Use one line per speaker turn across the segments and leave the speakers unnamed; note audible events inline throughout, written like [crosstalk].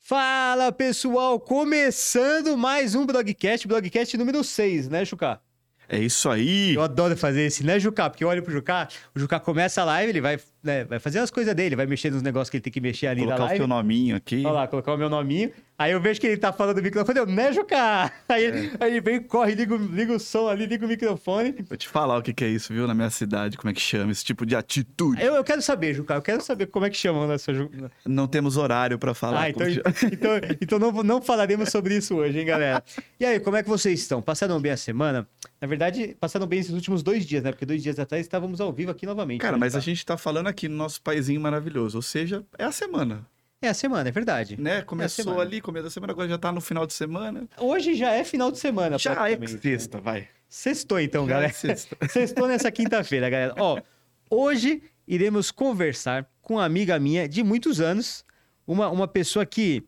Fala pessoal, começando mais um blogcast, blogcast número 6, né, Juca?
É isso aí.
Eu adoro fazer esse, né, Juca? Porque eu olho pro Juca, o Juca começa a live, ele vai, né, vai fazer as coisas dele, vai mexer nos negócios que ele tem que mexer ali na
Colocar o
live.
teu nominho aqui.
Olha lá, colocar o meu nominho. Aí eu vejo que ele tá falando do microfone, eu, né, Juca? Aí, ele-
É.
aí ele vem, corre, liga, o- liga o som ali, liga o microfone.
Vou te falar o que que é isso, viu? Na minha cidade, como é que chama esse tipo de atitude.
Eu, eu quero saber, Juca, eu quero saber como é que chamam nessa... Ju-
Não temos horário pra falar.
Ah, então,
como chama.
então, então não, não falaremos sobre isso hoje, hein, galera? E aí, como é que vocês estão? Passaram bem a semana? Na verdade, passaram bem esses últimos dois dias, né? Porque dois dias atrás estávamos ao vivo aqui novamente.
[laughs] Cara,
né,
mas a
Juca?
gente tá falando aqui no nosso paizinho maravilhoso. Ou seja, é a semana,
É a semana, é verdade.
né? Começou
semana.
ali, começo da semana, agora já tá no final de semana.
Hoje já né? é final de semana,
Já é
praticamente.
sexta, vai.
Sextou, então,
Já é
galera.
sexta.
[laughs] Sextou nessa quinta-feira, galera. Ó, hoje iremos conversar com uma amiga minha de muitos anos, uma, uma pessoa que.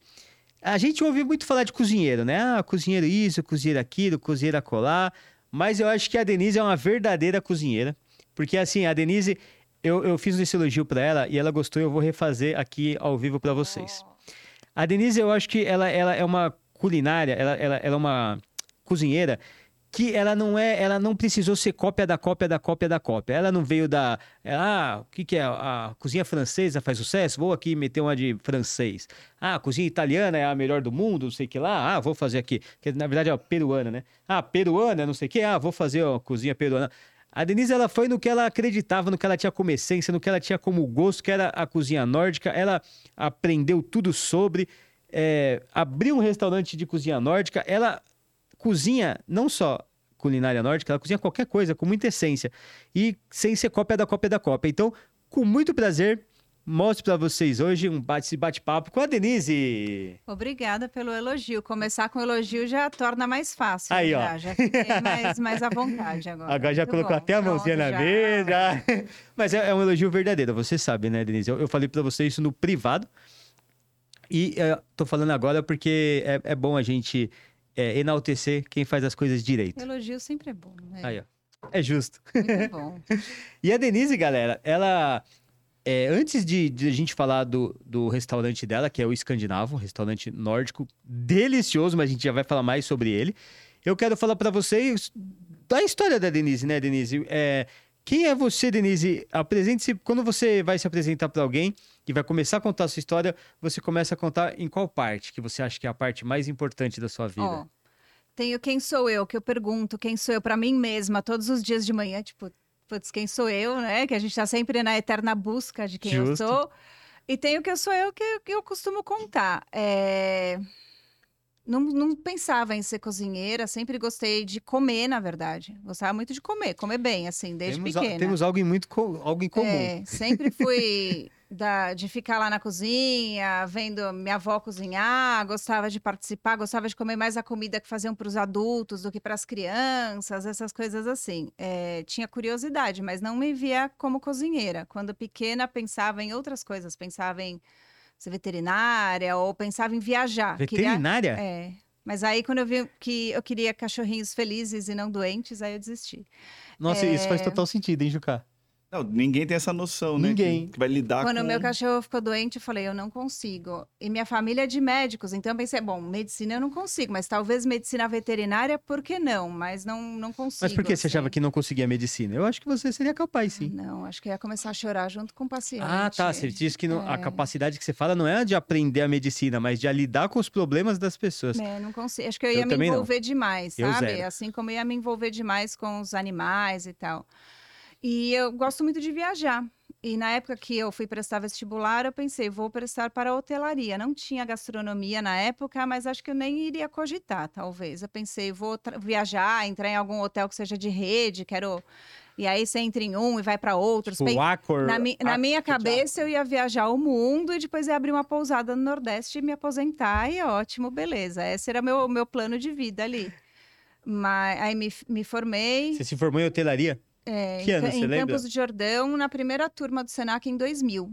A gente ouve muito falar de cozinheiro, né? Ah, cozinheiro isso, cozinheiro aquilo, cozinheiro acolá. Mas eu acho que a Denise é uma verdadeira cozinheira. Porque, assim, a Denise, eu, eu fiz esse elogio pra ela e ela gostou e eu vou refazer aqui ao vivo pra vocês. A Denise, eu acho que ela, ela é uma culinária, ela, ela, ela é uma cozinheira que ela não é, ela não precisou ser cópia da cópia da cópia da cópia. Ela não veio da, ela, ah, o que que é? A cozinha francesa faz sucesso? Vou aqui meter uma de francês. Ah, a cozinha italiana é a melhor do mundo, não sei o que lá. Ah, vou fazer aqui. Que na verdade é a peruana, né? Ah, peruana, não sei o que. Ah, vou fazer a cozinha peruana. A Denise, ela foi no que ela acreditava, no que ela tinha como essência, no que ela tinha como gosto, que era a cozinha nórdica. Ela aprendeu tudo sobre, é, abriu um restaurante de cozinha nórdica. Ela cozinha não só culinária nórdica, ela cozinha qualquer coisa com muita essência e sem ser cópia da cópia da cópia. Então, com muito prazer, mostro pra vocês hoje um bate- esse bate-papo com a Denise.
Obrigada pelo elogio. Começar com elogio já torna mais fácil.
Aí,
já,
ó.
Já fiquei mais, mais à vontade agora.
Agora já
Ah, Muito
colocou
bom.
até a mãozinha
Pronto,
na
já.
mesa. [laughs] Mas é, é um elogio verdadeiro, você sabe, né, Denise? Eu, eu falei pra você isso no privado. E é, tô falando agora porque é, é bom a gente é, enaltecer quem faz as coisas direito.
Elogio sempre é bom, né?
Aí, ó. É justo.
Muito bom.
E a Denise, galera, ela. é, antes de, de a gente falar do, do restaurante dela, que é o Escandinavo, um restaurante nórdico delicioso, mas a gente já vai falar mais sobre ele. Eu quero falar pra vocês da história da Denise, né, Denise? É, quem é você, Denise? Apresente-se. Quando você vai se apresentar pra alguém e vai começar a contar a sua história, você começa a contar em qual parte que você acha que é a parte mais importante da sua vida?
Ó, tenho quem sou eu, que eu pergunto quem sou eu pra mim mesma todos os dias de manhã, tipo, putz, quem sou eu, né? Que a gente tá sempre na eterna busca de quem eu
Justo.
sou. E tenho que eu sou eu que, que eu costumo contar. É, Não, não pensava em ser cozinheira, sempre gostei de comer, na verdade. Gostava muito de comer, comer bem, assim, desde
temos, a-
pequena.
temos algo em muito co- algo em comum.
É, sempre fui da- de ficar lá na cozinha, vendo minha avó cozinhar, gostava de participar, gostava de comer mais a comida que faziam para os adultos do que para as crianças, essas coisas assim. É, tinha curiosidade, mas não me via como cozinheira. Quando pequena, pensava em outras coisas, pensava em ser veterinária ou pensava em viajar. Queria-
Veterinária?
é. Mas aí, quando eu vi que eu queria cachorrinhos felizes e não doentes, aí eu desisti.
Nossa, isso
é,
faz total sentido, hein, Juca?
Não, ninguém tem essa noção, né?
Ninguém.
Que, que vai
Tá
lidar
Quando
com...
o meu cachorro ficou doente, eu falei, eu não consigo. E minha família é de médicos, então eu pensei, bom, medicina eu não consigo, mas talvez medicina veterinária, por que não? Mas não, não consigo. assim.
Mas por que você achava que não conseguia medicina? Eu acho que você seria capaz, sim.
Não, acho que eu ia começar a chorar junto com o paciente.
Ah, tá. Você disse que
é.
não- a capacidade que você fala não é a de aprender a medicina, mas de a lidar com os problemas das pessoas.
É, não consigo. Acho que eu
Eu
ia me
também não.
envolver demais,
Eu
sabe?
zero.
Assim como eu ia me envolver demais com os animais e tal. E eu gosto muito de viajar. E na época que eu fui prestar vestibular, eu pensei, vou prestar para a hotelaria. Não tinha gastronomia na época, mas acho que eu nem iria cogitar, talvez. Eu pensei, vou tra- viajar, entrar em algum hotel que seja de rede, quero. E aí você entra em um e vai para outros.
Tipo,
Pen-
Accor,
na, mi- na
Ac-
minha cabeça, eu ia viajar o mundo e depois ia abrir uma pousada no Nordeste e me aposentar, e ótimo, beleza. Esse era meu, meu plano de vida ali. Mas aí me, me formei
Você se formou em hotelaria?
é,
que
em,
ano,
Ca-
você
em
lembra?
Campos do Jordão, na primeira turma do Senac em 2000.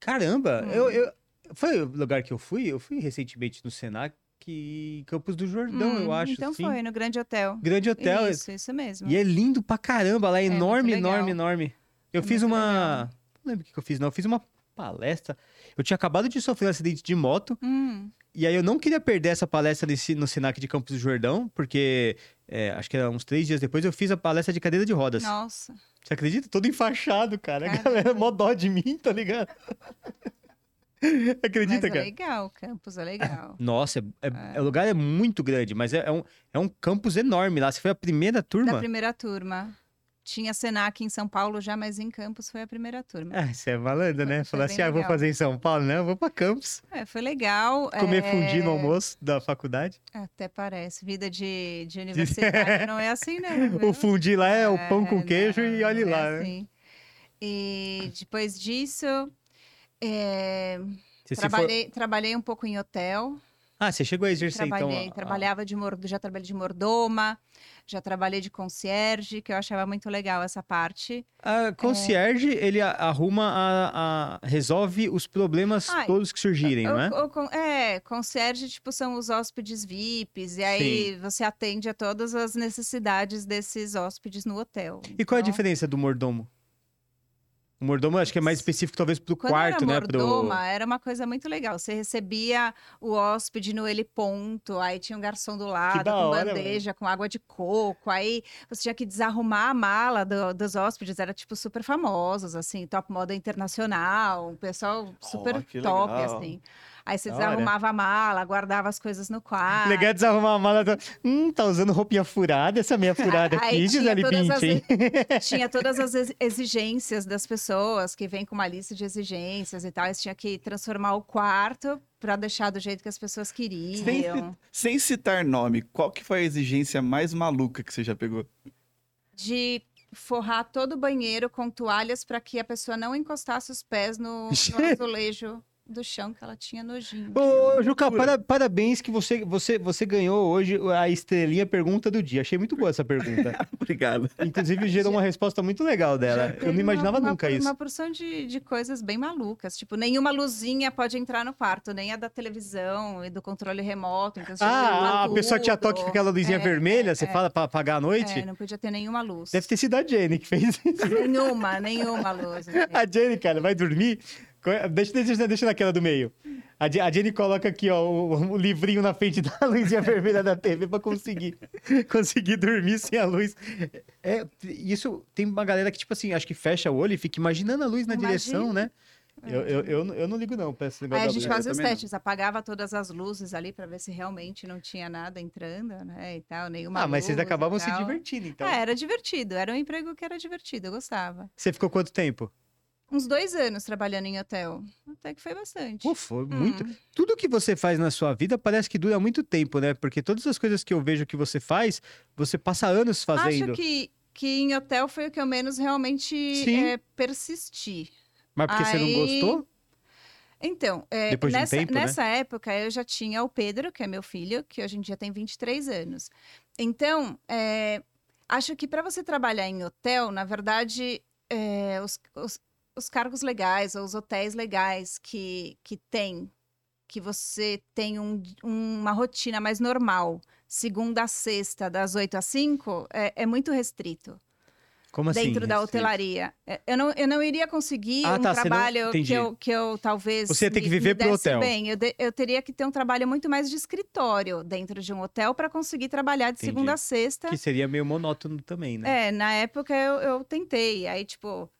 Caramba!
Hum.
Eu, eu- Foi o lugar que eu fui? Eu fui recentemente no Senac em Campos do Jordão,
Hum,
eu acho.
Então
sim.
foi, no Grande Hotel.
Grande hotel.
Isso, isso mesmo.
E é lindo pra caramba lá, é
muito
enorme,
legal.
enorme, enorme. Eu
É
fiz
muito
uma.
legal.
Não lembro o que que eu fiz, não. Eu fiz uma palestra. Eu tinha acabado de sofrer um acidente de moto
Hum,
E aí eu não queria perder essa palestra desse- no Senac de Campos do Jordão, porque é, acho que era uns três dias depois eu fiz a palestra de cadeira de rodas.
Nossa.
Você acredita? Todo enfaixado, cara. A
Caramba.
galera mó dó de mim, tá ligado? [laughs]
Mas
Acredita,
é
cara?
legal,
[laughs]
Campos é legal.
Nossa, é- é- é- o lugar é muito grande, mas é, é um, é um campus enorme lá. Você foi a primeira turma?
Da primeira turma. Tinha Senac em São Paulo já, mas em Campos foi a primeira turma.
Ah, você é malandro, né?
Foi- foi
Falar assim,
bem
ah, vou
legal.
fazer em São Paulo, né? Eu vou pra Campos.
É, foi legal.
Comer
é,
fundi no almoço da faculdade.
Até parece. Vida de, de
[laughs]
universitário não é assim, né?
O fundi lá é o pão
É,
com queijo
não,
e olhe
não é
lá, né?
assim. E depois disso, é,
Você se for-
trabalhei, trabalhei um pouco em hotel.
Ah, você chegou a exercer então.
trabalhei,
a- a-
trabalhava de mor- já trabalhei de mordoma, já trabalhei de concierge, que eu achava muito legal essa parte.
A concierge,
É.
ele a- arruma, a, a- resolve os problemas
Ai,
todos que surgirem,
Ou-
não é?
ou con- é, concierge, tipo, são os hóspedes VIPs, e aí você atende a todas as necessidades desses hóspedes no hotel.
E qual é a
Então,
diferença do mordomo? O mordomo acho que é mais específico talvez pro
Quando
quarto, né?
era mordoma, era uma coisa muito legal. Você recebia o hóspede no ele ponto, aí tinha um garçom do lado,
da
com
hora,
bandeja, com água de coco, aí você tinha que desarrumar a mala do- dos hóspedes, era tipo super famosos, assim, top moda internacional, um pessoal super
Ó, que
top,
legal.
assim. Aí você
Da hora.
desarrumava a mala, guardava as coisas no quarto.
Pro... Legal é desarrumar a mala. tá- Hum, tá usando roupinha furada, essa meia furada
Aí
aqui,
tinha
Gisele
todas as
Bündchen. hein?
tinha todas as ex- exigências das pessoas, que vem com uma lista de exigências e tal. Eles tinha que transformar o quarto para deixar do jeito que as pessoas queriam.
Sem citar nome, qual que foi a exigência mais maluca que você já pegou? [laughs]
De forrar todo o banheiro com toalhas para que a pessoa não encostasse os pés no,
[laughs]
no azulejo do chão que ela tinha
[laughs]
nojinho.
Ô, Juca,
loucura.
para- parabéns que você, você, você ganhou hoje a estrelinha pergunta do dia. Achei muito boa essa pergunta.
[laughs]
Obrigado.
Inclusive, gerou uma resposta muito legal dela. Eu
Teve
não
uma-
imaginava
uma-
nunca isso.
Uma porção de, de coisas bem malucas. Tipo, nenhuma luzinha pode entrar no quarto, nem a da televisão e do controle remoto. Então, você
Ah,
arruma
a pessoa que tinha toque com
tudo.
aquela luzinha
É,
vermelha,
é,
você
é.
fala pra apagar à noite?
É, não podia ter nenhuma luz.
Deve ter sido a Jenny que fez isso.
Nenhuma, nenhuma luz.
[laughs] A Jenny, cara, vai dormir. co- Deixa, deixa, deixa naquela do meio. A, Je- a Jenny coloca aqui, ó, o, o livrinho na frente da [laughs] luzinha vermelha da TV pra conseguir, [laughs] conseguir dormir sem a luz. É, isso tem uma galera que, tipo assim, acho que fecha o olho e fica imaginando a luz na
Imagina. É.
direção, né? Eu, eu, eu, não- eu não ligo, não, pra esse negócio
Aí a
da
gente
luz.
fazia os
também não.
testes, apagava todas as luzes ali para ver se realmente não tinha nada entrando, né? E tal, nenhuma
Ah, mas vocês
luz e
acabavam se
tal.
divertindo, então.
Ah, era divertido, era um emprego que era divertido, eu gostava.
Você ficou quanto tempo?
Uns dois anos trabalhando em hotel, até que foi bastante. Hum.
Pô, foi muito. Tudo que você faz na sua vida parece que dura muito tempo, né? Porque todas as coisas que eu vejo que você faz, você passa anos fazendo.
Acho que, que em hotel foi o que eu menos realmente
Sim.
é, persisti.
Mas porque você não
Aí-
gostou?
Então, é,
Depois de um
nessa,
tempo, né?
nessa época eu já tinha o Pedro, que é meu filho, que hoje em dia tem 23 anos. Então, é, acho que para você trabalhar em hotel, na verdade, é, os, os- os cargos legais ou os hotéis legais que, que tem, que você tem um- uma rotina mais normal, segunda a sexta, das 8 às 5, é- é muito restrito
Como assim?
dentro da
restrito?
hotelaria. É, Eu não, eu não iria conseguir
Ah,
um
tá, você não-
trabalho
entendi.
que eu, que eu talvez.
Você ia ter
me-
que viver
me
pro
desse
hotel.
Bem. Eu, de- eu teria que ter um trabalho muito mais de escritório dentro de um hotel para conseguir trabalhar de
Entendi.
segunda a sexta.
Que seria meio monótono também, né?
É, na época eu, eu tentei. Aí, tipo,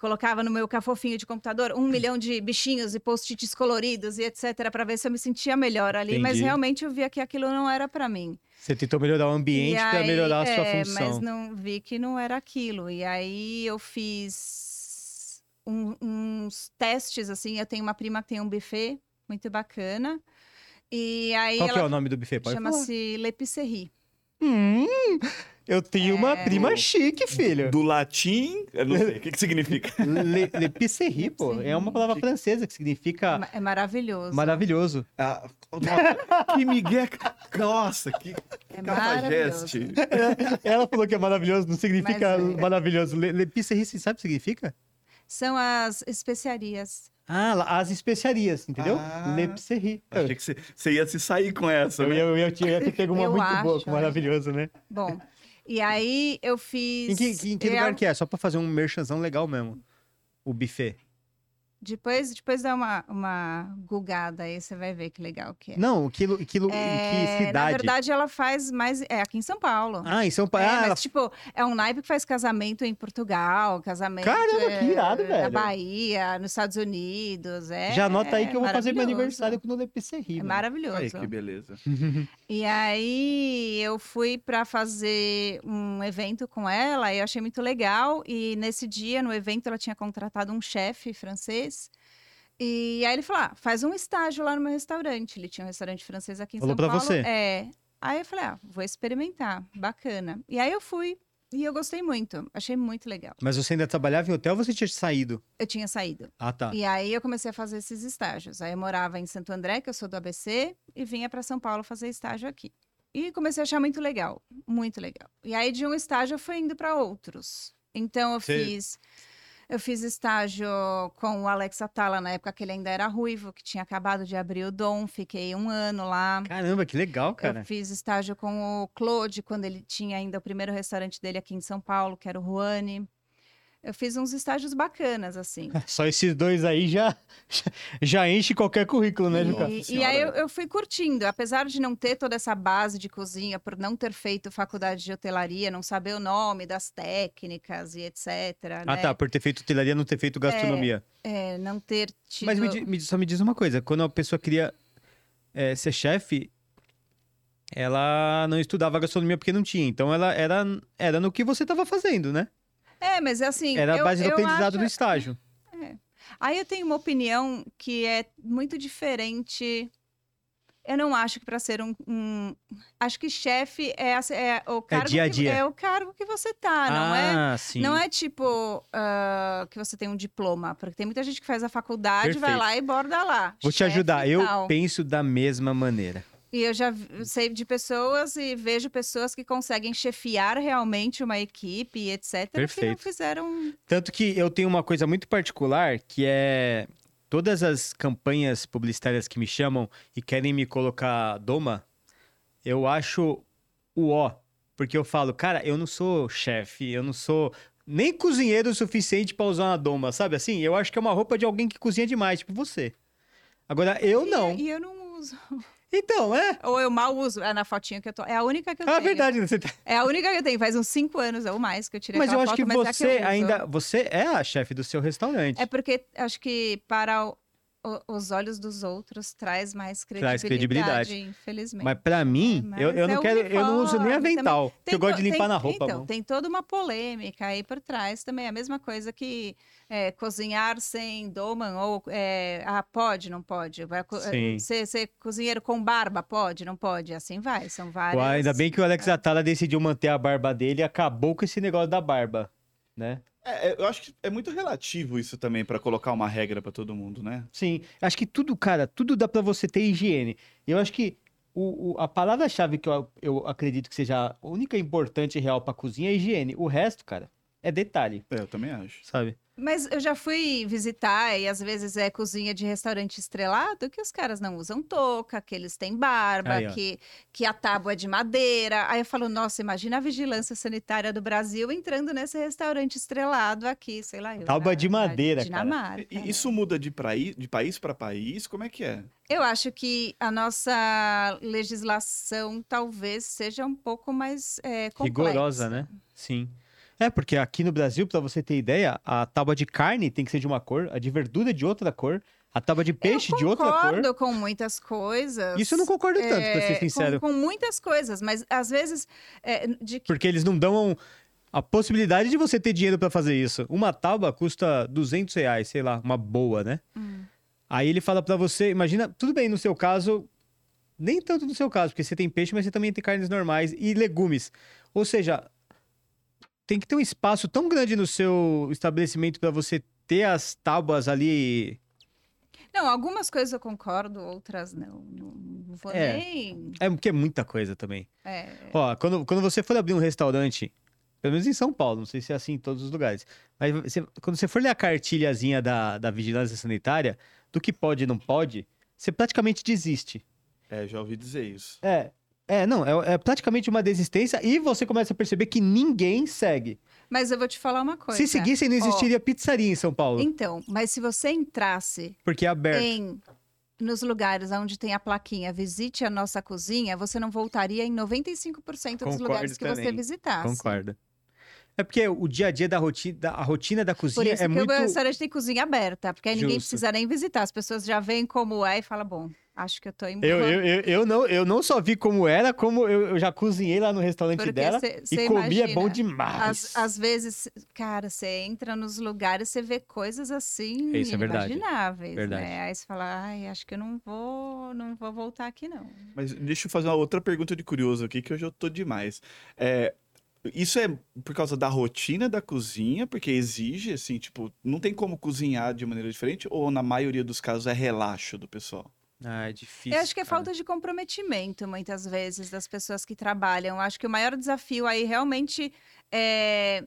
colocava no meu cafofinho de computador
Hum.
um milhão de bichinhos e post-its coloridos e etc., para ver se eu me sentia melhor ali. Mas
Entendi.
realmente eu via que aquilo não era para mim.
Você tentou melhorar o ambiente
E
para
aí,
melhorar a sua
é, Mas
função.
não vi que não era aquilo. E aí eu fiz um- uns testes, assim. Eu tenho uma prima que tem um buffet muito bacana. E aí
Qual que é o
ela
nome do buffet? Pode falar.
chama-se Le Pisserie.
Hum, eu tenho uma
É.
prima chique, filho.
Do latim, eu não sei, o que, que significa?
Le, le Pisserie, pô. É uma palavra francesa que significa
É maravilhoso.
maravilhoso.
Ah, nossa, que migué, nossa, que
É
cafajeste.
maravilhoso.
Ela falou que é maravilhoso, não significa
Mas é.
maravilhoso. Le, le Pisserie, você sabe o que significa?
São as especiarias.
Ah, lá, as especiarias, entendeu?
Ah.
Le Pisserie.
Achei que você, você ia se sair com essa,
Eu
né?
ia, eu ia, eu ia ter pego uma
[laughs] Eu
muito boa,
acho,
com maravilhoso, né?
Bom, e aí eu fiz...
Em que, é? em que
eu-
lugar que é? Só pra fazer um merchanzão legal mesmo. O buffet.
Depois, depois dá uma, uma googada aí, você vai ver que legal que é.
Não, que, lu- que, lu-
É,
que
Na
cidade.
verdade, ela faz mais. É aqui em São Paulo.
Ah, em São
É,
Paulo. ah,
mas,
ela-
tipo, é um naipe que faz casamento em Portugal, casamento
Caramba, que
é,
irado,
na
velho.
Bahia, nos Estados Unidos. É,
já anota aí que eu vou fazer meu
maravilhoso.
aniversário com o Lepecerri.
É
mano.
maravilhoso.
Aí, que beleza.
E aí eu fui para fazer um evento com ela e eu achei muito legal. E nesse dia, no evento, ela tinha contratado um chefe francês. E aí ele falou: ah, faz um estágio lá no meu restaurante. Ele tinha um restaurante francês aqui em
Falou
São
pra
Paulo.
você?
É. Aí eu falei, ah, vou experimentar, bacana. E aí eu fui e eu gostei muito, achei muito legal.
Mas você ainda trabalhava em hotel ou você tinha saído?
Eu tinha saído.
Ah, tá.
E aí eu comecei a fazer esses estágios. Aí eu morava em Santo André, que eu sou do ABC, e vinha para São Paulo fazer estágio aqui. E comecei a achar muito legal, muito legal. E aí de um estágio eu fui indo para outros. Então eu
Você-
fiz eu fiz estágio com o Alex Atala na época que ele ainda era ruivo, que tinha acabado de abrir o Dom, fiquei um ano lá.
Caramba, que legal, cara.
Eu fiz estágio com o Claude, quando ele tinha ainda o primeiro restaurante dele aqui em São Paulo, que era o Ruani. Eu fiz uns estágios bacanas, assim.
Só esses dois aí já, [laughs] já enche qualquer currículo, né, Juca?
Nossa
E, e
Senhora.
aí eu, eu fui curtindo, apesar de não ter toda essa base de cozinha, por não ter feito faculdade de hotelaria, não saber o nome das técnicas e etc.
Ah,
né?
tá. Por ter feito hotelaria, não ter feito gastronomia.
É, não ter tido.
Mas me di- me di- só me diz uma coisa: quando a pessoa queria eh, ser chefe, ela não estudava gastronomia porque não tinha. Então ela era, era no que você estava fazendo, né?
É, mas é assim.
Era a
eu-
base do
eu
aprendizado
acho-
do estágio.
Aí eu tenho uma opinião que é muito diferente. Eu não acho que para ser um, um- Acho que chefe é, a- é o cargo
dia a
que-
dia. Ah,
é o cargo que você tá, não é?
sim.
Não é tipo ah, que você tem um diploma, porque tem muita gente que faz a faculdade, vai
Perfeito.
lá e borda lá.
Vou te
chefe
ajudar.
e
Eu
tal.
penso da mesma maneira.
E eu já vi- sei de pessoas e vejo pessoas que conseguem chefiar realmente uma equipe, e etc. Que não
Perfeito.
fizeram.
Tanto que eu tenho uma coisa muito particular que é todas as campanhas publicitárias que me chamam e querem me colocar doma, eu acho o ó, porque eu falo, cara, eu não sou chefe, eu não sou nem cozinheiro o suficiente pra usar uma doma, sabe? Assim, eu acho que é uma roupa de alguém que cozinha demais, tipo você. Agora eu
E-
não.
E, eu não uso.
Então, é.
Ou eu mal uso. É na fotinha que eu tô. É a única que eu
Ah,
tenho.
verdade, você tá...
É a única que eu tenho. Faz uns cinco anos ou mais que eu tirei
Mas eu
aquela
acho que
foto, mas é a
você
eu uso.
ainda, você é a chefe do seu restaurante.
É porque acho que para o- o- os olhos dos outros traz mais credibilidade,
Traz credibilidade.
infelizmente.
Mas pra mim,
mas
eu, eu não
é o
quero, eu não uso nem
uniforme também.
avental, porque eu
to-
gosto de limpar
tem-
na roupa,
Então,
mano.
tem toda uma polêmica aí por trás também. É a mesma coisa que é, cozinhar sem doman ou... é, ah, pode, não pode. Vai, co-
Sim.
é, Ser, ser cozinheiro com barba, pode, não pode. Assim vai, são várias...
Uai, ainda bem que o Alex Atala decidiu manter a barba dele e acabou com esse negócio da barba, né?
É, é, eu acho que é muito relativo isso também pra colocar uma regra pra todo mundo, né?
Sim, acho que tudo, cara, tudo dá pra você ter higiene. Eu acho que o, o- a palavra-chave que eu, eu acredito que seja a única importante e real pra cozinha é higiene. O resto, cara, é detalhe,
É, eu também acho.
sabe?
Mas eu já fui visitar e às vezes é cozinha de restaurante estrelado que os caras não usam touca, que eles têm barba,
Aí, ó.
que, que a tábua é de madeira. Aí eu falo, nossa, imagina a vigilância sanitária do Brasil entrando nesse restaurante estrelado aqui, sei lá. Eu,
Tábua
na-
de
na
madeira, cara.
Dinamarca,
E-
né?
e isso muda de, praí- de país pra país? Como é que é?
Eu acho que a nossa legislação talvez seja um pouco mais é, complexa.
Rigorosa, né? Sim. É, porque aqui no Brasil, pra você ter ideia, a tábua de carne tem que ser de uma cor, a de verdura é de outra cor, a tábua de peixe de outra cor.
Concordo com muitas coisas.
Isso eu não concordo tanto, pra
É,
ser
com-
sincero.
Com, muitas coisas, mas às vezes é, de que
Porque eles não dão a possibilidade de você ter dinheiro pra fazer isso. Uma tábua custa 200 reais, sei lá, uma boa, né? Aí ele fala pra você, imagina, tudo bem, no seu caso, nem tanto no seu caso, porque você tem peixe, mas você também tem carnes normais e legumes. Ou seja, tem que ter um espaço tão grande no seu estabelecimento pra você ter as tábuas ali.
não, algumas coisas eu concordo, outras não. Não, não vou
É.
nem.
É porque é muita coisa também.
é,
Ó, quando, quando você for abrir um restaurante, pelo menos em São Paulo, não sei se é assim em todos os lugares, mas você- quando você for ler a cartilhazinha da, da vigilância sanitária, do que pode e não pode, você praticamente desiste.
É, já ouvi dizer isso.
É. É, não, é, é praticamente uma desistência e você começa a perceber que ninguém segue.
Mas eu vou te falar uma coisa.
Se seguissem, não
Ó,
existiria pizzaria em São Paulo,
Então, mas se você entrasse
porque é aberto.
em nos lugares onde tem a plaquinha Visite a nossa cozinha, você não voltaria em 95% dos
Concordo
lugares que você
também.
visitasse.
Concorda. É porque o dia a dia da rotina, a rotina da
Por
cozinha
isso
é
que
muito.
o restaurante tem cozinha aberta, porque aí ninguém
Justo.
precisa nem visitar. As pessoas já veem como é e falam, bom, acho que eu tô em
Eu,
boa",
eu, eu, eu não, eu não só vi como era, como eu, eu já cozinhei lá no restaurante
porque
dela.
cê-
E
cê
comi é bom
imagina.
demais.
Às, às vezes, cara, você entra nos lugares, você vê coisas assim
É, isso é verdade.
inimagináveis,
Verdade.
né? Aí você fala, ai, acho que eu não vou, não vou voltar aqui, não.
Mas deixa eu fazer uma outra pergunta de curioso aqui, que hoje eu tô demais. É, isso é por causa da rotina da cozinha, porque exige, assim, tipo, não tem como cozinhar de maneira diferente, ou na maioria dos casos é relaxo do pessoal?
Ah, é difícil.
Eu acho que é
cara.
falta de comprometimento, muitas vezes, das pessoas que trabalham. Acho que o maior desafio aí realmente é,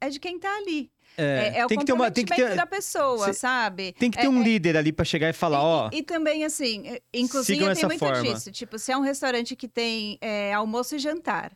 é de quem tá ali. É, é o
tem que ter uma, tem que
comprometimento
ter,
da pessoa,
Cê-
sabe?
tem que ter um líder ali pra chegar e falar, ó,
E também, assim, eh, em
Sigam
cozinha tem
essa
muito
forma.
disso. Tipo, se é um restaurante que tem eh, almoço e jantar.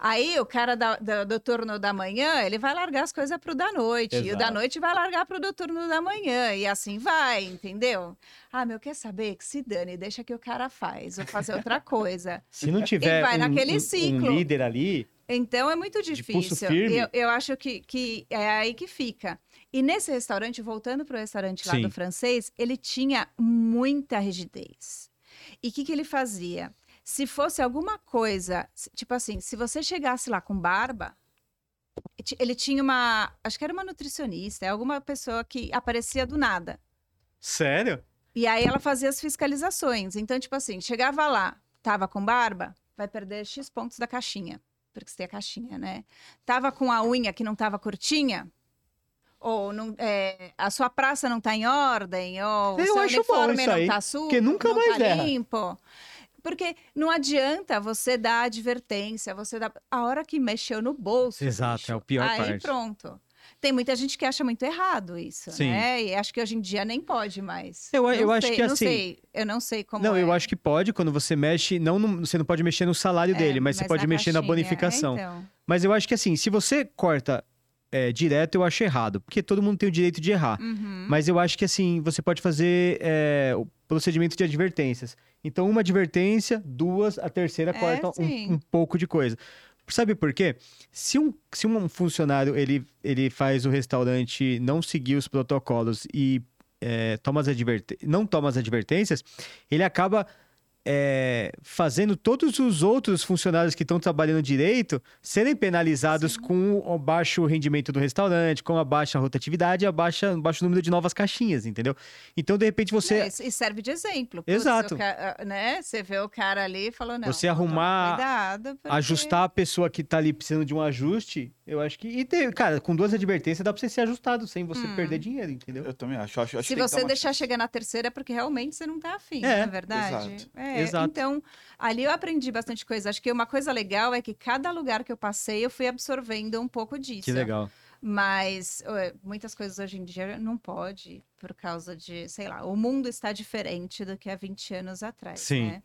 Aí o cara da- da- do turno da manhã, ele vai largar as coisas pro da noite. E o da
Exato.
noite vai largar pro do turno da manhã. E assim vai, entendeu? Ah, meu, quer saber? Que se dane, deixa que o cara faz. Vou fazer outra coisa.
se não tiver
vai
um,
naquele
um- um
ciclo.
líder ali,
Então é muito
pulso
difícil.
firme.
Eu, eu acho que, que é aí que fica. E nesse restaurante, voltando para o restaurante lá
Sim.
do francês, ele tinha muita rigidez. E o que, que ele fazia? Se fosse alguma coisa, se- tipo assim, se você chegasse lá com barba, ti- ele tinha uma. Acho que era uma nutricionista, alguma pessoa que aparecia do nada.
sério?
E aí ela fazia as fiscalizações. Então, tipo assim, chegava lá, tava com barba, vai perder X pontos da caixinha. Porque você tem a caixinha, né? Tava com a unha que não tava curtinha? Ou não- é, a sua praça não tá em ordem? Ou o
Eu
seu
acho bom
uniforme
isso
não
aí,
tá sujo?
porque nunca
não
mais
tá
erra.
limpo? Porque não adianta você dar advertência, você dá... A hora que mexeu no bolso...
Exato,
bicho,
é o pior
Aí
parte.
pronto. Tem muita gente que acha muito errado isso,
Sim.
né? E acho que hoje em dia nem pode mais.
Eu-
Não
eu acho
sei-
que
não
assim-
sei, eu não sei como
não,
é.
eu acho que pode, quando você mexe, não, no- você não pode mexer no salário
É,
dele, mas, você pode
na
mexer na
caixinha,
bonificação.
é, então.
Mas eu acho que assim, se você corta é, direto, eu acho errado, porque todo mundo tem o direito de errar.
Uhum.
Mas eu acho que assim, você pode fazer é, o procedimento de advertências. Então, uma advertência, duas, a terceira
É,
corta um-
sim.
um, pouco de coisa. Sabe por quê? Se um, se um funcionário ele, ele faz o restaurante não seguir os protocolos e é, toma as adverte- não toma as advertências, ele acaba é, fazendo todos os outros funcionários que estão trabalhando direito serem penalizados com o baixo rendimento do restaurante, com a baixa rotatividade e a baixa, baixo número de novas caixinhas, entendeu? Então, de repente,
Não,
você,
É, isso- E serve de exemplo.
Exato.
o ca- né? Você vê o cara ali e falou, não.
Você
vou tomar
arrumar-
Cuidado, é porque-
ajustar a pessoa que tá ali precisando de um ajuste, eu acho que. E, tem- cara, com duas advertências dá pra você ser ajustado sem você
Hum.
perder dinheiro, entendeu?
Eu também acho. acho, acho que
Se
tem que dar
você
uma
deixar
chance.
chegar na terceira é porque realmente você não tá afim,
É,
não é verdade?
exato,
É,
exato.
Então, ali eu aprendi bastante coisa. Acho que uma coisa legal é que cada lugar que eu passei, eu fui absorvendo um pouco disso.
Que legal.
Mas ué, muitas coisas hoje em dia não pode, por causa de, sei lá, o mundo está diferente do que há 20 anos atrás,
Sim.
né?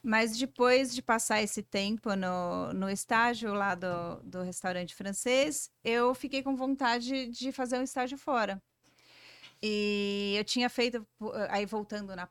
Mas depois de passar esse tempo no, no estágio lá do, do restaurante francês, eu fiquei com vontade de fazer um estágio fora. E eu tinha feito, pu- aí voltando na-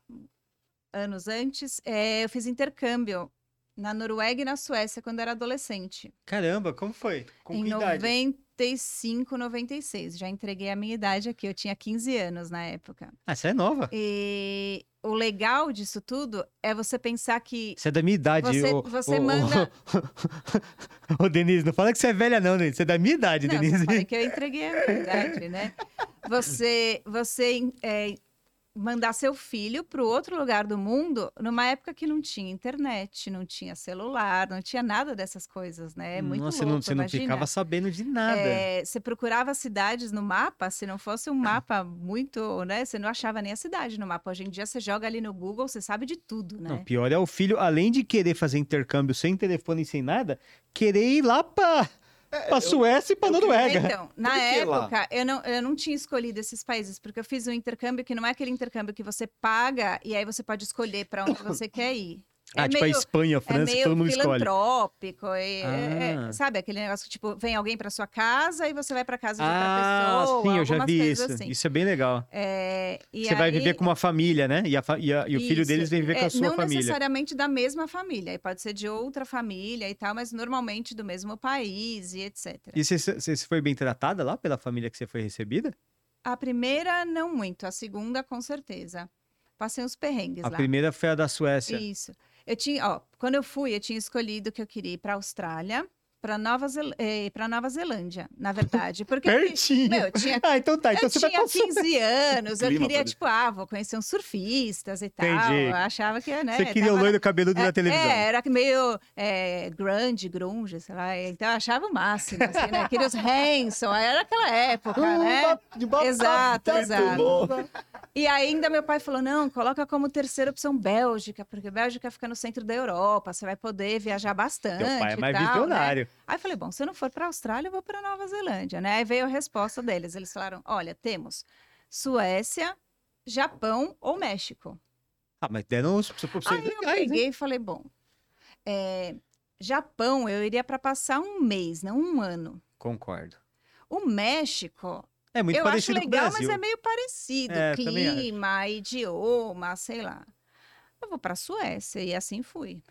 anos antes, eh, eu fiz intercâmbio na Noruega e na Suécia quando era adolescente
Caramba, como foi? Com
em
que idade?
95, 96. Já entreguei a minha idade aqui. Eu tinha 15 anos na época.
Ah, você é nova.
E o legal disso tudo é você pensar que.
Você é da minha idade.
Você-
ô-
você
ô- ô- [laughs]
manda-
Ô, Denise, não fala que você é velha, não, Denise. Você é da minha idade,
Não,
Denise. [laughs]
só falei que eu entreguei a minha idade, né? Você, você é, mandar seu filho para o outro lugar do mundo numa época que não tinha internet, não tinha celular, não tinha nada dessas coisas, né? É muito
Nossa, você
louco,
não, você não
imagina.
ficava sabendo de nada.
É, você procurava cidades no mapa, se não fosse um
Ah.
mapa muito, né? Você não achava nem a cidade no mapa. Hoje em dia você joga ali no Google, você sabe de tudo, né?
Não, pior é o filho, além de querer fazer intercâmbio sem telefone e sem nada, querer ir lá pra, pra Suécia e pra Noruega.
Então, na
que lá?
época, eu não, eu não tinha escolhido esses países, porque eu
[coughs]
fiz um intercâmbio que não é aquele intercâmbio que você paga e aí você pode escolher para onde você quer ir.
ah, tipo
meio-
a Espanha, a França,
é meio
que todo mundo escolhe.
filantrópico. e- é- é-
Ah.
sabe aquele negócio que, tipo, vem alguém pra sua casa e você vai pra casa de
Ah,
outra pessoa.
sim, eu já
algumas
vi
coisas
isso.
assim.
Isso é bem legal.
É, e
Você vai
aí-
viver com uma família, né? E, a fa- e a- e o filho
Isso.
deles vem viver com
É,
a sua
não
família.
necessariamente da mesma família, e pode ser de outra família e tal, mas normalmente do mesmo país e etc.
E você, você você foi bem tratada lá pela família que você foi recebida?
A primeira, não muito, a segunda, com certeza. Passei uns perrengues
A
lá.
primeira foi a da Suécia.
Isso. Eu tinha, ó, quando eu fui, eu tinha escolhido que eu queria ir para Austrália, para Nova, Zel eh, pra Nova Zelândia, na
[laughs]
verdade. Porque eu, ti-
Pertinho!
meu, eu tinha,
[laughs] Ah, então tá. Então
eu
você vai
tinha
passar. [laughs]
15 anos, eu
Clima,
queria,
pode-
tipo, ah, vou conhecer uns surfistas e tal.
Entendi.
Eu achava que, né?
Você queria o
tava na-
loiro cabeludo da televisão.
É, era meio é, grande, grunge, sei lá. Então eu achava o máximo, assim, né? Queria os Hanson, era aquela época,
Hum,
né?
Uhum. tá
Exato, exato. E ainda meu pai falou: não, coloca como terceira opção Bélgica, porque Bélgica fica no centro da Europa, você vai poder viajar bastante.
Teu pai é mais
e tal, né?
visionário.
Aí eu falei: bom, se eu não for para a Austrália, eu vou para Nova Zelândia, né? Aí veio a resposta deles: eles falaram: olha, temos Suécia, Japão ou México.
Ah, mas deram os os- os- os-
Aí eu
legais, hein?
peguei e falei, bom, é, Japão eu iria para passar um mês, não um ano.
Concordo.
O México,
É muito
eu acho
parecido com
legal,
o
mas
Brasil.
é meio parecido.
É, também acho.
clima, idioma, sei lá. Eu vou para Suécia e assim fui.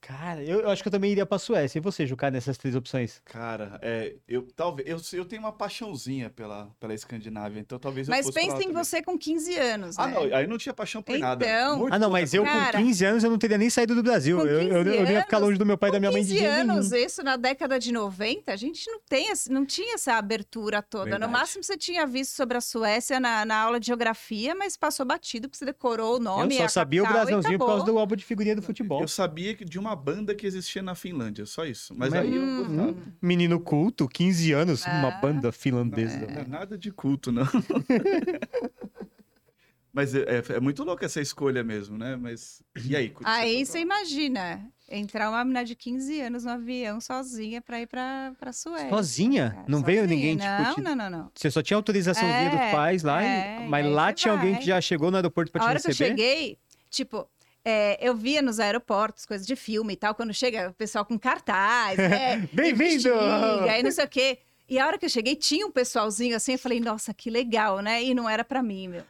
Cara, eu, eu acho que eu também iria pra Suécia. E você, Juca, nessas três opções?
Cara, é, eu talvez eu, eu tenho uma paixãozinha pela, pela Escandinávia, então talvez eu
mas
fosse pra lá
pensa em
também.
você com 15 anos,
Ah,
né?
não, aí não tinha paixão por nada.
Então-
Morto
Ah, não,
por
mas
outra
eu
coisa.
com
Cara,
15 anos eu não teria nem saído do Brasil.
com
Eu, eu, eu, eu ia
15
ficar longe do meu pai e da minha mãe de
15
jeito nenhum.
anos, isso na década de 90, a gente não, tem, esse- não tinha essa abertura toda.
Verdade.
No máximo você tinha visto sobre a Suécia na, na aula de geografia, mas passou batido, porque você decorou o nome.
Eu só
a
sabia o
capital e
brasãozinho por causa
acabou.
do álbum de figurinha do futebol.
Eu sabia que de uma banda que existia na Finlândia, só isso. Mas,
Mas-
aí eu
Hum.
gostava.
Hum, menino culto, 15 anos, uma
Ah.
banda finlandesa.
Não, não é nada de culto, não. [laughs] Mas é, é- é muito louca essa escolha mesmo, né? Mas. E aí, Cuti,
Aí
você
Ah, você
foi
imagina entrar uma menina de 15 anos no avião sozinha pra ir pra, pra Suécia.
Sozinha?
cara,
Não veio ninguém, tipo,
Não,
te-
não, não, não.
Você só tinha autorizaçãozinha
É,
dos pais lá, e-
é,
mas
e aí
lá
você
tinha alguém
vai.
que já chegou no aeroporto pra
a
te
hora
receber.
que eu cheguei, tipo, é, eu via nos aeroportos, coisa de filme e tal, quando chega o pessoal com cartaz,
[laughs]
né?
Bem-vindo!
E aí não sei o quê. E a hora que eu cheguei, tinha um pessoalzinho assim, eu falei, nossa, que legal, né? E não era pra mim, meu.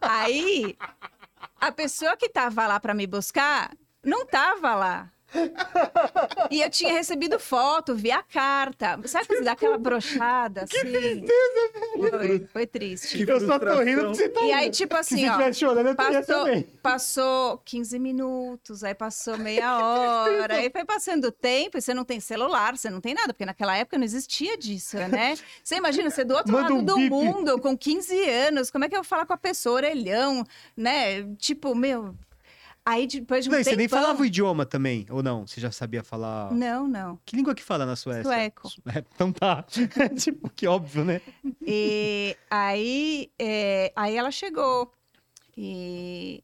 aí, a pessoa que tava lá pra me buscar, não tava lá. E eu tinha recebido foto, vi a carta. Sabe quando dá aquela brochada, assim? foi, foi
[laughs]
triste.
Que frustração.
você tá
E
rindo.
aí, tipo assim, ó,
chorando, eu estaria
passou, passou 15 minutos, aí passou meia hora, aí foi passando o tempo, e você não tem celular, você não tem nada, porque naquela época não existia disso, né? Você imagina, você do outro
Manda
lado
um
do
bip.
mundo, com 15 anos, como é que eu vou falar com a pessoa, orelhão, né? Tipo, meu. Aí depois de um
Não, e você nem
tempão-
falava o idioma também, ou não? Você já sabia falar...
Não, não.
Que língua que fala na Suécia?
Sueco.
É, então tá. [laughs] tipo, que óbvio, né?
E aí, é, aí ela chegou. E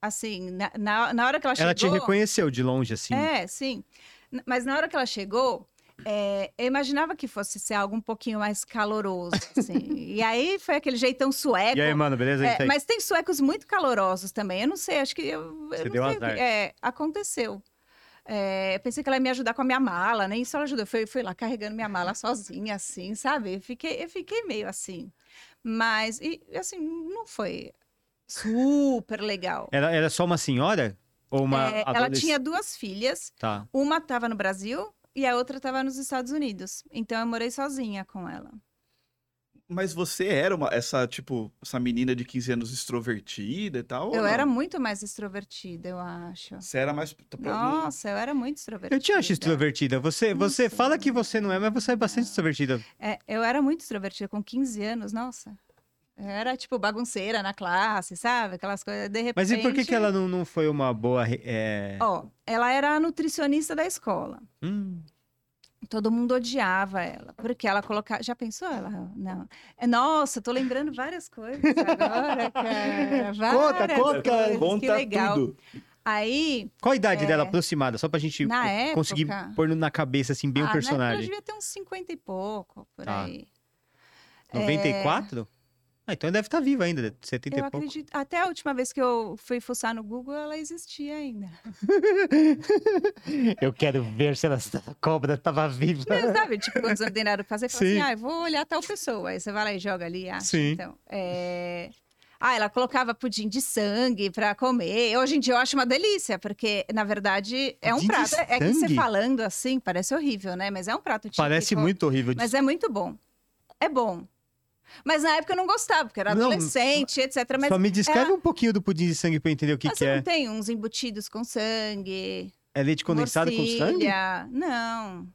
assim, na, na, na hora que ela chegou.
Ela te reconheceu de longe, assim.
É, sim. N- Mas na hora que ela chegou, é, eu imaginava que fosse ser algo um pouquinho mais caloroso,
[laughs]
assim. e aí foi aquele jeitão sueco.
e aí, mano, beleza?
É,
Então,
mas tem suecos muito calorosos também. Eu não sei, acho que eu, eu
Você
não
deu
sei o que-
azar.
É, aconteceu. É, eu pensei que ela ia me ajudar com a minha mala, nem isso ela ajudou. Eu fui, fui lá carregando minha mala sozinha, assim, sabe? Eu fiquei, eu fiquei meio assim. Mas, e, assim, não foi super legal.
Era, era só uma senhora? Ou É uma
É, ela
adolescente?
tinha duas filhas,
Tá.
uma estava no Brasil e a outra estava nos Estados Unidos. Então eu morei sozinha com ela.
Mas você era uma, essa, tipo, essa menina de 15 anos extrovertida e tal? ou
eu
não?
era muito mais extrovertida, eu acho.
Você era mais.
Nossa, eu era muito extrovertida.
Eu te acho extrovertida. Você,
Não
você
sei.
fala que você não é, mas você é bastante extrovertida.
É, eu era muito extrovertida com 15 anos, nossa. Eu era tipo bagunceira na classe, sabe? Aquelas coisas. De repente.
Mas e por que, que ela não, não foi uma boa. re- É...
Ó, ela era a nutricionista da escola.
Hum,
Todo mundo odiava ela, porque ela colocava. Já pensou ela? Não. É, Nossa, tô lembrando várias coisas agora, cara. Várias
[laughs] conta,
coisas, que
Conta
legal.
tudo.
Aí,
Qual a idade
É.
dela aproximada? Só pra gente
Na
eh, conseguir
época-
pôr na cabeça, assim, bem Ah,
ah,
o
na época ela
personagem.
É. devia ter uns 50 e pouco, por
Tá.
aí.
94? Ah, então deve estar viva ainda, 70
Eu
e pouco.
acredito. Até a última vez que eu fui fuçar no Google, ela existia ainda. [laughs]
Eu quero ver se ela- se a cobra estava viva.
Mas, sabe, tipo, quando você não tem nada pra fazer, fala
Sim.
assim, ah, eu vou olhar tal pessoa. Aí você vai lá e joga ali, acha.
Sim.
Então, é... Ah, ela colocava pudim de sangue pra comer. Hoje em dia eu acho uma delícia, porque, na verdade, é um
Pudim de
prato. É que você
sangue?
falando assim, parece horrível, né? Mas é um prato típico.
Parece muito horrível.
Mas é muito bom. É bom. Mas na época eu não gostava, porque eu era
Não,
adolescente, etc. é, Mas
Só me descreve um pouquinho do pudim de sangue pra eu entender o que,
mas
que
Ah, você
é.
não tem uns embutidos com sangue,
É leite condensado com sangue?
morcilha? Não.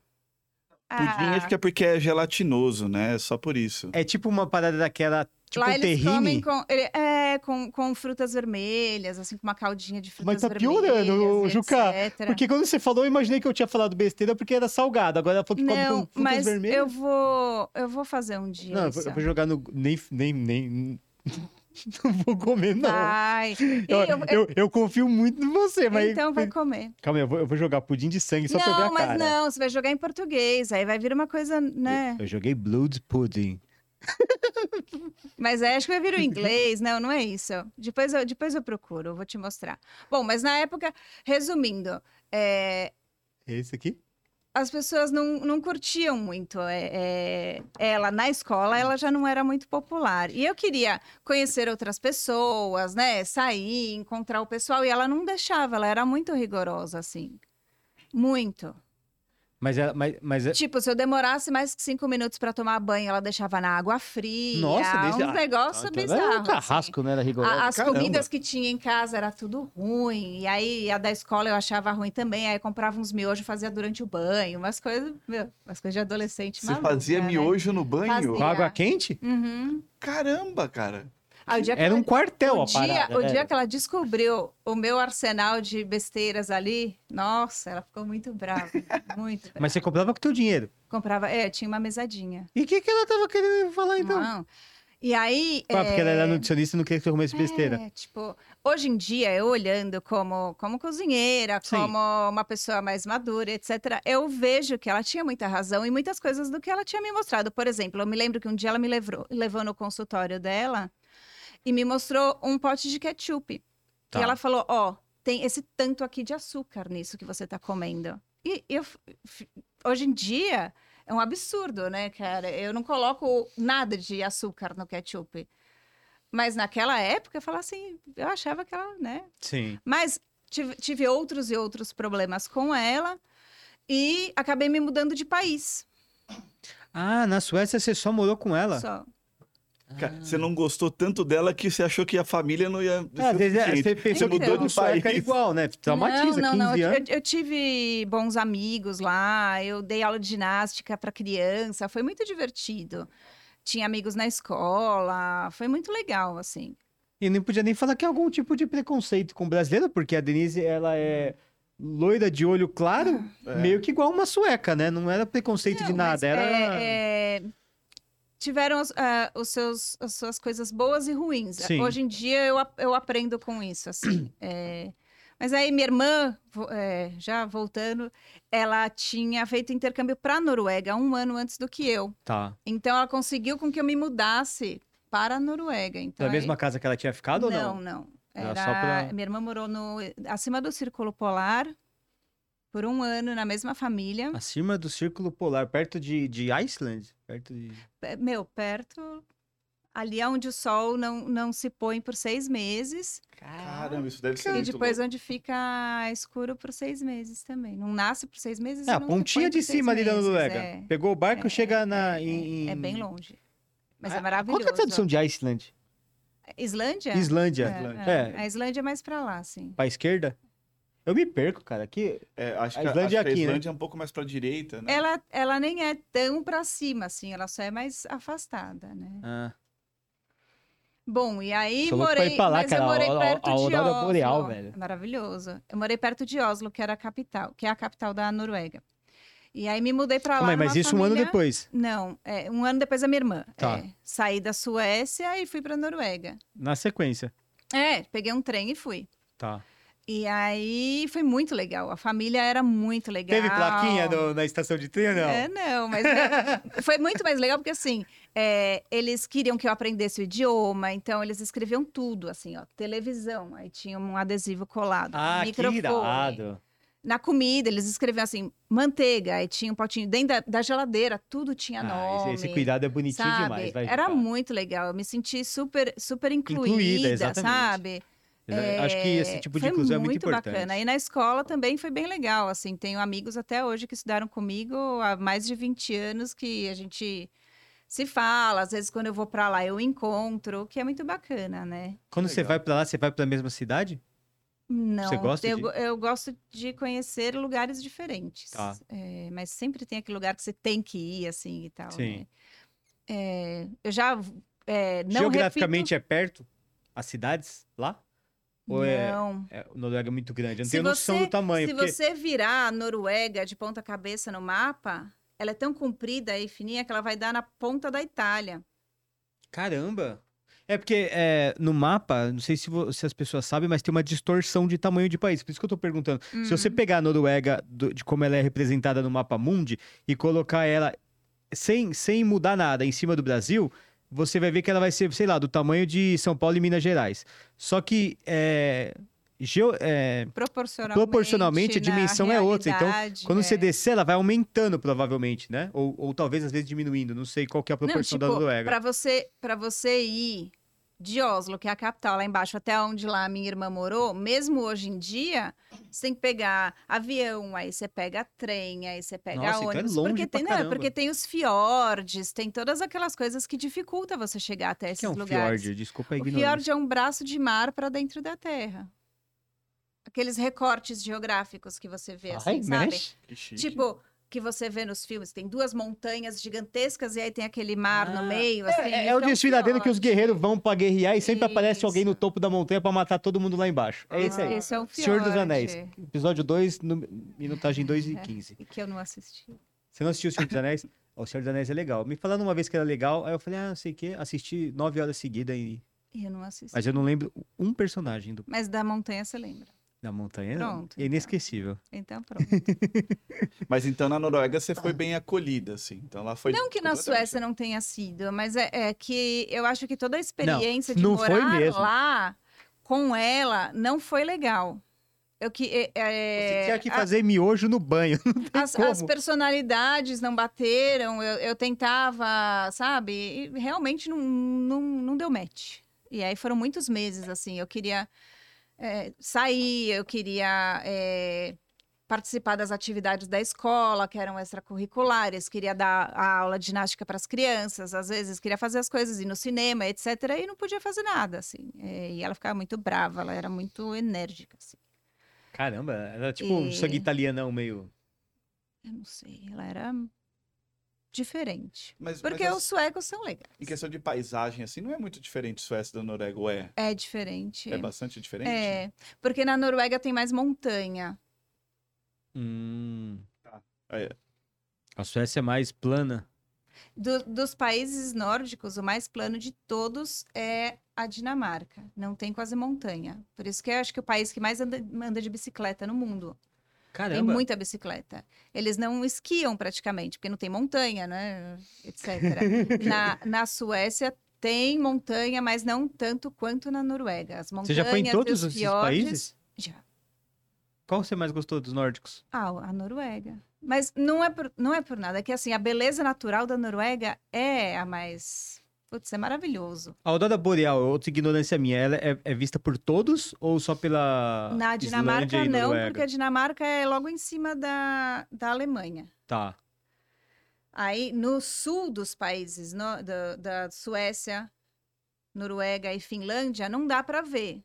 Ah.
Pudim acho que é porque é gelatinoso, né? É Só por isso.
É tipo uma parada daquela, tipo
Lá
um
eles comem
terrine.
com, ele- é, com, com frutas vermelhas, assim, com uma caldinha de frutas
Mas tá
vermelhas.
piorando, ô,
e
Juca,
etc.
Porque quando você falou, eu imaginei que eu tinha falado besteira porque era salgado. Agora ela falou que come
Não,
com frutas
mas
vermelhas.
eu vou, eu vou fazer um dia.
Não, eu
isso.
vou- eu vou jogar no. Nem. nem, nem... [laughs] não vou comer, não.
Vai.
[laughs]
E
Eu,
Ah, eu-
eu- eu confio muito em você, mas.
então vai comer.
Calma aí, eu vou, eu vou jogar pudim de sangue só pra eu ver
não,
a
mas
cara.
não, você vai jogar em português, aí vai vir uma coisa, né?
Eu, eu joguei Blood Pudding.
Mas aí acho que
[laughs]
vai vir o inglês, não, não é isso. Depois eu, depois eu procuro, eu vou te mostrar. Bom, mas na época, resumindo, é,
É esse aqui?
as pessoas não, não curtiam muito é, é, ela na escola, ela já não era muito popular. E eu queria conhecer outras pessoas, né? Sair, encontrar o pessoal, e ela não deixava, ela era muito rigorosa, assim. Muito.
Mas, ela- mas, mas é-
Tipo, se eu demorasse mais que cinco minutos para tomar banho, ela deixava na água fria.
Nossa, deixa-
uns negócios
Ah, então ela era um
bizarros. assim.
carrasco, né? Era rigoroso.
A- as
Caramba.
comidas que tinha em casa era tudo ruim. E aí a da escola eu achava ruim também. Aí eu comprava uns miojos e fazia durante o banho. Umas coisas, meu, umas coisas de adolescente
Você
maluca,
fazia
né?
miojo no banho?
Com
Fazia.
água quente?
Uhum.
Caramba, cara.
Aí, o dia que
Era
ela-
um quartel
o
a
dia,
parada.
o
né?
dia que ela descobriu o meu arsenal de besteiras ali, nossa, ela ficou muito brava. muito brava.
Mas você comprava com o teu dinheiro.
Comprava, é, tinha uma mesadinha.
E o que, que ela tava querendo falar, então?
Não. E aí.
Ah, porque ela
Ah, é,
era nutricionista e não queria que você comesse besteira.
É, tipo, hoje em dia, eu olhando como, como cozinheira,
Sim.
como uma pessoa mais madura, etc., eu vejo que ela tinha muita razão em muitas coisas do que ela tinha me mostrado. Por exemplo, eu me lembro que um dia ela me levou, levou no consultório dela e me mostrou um pote de ketchup.
Tá.
E ela falou: Ó, tem esse tanto aqui de açúcar nisso que você tá comendo. E eu, f- f- hoje em dia. É um absurdo, né, cara? Eu não coloco nada de açúcar no ketchup. Mas naquela época, eu falava assim, eu achava que ela, né?
Sim.
Mas tive, tive outros e outros problemas com ela e acabei me mudando de país.
Ah, na Suécia você só morou com ela?
Só.
Ca- Você não gostou tanto dela que você achou que a família não ia.
Ah,
ser
desde-
suficiente.
você pensou que
Então.
todo sueco era igual, né? Traumatiza,
não, é não,
15
não. Eu,
anos.
eu tive bons amigos lá, eu dei aula de ginástica para criança, foi muito divertido. Tinha amigos na escola, foi muito legal, assim.
E não podia nem falar que é algum tipo de preconceito com brasileiro, porque a Denise, ela é loira de olho claro,
É.
meio que igual uma sueca, né? Não era preconceito de
Não, mas
nada, era...
é- é, Tiveram as, ah, os seus, as suas coisas boas e ruins.
Sim.
Hoje em dia eu, ap- eu aprendo com
[clears throat]
isso, assim. é. Mas aí minha irmã, vo- é, já voltando, ela tinha feito intercâmbio para a Noruega um ano antes do que eu.
Tá.
Então ela conseguiu com que eu me mudasse para a Noruega. Então,
Na
aí-
mesma casa que ela tinha ficado ou não?
não, não.
Era
Era-
só pra-
Minha irmã morou no acima do Círculo Polar por um ano na mesma família.
Acima do Círculo Polar, perto de, de Iceland? Perto de...
pe- É, meu, perto ali é onde o sol não, não se põe por seis meses
Caramba, isso deve ser.
Ah. e
muito
depois
louco.
onde fica escuro por seis meses também. Não nasce por seis meses.
É, a
e não se põe
pontinha
por
de
seis
cima ali da
meses,
Noruega.
É,
Pegou o barco,
É,
chega na...
é,
em,
é bem
em-
longe, mas é
Ah, Qual
maravilhoso. É
que é a tradução de Iceland?
Islândia?
Islândia.
É,
É.
é. A Islândia é mais pra lá, sim.
Pra esquerda? Eu me perco, cara. Aqui...
É, acho
A
que
Islândia
a, Islândia
é
a
aqui, né?
Islândia é um pouco mais pra direita, né?
Ela, ela nem é tão pra cima, assim, ela só é mais afastada, né?
Ah,
Bom, e aí
Sou louco pra
morei,
ir pra lá,
mas
cara,
eu
a
morei
aurora-
perto
a aurora é
de Oslo. É
boreal, velho.
Maravilhoso. Eu morei perto de Oslo, que era a capital, que é a capital da Noruega. E aí me mudei pra lá.
Calma aí, mas
numa
isso um ano
família-
depois,
Não, é, um ano depois da minha irmã.
Tá.
É, saí da Suécia e fui pra Noruega.
na sequência.
É, peguei um trem e fui.
Tá.
E aí foi muito legal. A família era muito legal.
Teve plaquinha no- na estação de trem ou não?
É, não, mas
[laughs]
é, foi muito mais legal porque assim, é, eles queriam que eu aprendesse o idioma, então eles escreviam tudo, assim, ó, televisão, aí tinha um adesivo colado,
ah,
microfone.
que irado.
Na comida, eles escreviam assim, manteiga, aí tinha um potinho dentro da, da geladeira, tudo tinha
Ah, esse-
É nome.
esse cuidado é bonitinho
sabe?
demais. vai
Era
ajudar.
muito legal, eu me senti super, super incluída,
exatamente.
sabe?
Eu Acho que esse tipo de
foi
inclusão é muito importante.
bacana. E na escola também foi bem legal, assim. Tenho amigos até hoje que estudaram comigo há mais de 20 anos que a gente se fala. Às vezes, quando eu vou pra lá, eu encontro, o que é muito bacana, né?
Quando você
Legal.
vai pra lá, você vai pra mesma cidade?
Não,
Você gosta
eu,
de-
go- eu gosto de conhecer lugares diferentes.
Tá.
É, mas sempre tem aquele lugar que você tem que ir, assim, e tal,
Sim.
né? É, eu já é, não
Geograficamente é perto? As cidades lá?
repito...
Ou é,
não.
é- o Noruega é muito grande? Eu não
Se
tenho noção
você-
do tamanho.
Se
porque...
você virar a Noruega de ponta cabeça no mapa, ela é tão comprida e fininha que ela vai dar na ponta da Itália.
Caramba! É porque é, no mapa, não sei se, vo- se as pessoas sabem, mas tem uma distorção de tamanho de país. Por isso que eu tô perguntando.
Hum,
Se
Uhum.
você pegar a Noruega do- de como ela é representada no mapa mundi e colocar ela sem, sem mudar nada em cima do Brasil, você vai ver que ela vai ser, sei lá, do tamanho de São Paulo e Minas Gerais. Só que é, geo- é,
Proporcionalmente,
proporcionalmente, a
na
dimensão é outra. Então,
realidade,
quando
é.
você descer, ela vai aumentando provavelmente, né? Ou, ou talvez às vezes diminuindo. Não sei qual que é a
Não,
proporção
tipo,
da Noruega.
Pra você, pra você ir de Oslo, que é a capital lá embaixo, até onde lá a minha irmã morou, mesmo hoje em dia, você tem que pegar avião, aí você pega trem, aí você pega
Nossa, então é
ônibus.
longe
porque,
pra
tem, não, é
caramba.
porque tem os fiordes, tem todas aquelas coisas que dificulta você chegar até
O
esses
que é um
lugares.
fjord? Desculpa a
O
ignorância.
fiord é um braço de mar para dentro da terra. Aqueles recortes geográficos que você vê, assim, sabe?
Que chique.
Tipo, que você vê nos filmes, tem duas montanhas gigantescas e aí tem aquele mar
Ah,
no meio, assim.
É, é
isso
o
um
desfiladeiro que os
fiord.
guerreiros vão pra guerrear e sempre aparece
Isso.
alguém no topo da montanha pra matar todo mundo lá embaixo. É esse aí.
Esse é um
Senhor dos
fiord,
Anéis, episódio 2, no- minutagem 2 e
É. [laughs]
15.
Que eu não assisti.
Você não assistiu o Senhor dos Anéis? Ó, o Senhor dos Anéis é legal. Me falaram uma vez que era legal, aí eu falei, ah, não sei o quê, assisti 9 horas seguidas, e...
Eu não assisti. Mas...
mas eu não lembro um personagem do-
da montanha você lembra.
da montanha. não.
Pronto,
É inesquecível.
Então, pronto.
Mas então na Noruega você foi bem acolhida, assim. Então lá foi.
Não que na
completamente-
Suécia não tenha sido, mas é, é que eu acho que toda a experiência
não
de
foi
morar
mesmo.
lá com ela não foi legal. Eu que é, é,
Você tinha que
a-
fazer miojo no banho. [laughs]
as,
como.
as personalidades não bateram. Eu, eu tentava, sabe? E realmente não, não, não deu match. E aí foram muitos meses assim. Eu queria é, sair, eu queria é, participar das atividades da escola, que eram extracurriculares, queria dar a aula de ginástica para as crianças, às vezes queria fazer as coisas, ir no cinema, etc. E não podia fazer nada, assim. É, e ela ficava muito brava, ela era muito enérgica, assim.
Caramba, era tipo um
E-
sangue italianão meio...
Eu não sei, ela era diferente.
Mas,
Porque
mas
os suecos são legais.
Em questão de paisagem, assim, não é muito diferente Suécia da Noruega, ou é?
É diferente.
É bastante diferente?
É, porque na Noruega tem mais montanha.
Hum...
Tá. É.
A Suécia é mais plana.
Do- dos países nórdicos, o mais plano de todos é a Dinamarca. Não tem quase montanha. Por isso que eu acho que é o país que mais anda, anda de bicicleta no mundo.
Caramba.
Tem muita bicicleta. Eles não esquiam praticamente, porque não tem montanha, né?
[laughs]
Etc. na, na Suécia tem montanha, mas não tanto quanto na Noruega. As montanhas
Você já foi
e
em
os
todos esses
fiordes-
países?
Já.
Qual você mais gostou dos nórdicos?
Ah, a Noruega. Mas não é por, não é por nada, é que assim, a beleza natural da Noruega é a mais. Putz, é maravilhoso.
A Aurora Boreal, outra ignorância minha, ela é, é vista por todos ou só pela.
Na Dinamarca,
Ah, Islândia e
não,
Noruega?
porque a Dinamarca é logo em cima da, da Alemanha.
Tá.
Aí, no sul dos países, no- da, da Suécia, Noruega e Finlândia, não dá para ver.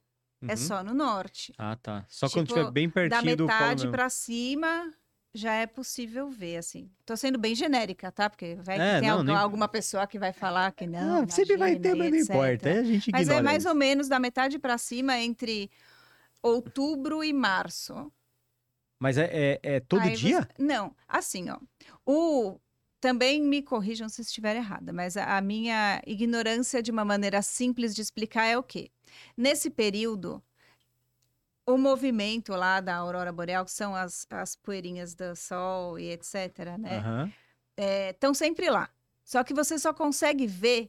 É
Uhum.
só no norte.
Ah, tá. Só quando
Tipo,
estiver bem
da
pertinho do polo.
metade
mesmo.
para cima já é possível ver, assim. Tô sendo bem genérica, tá? Porque vai que
É,
tem
não,
al-
nem-
alguma pessoa que vai falar que não.
Ah, sempre vai ter,
imagina,
mas
e
não
etc.
importa. aí A gente ignora.
Mas é mais
isso.
ou menos da metade para cima entre outubro e março.
Mas é, é- é todo
Aí você-
dia?
Não, assim, ó. O também me corrijam se estiver errada, mas a, a minha ignorância de uma maneira simples de explicar é o quê? Nesse período o movimento lá da aurora boreal, que são as, as poeirinhas do sol e etc, né?
Aham.
Estão sempre lá. Só que você só consegue ver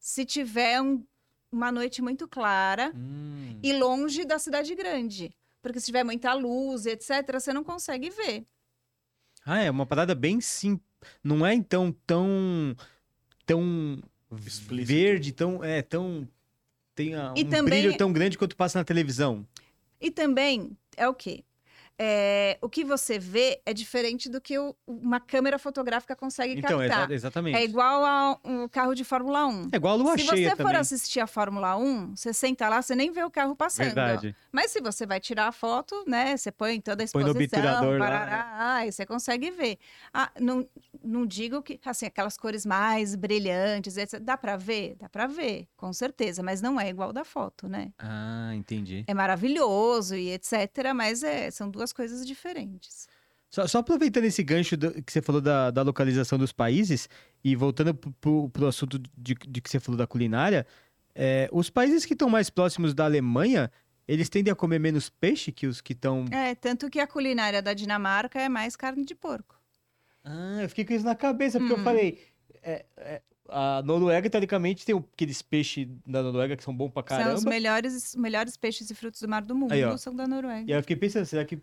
se tiver um- uma noite muito clara
Hum.
e longe da cidade grande. Porque se tiver muita luz, e etc., você não consegue ver.
Ah, é uma parada bem simples. Não é então tão tão
Explícito.
verde, tão é tão tem a- um
E também-
brilho tão grande quanto passa na televisão.
E também é o quê? É, o que você vê é diferente do que o- uma câmera fotográfica consegue
Então,
captar.
exa- exatamente.
É igual a um carro de Fórmula 1.
É igual a lua
se
cheia
você for
também.
assistir a Fórmula 1, você senta lá, você nem vê o carro passando.
Verdade.
Mas se você vai tirar a foto, né? Você põe toda a
Põe no
exposição,
obturador lá, né?
parará, aí você consegue ver. Ah, não, não digo que, assim, aquelas cores mais brilhantes, etc. Dá pra ver? Dá pra ver, com certeza. Mas não é igual da foto, né?
Ah, entendi.
É maravilhoso e etc. Mas é, são duas coisas diferentes.
Só, só aproveitando esse gancho do- que você falou da, da localização dos países e voltando pro- pro, pro assunto de, de que você falou da culinária, é, os países que estão mais próximos da Alemanha, eles tendem a comer menos peixe que os que estão.
É, tanto que a culinária da Dinamarca é mais carne de porco.
Ah, eu fiquei com isso na cabeça, porque eu
Hum.
falei. é, é, a Noruega, teoricamente, tem aqueles peixes da Noruega que são bons pra
São os
caramba.
melhores, melhores peixes e frutos do mar do mundo,
Aí, ó.
são da Noruega.
E aí eu fiquei pensando, será que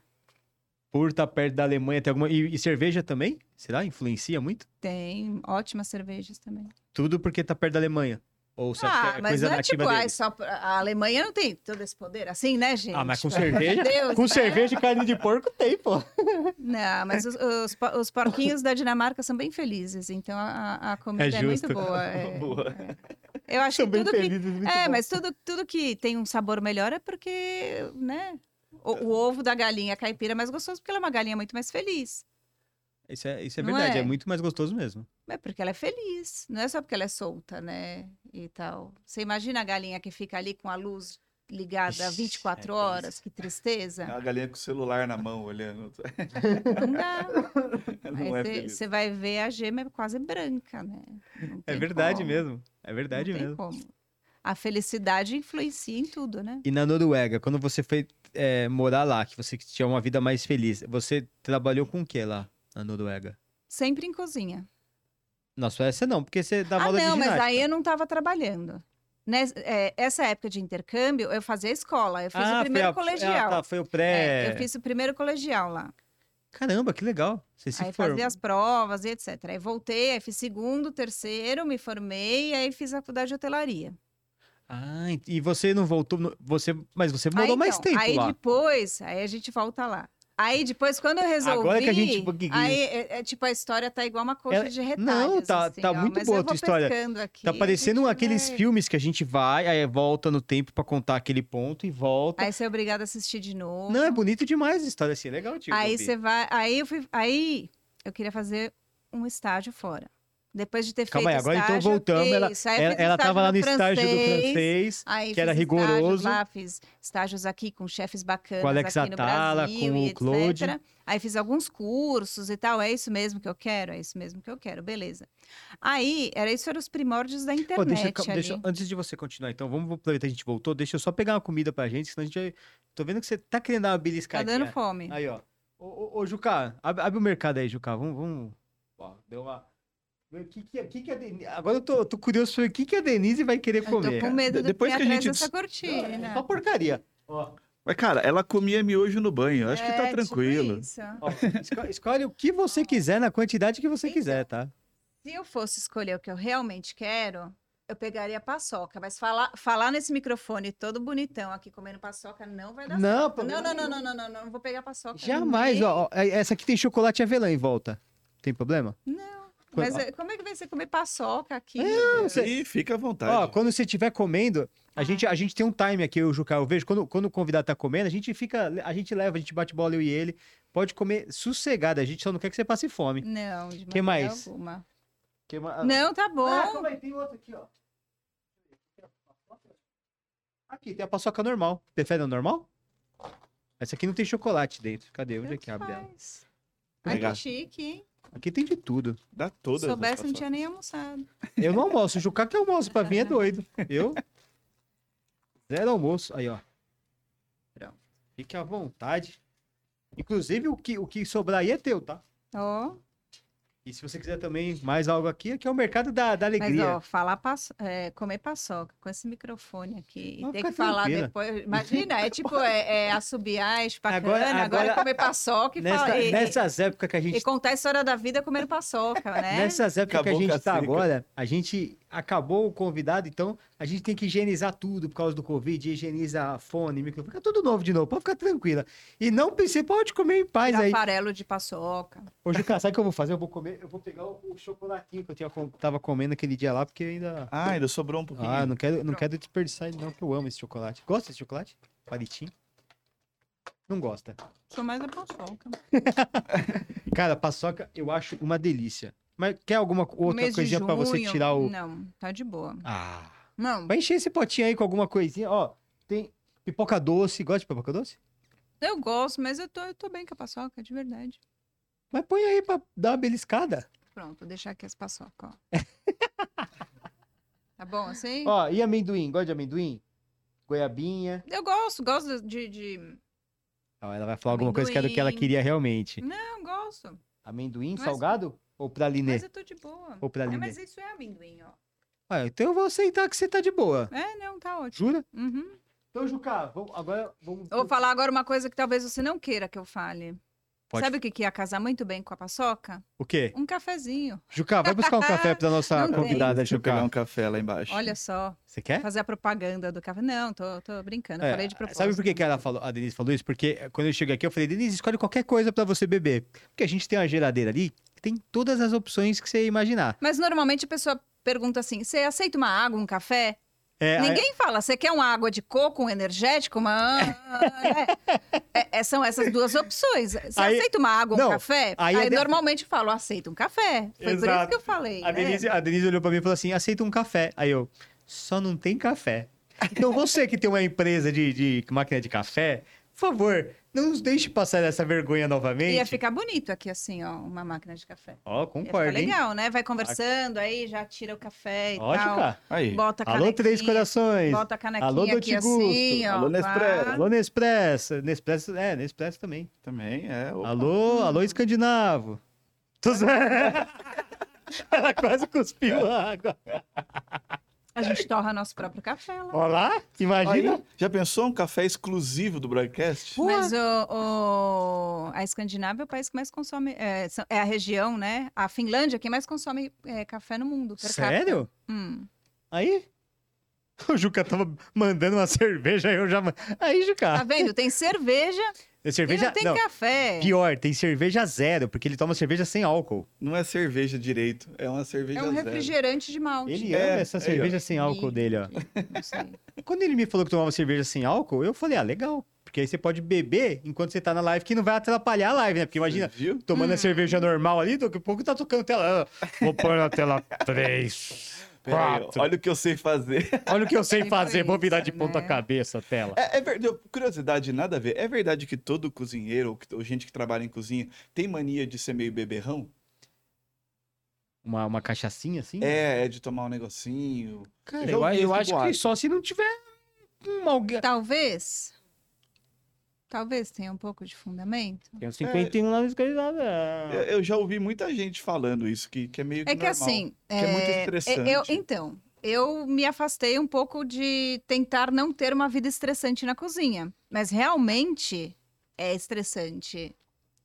por estar perto da Alemanha tem alguma. E, e cerveja também? Será? Influencia muito?
Tem ótimas cervejas também.
Tudo porque tá perto da Alemanha. Ou será
ah,
que é
mas
coisa
não é
nativa
tipo, ah, é
deles?
só pra- a Alemanha não tem todo esse poder assim, né, gente?
Ah, mas com
Pelo amor de
cerveja?
[laughs] Deus,
Com
né?
cerveja e carne de porco tem, pô.
Não, mas os, os, po- os porquinhos da Dinamarca são bem felizes, então a, a comida é, muito
justo. [laughs]
boa. é.
Boa.
Eu acho
São
que
bem
tudo que.
felizes, muito
É,
bom.
mas tudo, tudo que tem um sabor melhor é porque, né? O, o ovo da galinha caipira é mais gostoso porque ela é uma galinha muito mais feliz.
Isso é, isso é
Não
verdade, é.
é?
muito mais gostoso mesmo.
É porque ela é feliz, não é só porque ela é solta, né? E tal. Você imagina a galinha que fica ali com a luz ligada
Ixi,
24
é
horas, que
[laughs]
tristeza.
A galinha com o celular na mão olhando. [laughs]
Não dá.
Não é feliz.
Você vai ver a gema é quase branca, né? Não
É
tem
verdade
como,
mesmo. É verdade
não tem
mesmo.
como. A felicidade influencia em tudo, né?
E na Noruega, quando você foi é, morar lá, que você tinha uma vida mais feliz, você trabalhou com o que lá na Noruega?
Sempre em cozinha.
Na Suécia não, porque você dava
ah,
aula
não,
de
mas
ginástica.
aí eu não estava trabalhando. Nes- é, essa época de intercâmbio, eu fazia escola. Eu fiz
Ah,
o
foi
primeiro
a-
colegial.
Ah, tá, foi o
É,
pré...
eu fiz o primeiro colegial lá.
Caramba, que legal. Você se
aí
formou.
fazia as provas e etc. Aí voltei, aí fiz segundo, terceiro, me formei, aí fiz a faculdade de hotelaria.
Ah, ent- e você não voltou... no- Você... Mas você morou
aí,
mais
então,
tempo
aí
lá.
depois, aí a gente volta lá. Aí depois, quando eu resolvi,
Agora que a gente- tipo, que- que-
aí é, é tipo a história tá igual uma coxa
Ela-
de retalhos.
Não, tá-
assim,
tá
ó,
muito
mas
boa
eu
a tua
vou
história.
pescando Aqui,
Tá
a
parecendo
gente
aqueles
vai-
filmes que a gente vai, aí volta no tempo pra contar aquele ponto e volta.
Aí você é obrigado a assistir de novo.
Não, é bonito demais a história assim, é legal, tio.
aí
ouvir.
você vai, aí eu fui, aí eu queria fazer um estágio fora. Depois de ter
Calma aí,
feito
agora então
estágio,
voltamos. Ela,
isso, aí eu
ela,
fiz
ela
estágio
tava lá no estágio do francês,
Aí
que era
fiz estágios
rigoroso.
Lá, fiz estágios aqui com chefes bacanas
Com o Alex
aqui no
Atala,
Brasil
com
e
o Claude.
etc. Aí fiz alguns cursos e tal. É isso mesmo que eu quero, é isso mesmo que eu quero, beleza. Aí, era isso, eram os primórdios da internet
Pô, deixa, eu- calma,
ali.
deixa eu- antes de você continuar, então, vamos aproveitar que a gente voltou. Deixa eu só pegar uma comida pra gente, senão a gente vai. Tô vendo que você tá querendo dar uma
Tá
beliscadinha.
dando fome.
Aí, ó. Ô, ô, ô, Juca, abre, abre o mercado aí, Juca. Vamos. vamos... Ó, deu uma. Meu, que que, que que a Denise... Agora eu tô, tô curioso pra ver o que, que a Denise vai querer
Eu tô
comer.
com medo né? do
Depois
que
que a
tem atrás
gente
dessa
des-
cortina.
Só porcaria. Ó,
Mas, cara, ela comia miojo no banho. Eu Acho que
É,
tá
tipo
tranquilo.
isso.
ó, esco- escolhe o que você quiser na quantidade que você quiser, tá?
Se eu fosse escolher o que eu realmente quero, eu pegaria paçoca. Mas falar, falar nesse microfone todo bonitão aqui comendo paçoca não vai dar
Não,
certo. Não, não, não, não, não, não, não, não vou pegar paçoca.
Jamais,
Nem-
ó, ó, Essa aqui tem chocolate e avelã em volta. Tem problema?
Mas é, como é que vai ser comer paçoca aqui?
você-
E fica à
Ó,
vontade.
quando você estiver comendo, a, gente, a gente tem um time aqui, eu e o Juca, eu vejo, quando, quando o convidado tá comendo, a gente fica, a gente leva, a gente bate bola, eu e ele, pode comer sossegado, a gente só não quer que você passe fome.
Não, de
Que
maneira
mais?
alguma.
Que ma-
Não, tá bom.
Ah, calma aí, tem outro aqui, ó. Aqui, tem a paçoca normal. Prefere a normal? Essa aqui não tem chocolate dentro. Cadê? Onde é que abre ela?
Faz. Ai,
Legal.
que chique, hein?
Aqui tem de tudo.
Dá todas.
Se
as
soubesse, não
paçocas.
tinha nem almoçado.
Eu não almoço. O Juca que almoça pra mim é doido. Eu? Zero almoço. Aí, ó. Fique à vontade. Inclusive, o que, o que sobrar aí é teu, tá?
Ó,
E se você quiser também mais algo aqui, aqui é o mercado da, da
mas
alegria.
ó, falar paço- é, comer paçoca com esse microfone aqui
Não,
e ter
fica
que falar
tranquila.
depois. Imagina, é tipo é, é assobiar, espacana,
Agora-
agora,
agora-
é comer paçoca e,
Nessa-
falar, e-
nessas épocas que a gente
e contar a história da vida comendo paçoca, né?
Nessas épocas que a
Acabou
gente
com a
está
seca.
agora, a gente acabou o convidado, então a gente tem que higienizar tudo por causa do Covid, higieniza fone, microfone, fica tudo novo de novo, pode ficar tranquila. E não pensei, pode comer em paz aí.
Farelo de paçoca.
Hoje, cara, sabe o que eu vou fazer? Eu vou comer, eu vou pegar o, o chocolatinho que eu tinha, com- tava comendo aquele dia lá, porque ainda...
Ah, ainda sobrou um pouquinho.
Ah, não quero, não quero desperdiçar ele não, que eu amo esse chocolate. Gosta desse chocolate? Palitinho? Não gosta.
Sou mais da paçoca.
Cara, paçoca eu acho uma delícia. Mas quer alguma outra
Mês de
coisinha pra você
junho,
tirar o...
Não, tá de boa.
Ah...
Não,
Vai encher esse potinho aí com alguma coisinha. Ó, tem pipoca doce. Gosta de pipoca doce?
eu gosto, mas eu tô, eu tô bem com a paçoca, de verdade.
Mas põe aí pra dar uma beliscada.
Pronto, vou deixar aqui as paçoca, ó.
[laughs]
tá bom assim?
Ó, e amendoim? Gosta de amendoim? Goiabinha.
Eu gosto, gosto de, de...
Ó, ela vai falar alguma coisa que era do que ela
Amendoim.
queria realmente.
Não, gosto.
Amendoim,
Mas-
salgado? Ou pralinê?
Mas eu tô de boa.
Ou
É,
pralinê?
mas é- isso é amendoim, ó.
Ah, então eu vou aceitar que você tá de boa.
É, não, tá ótimo.
Jura?
Uhum.
Então, Juca, vamos, agora vamos...
Eu Vou falar agora uma coisa que talvez você não queira que eu fale.
Pode-
Sabe o que, que ia casar muito bem com a paçoca?
O quê?
Um cafezinho.
Juca, vai
[laughs]
buscar um café pra nossa
Não tem.
convidada,
Deixa eu
Juca.
pegar um café lá embaixo.
Olha só,
Você quer?
fazer a propaganda do café. Não, tô, tô brincando, eu
É,
falei de propósito.
Sabe por que, que ela falou, a Denise falou isso? Porque eh, quando eu cheguei aqui, eu falei, Denise, escolhe qualquer coisa pra você beber. Porque a gente tem uma geladeira ali que tem todas as opções que você imaginar.
Mas normalmente a pessoa pergunta assim: você aceita uma água, um café?
É, a-
Ninguém fala, você quer uma água de coco, um energético, uma. né? [laughs] É, é, são essas duas opções. Você
Aí-
aceita uma água, um
não,
café?
aí
Aí,
é de-
normalmente eu falo, aceita um café. Foi por isso
Exato.
que eu falei.
a,
né?
Denise, a Denise olhou pra mim e falou assim, aceita um café. Aí eu, só não tem café. Então você que tem uma empresa de, de máquina de café, por favor, não nos deixe passar essa vergonha novamente.
Ia ficar bonito aqui, assim, ó, uma máquina de café.
Ó,
Ia
concordo,
ficar
hein?
legal, né? Vai conversando, aí já tira o café e
Ó,
tal.
Juca.
Aí.
Bota a
Alô, Três
canequinha,
Corações.
Bota a canequinha
Alô,
aqui
Dottigusto.
assim, ó.
Alô, Nespresso.
pá.
Alô, Nespresso. Nespresso, é, Nespresso também.
Também é. opa.
Hum.
Alô, alô, escandinavo.
[laughs]
Tô zo- Ela quase cuspiu a água.
A gente torra nosso próprio café lá.
Olá, imagina.
Aí, já pensou um café exclusivo do broadcast?
Mas o, o- a Escandinávia é o país que mais consome, é, são- é a região, né? A Finlândia é quem mais consome é, café no mundo. per capita.
Sério?
Hum.
Aí? [laughs] O Juca tava mandando uma cerveja, eu já. man- Aí,
Tá
Juca.
vendo? Tem cerveja, e
Ah. cerveja.
não tem
Não,
café. É
pior, tem cerveja zero, porque ele toma cerveja sem álcool.
Não é cerveja direito, é uma cerveja
É um
zero.
refrigerante de malte.
Ele é.
É,
ama essa
aí, ó.
cerveja sem álcool
Ih,
dele, ó.
Não sei.
Quando ele me falou que tomava cerveja sem álcool, eu falei, ah, legal. Porque aí você pode beber enquanto você tá na live, que não vai atrapalhar a live, né? Porque imagina,
Você Viu?
tomando a cerveja normal ali, daqui a pouco tá tocando tela. Vou pôr na tela 3.
Pera aí,
Quatro.
olha o que eu sei fazer.
Olha o que eu sei
Tipo
fazer, vou virar de
isso,
ponta
né?
cabeça a tela.
[laughs] É, é verdade, curiosidade, nada a ver. É verdade que todo cozinheiro ou, que- ou gente que trabalha em cozinha tem mania de ser meio beberrão?
Uma, uma cachaçinha
Hum.
assim?
É, é de tomar um negocinho.
Cara,
eu já ouvi esse boato.
só se não tiver um alguém.
Talvez. Talvez tenha um pouco de fundamento.
Tem uns 51 lá no né? escalidado.
Eu, eu já ouvi muita gente falando isso, que, que é meio que
Ah. É que
normal.
assim.
é muito
é,
estressante.
eu- então, eu me afastei um pouco de tentar não ter uma vida estressante na cozinha. Mas realmente é estressante.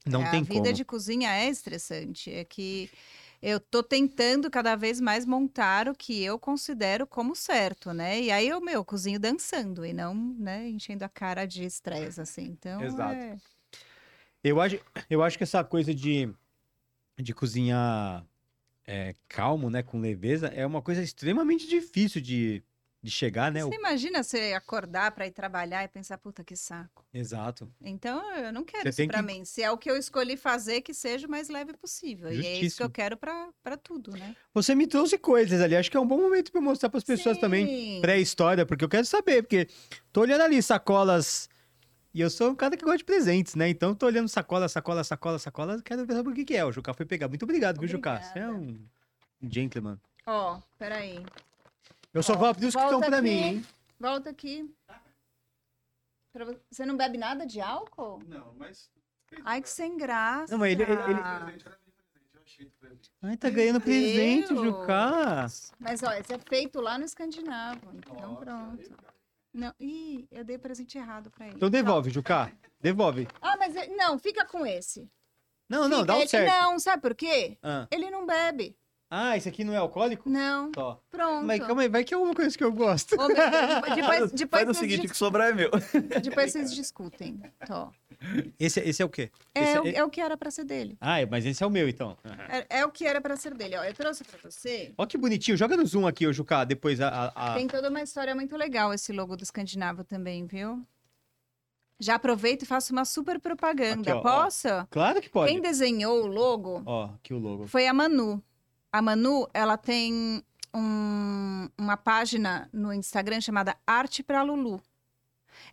Não
a
tem
vida
como.
de cozinha é estressante. É que eu tô tentando cada vez mais montar o que eu considero como certo, né? E aí eu, meu, cozinho dançando e não, né, enchendo a cara de estresse, assim. Então.
Exato.
é-
Eu, acho, eu acho que essa coisa de, de cozinhar é, calmo, né? Com leveza, é uma coisa extremamente difícil de, de chegar, né? O-
Você imagina você acordar para ir trabalhar e pensar, puta que saco.
Exato.
Então, eu não quero
Você tem
isso pra
que-
mim. Se é o que eu escolhi fazer, que seja o mais leve possível. E é isso que
Justíssimo.
eu quero pra pra tudo, né?
Você me trouxe coisas ali. Acho que é um bom momento para mostrar para as pessoas também.
Sim.
pré-história, porque eu quero saber, porque tô olhando ali sacolas. E eu sou um cara que gosta de presentes, né? Então tô olhando sacola, sacola, sacola, sacola. Quero ver saber o que, que é. O Juca foi pegar. Muito obrigado, viu, Juca? Você é um gentleman.
Ó, peraí.
Eu só
Ó,
vou abrir os que
volta
estão pra
aqui.
mim, hein?
Volta aqui. Pra vo- Você não bebe nada de álcool?
Não, mas.
Ai, que sem graça.
Não, mas ele- ele- ele-
Ah.
Ai, tá ganhando presente,
Deus.
Juca.
Mas, ó, esse é feito lá no escandinavo. Então, pronto. Não, ih, eu dei presente errado pra ele.
Então devolve, Juca. Devolve.
Tá. Ah, mas ele- não, fica com esse.
Não, não,
Fica-
dá o
ele-
certo.
Não, sabe por quê?
Ah.
Ele não bebe.
Ah, esse aqui não é alcoólico?
Não,
Só.
pronto.
Mas calma aí, vai que é uma coisa que eu gosto.
Ô, meu Deus, depois,
Faz
depois,
o
vocês
seguinte, o
dis-
que sobrar é meu.
tá
depois vocês discutem. Tó.
Esse, esse é o quê?
É,
Esse
o- é o que era pra ser dele.
Ah, é, mas esse é o meu, então. Aham.
É, é o que era pra ser dele. Ó, eu trouxe pra você.
Ó que bonitinho. Joga no zoom aqui, ô Juca, depois a... a- a-
Tem toda uma história muito legal esse logo do escandinavo também, viu? Já aproveito e faço uma super
Aqui,
propaganda.
ó, ó.
Posso?
Claro que pode.
Quem desenhou o logo
Ó, aqui o logo.
foi a Manu. A Manu, ela tem um- uma página no Instagram chamada Arte pra Lulu.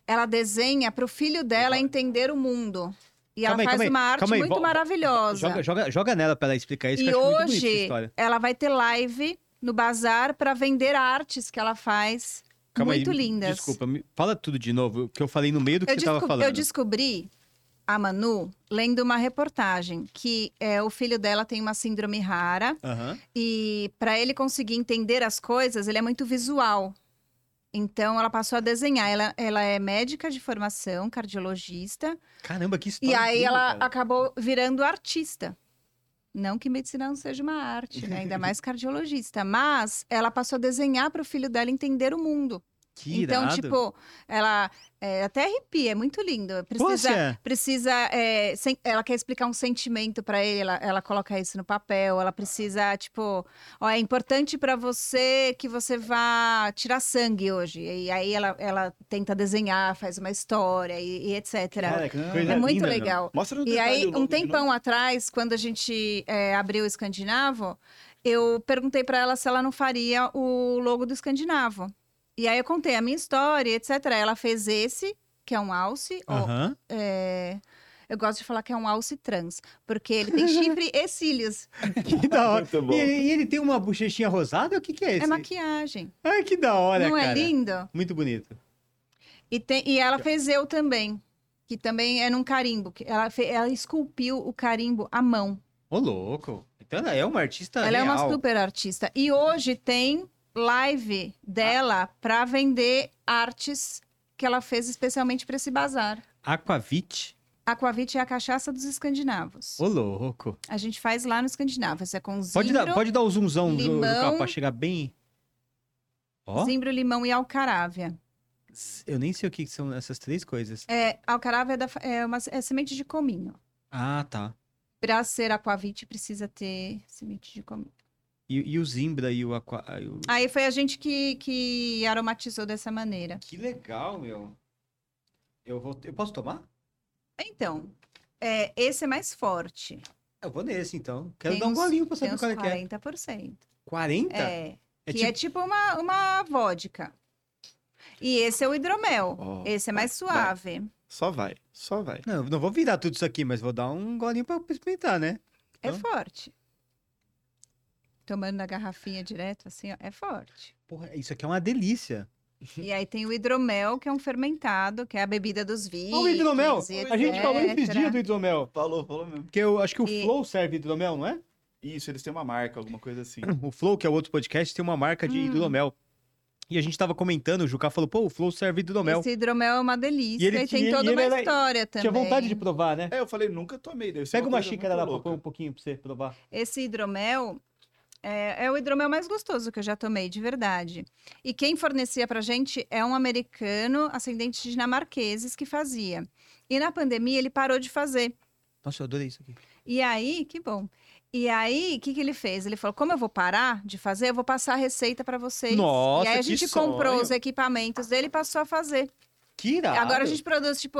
Ela desenha pro filho dela entender o mundo. E
Calma
ela
aí,
faz
calma aí,
uma arte
calma aí,
muito
vo-
maravilhosa.
Joga, joga, joga nela pra ela explicar isso, que
e
eu acho muito bonito essa
hoje
história.
ela vai ter live no bazar pra vender artes que ela faz
Calma
muito
aí, me-
lindas.
Desculpa, me- fala tudo de novo, que eu falei no meio do que
eu,
você tava
desco-
falando.
eu descobri a Manu lendo uma reportagem que é, o filho dela tem uma síndrome rara
Aham.
e para ele conseguir entender as coisas, ele é muito visual. Então ela passou a desenhar. Ela, ela é médica de formação, cardiologista,
Caramba, que
e
história
aí
incrível,
ela
cara.
acabou virando artista. Não que medicina não seja uma arte, né? ainda mais cardiologista, mas ela passou a desenhar para o filho dela entender o mundo.
Que
Então,
irado.
tipo, ela é, até arrepia, é muito lindo. Precisa,
Poxa!
precisa é, sen- ela quer explicar um sentimento pra ele, ela, ela coloca isso no papel, ela precisa, tipo, ó, é importante pra você que você vá tirar sangue hoje. E aí ela, ela tenta desenhar, faz uma história e, e etc.
Cara, que
É
coisa
é muito
linda, meu.
legal.
Mostra no
E
detalhe
aí,
o logo
um
de novo. né?
tempão atrás, quando a gente é, abriu o Escandinavo, eu perguntei pra ela se ela não faria o logo do Escandinavo. E aí eu contei a minha história, etc. Ela fez esse, que é um alce. ou,
Aham.
é, Eu gosto de falar que é um alce trans, porque ele
[laughs]
tem chifre e cílios.
[laughs] Que da hora.
Muito bom.
E, e ele tem uma bochechinha rosada? O que que é esse?
É maquiagem.
Ai, que da hora,
não
cara.
é lindo?
Muito bonito.
E, tem- e ela fez eu também, que também é num carimbo. que Ela, fe- ela esculpiu o carimbo à mão.
Ô, louco. Então ela é uma artista
Ela é
real.
uma super artista. E hoje tem live
Ah.
dela pra vender artes que ela fez especialmente pra esse bazar.
Aquavit.
Aquavit é a cachaça dos escandinavos.
Ô, louco.
A gente faz lá no escandinavo. Isso é com zimbro,
Pode dar, pode dar o zoomzão do, do
limão.
carro pra chegar bem... Ó,
zimbro, limão e alcarávia.
eu nem sei o que que são essas três coisas.
É, alcarávia é, da fa- é uma é semente de cominho.
Ah, tá.
Pra ser aquavit precisa ter semente de cominho.
E, e o Zimbra e o Aqua... ah, e o-
Aí foi a gente que, que aromatizou dessa maneira.
Que legal, meu. Eu, vou... eu posso tomar?
Então, é, esse é mais forte.
Eu vou nesse, então. Quero
Tem
dar um
uns-
golinho pra saber
Tem
o
uns
cara que é.
40%.
40?
É.
É
que
tipo-
é tipo uma, uma vodka. E esse é o hidromel.
Ó,
esse é mais
vai, vai.
suave.
Só vai, só vai.
Não, eu não vou virar tudo isso aqui, mas vou dar um golinho pra experimentar, né?
É
Hã?
forte. Tomando na garrafinha direto, assim, ó, é forte.
Porra, isso aqui é uma delícia.
E aí tem o hidromel, que é um fermentado, que é a bebida dos vinhos.
Olha o hidromel!
e
A gente falou esses
etc.
dias do hidromel.
Falou, falou mesmo.
Porque eu acho que o
É, E-
Flow serve hidromel, não é?
Isso, eles têm uma marca, alguma coisa [laughs] assim.
O Flow, que é outro podcast, tem uma marca de
Hum.
hidromel. E a gente tava comentando, o Juca falou, pô, o Flow serve hidromel.
Esse hidromel é uma delícia.
E
E,
ele
tem
tinha- e
toda
ele
uma
era-
história também.
Tinha vontade de provar, né?
É, eu falei, nunca tomei. Deve ser
Pega uma
coisa
xícara lá,
muito
pô, põe um
louca.
pouquinho pra você provar.
Esse hidromel é, é o hidromel mais gostoso que eu já tomei, de verdade. E quem fornecia pra gente é um americano, ascendente dinamarqueses, que fazia. E na pandemia ele parou de fazer.
Nossa, eu adorei isso aqui.
E aí, que bom. E aí, o que, que ele fez? Ele falou: como eu vou parar de fazer, eu vou passar a receita pra vocês.
Nossa,
e aí
que
a gente
sonho!
comprou os equipamentos dele e passou a fazer.
Que irado.
Agora a gente produz, tipo,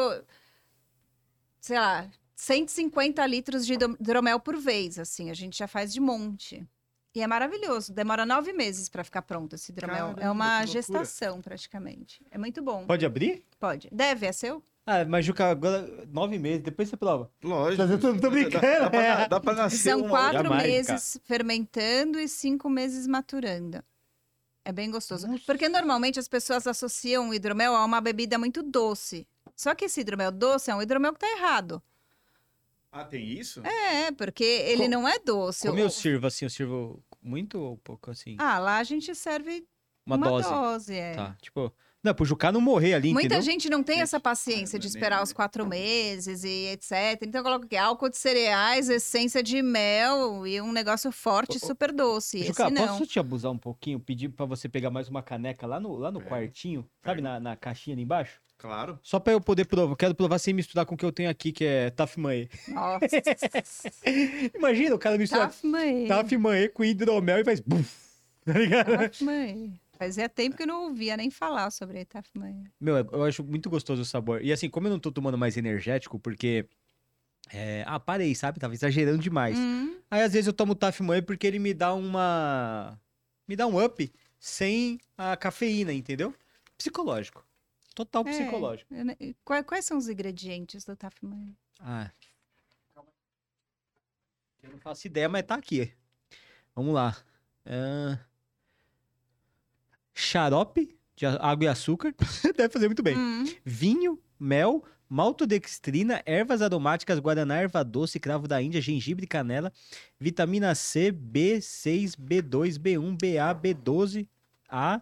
sei lá, 150 litros de hidro- hidromel por vez, assim. A gente já faz de monte. E é maravilhoso. Demora nove meses para ficar pronto esse hidromel. é
Caramba, que
uma
loucura.
gestação, praticamente. É muito bom.
Pode abrir?
Pode. Deve, é seu?
Ah, mas Juca, agora nove meses, depois você prova.
Lógico.
Tá Eu tô- tô
Dá-
brincando,
Dá, dá, pra,
é.
dá pra um nascer
São
uma-
quatro
jamais,
meses fermentando e cinco meses maturando. É bem gostoso. Porque normalmente as pessoas associam o hidromel a uma bebida muito doce. Só que esse hidromel doce é um hidromel que tá errado.
Ah, tem isso?
É, porque ele
Co-
não é doce.
Como
O-
eu sirvo assim? Eu sirvo muito ou pouco assim?
Ah, lá a gente serve
uma, dose.
é.
Tá, tipo. Não, pro Jucá não morrer ali,
Muita
entendeu?
gente não tem
Gente,
essa paciência de
nem-
esperar os quatro meses e etc. Então coloca o quê? Álcool de cereais, essência de mel e um negócio forte,
Ô, ô,
super doce. Esse
Jucá,
não.
posso te abusar um pouquinho? Pedir pra você pegar mais uma caneca lá no, lá no
Pega,
quartinho, sabe,
pega.
na, na caixinha ali embaixo?
Claro.
Só pra eu poder provar. Quero provar sem misturar com o que eu tenho aqui, que é
[laughs]
Tafmanhe.
Nossa.
[laughs] Imagina o cara misturar
Taf, mãe.
Tafmanhe com hidromel e faz. Buf, tá ligado?
Taf, mãe. Fazia tempo que eu não ouvia nem falar sobre tá Taf, mãe.
Meu, é, eu acho muito gostoso o sabor. E assim, como eu não tô tomando mais energético, porque. É... Ah, parei, sabe? Tava exagerando demais.
Hum,
Aí às vezes eu tomo Taf Mãe porque ele me dá uma. Me dá um up sem a cafeína, entendeu? Psicológico. Total
É.
psicológico.
eu ne- qua- Quais são os ingredientes do tá Taf, mãe?
Ah. Eu não faço ideia, mas tá aqui. Vamos lá. Ahn. Xarope de a- água e açúcar. [laughs] Deve fazer muito bem.
Hum,
vinho, mel, maltodextrina, ervas aromáticas, guaraná, erva doce, cravo da Índia, gengibre, canela, vitamina C, B6, B2, B1, BA, B12, A.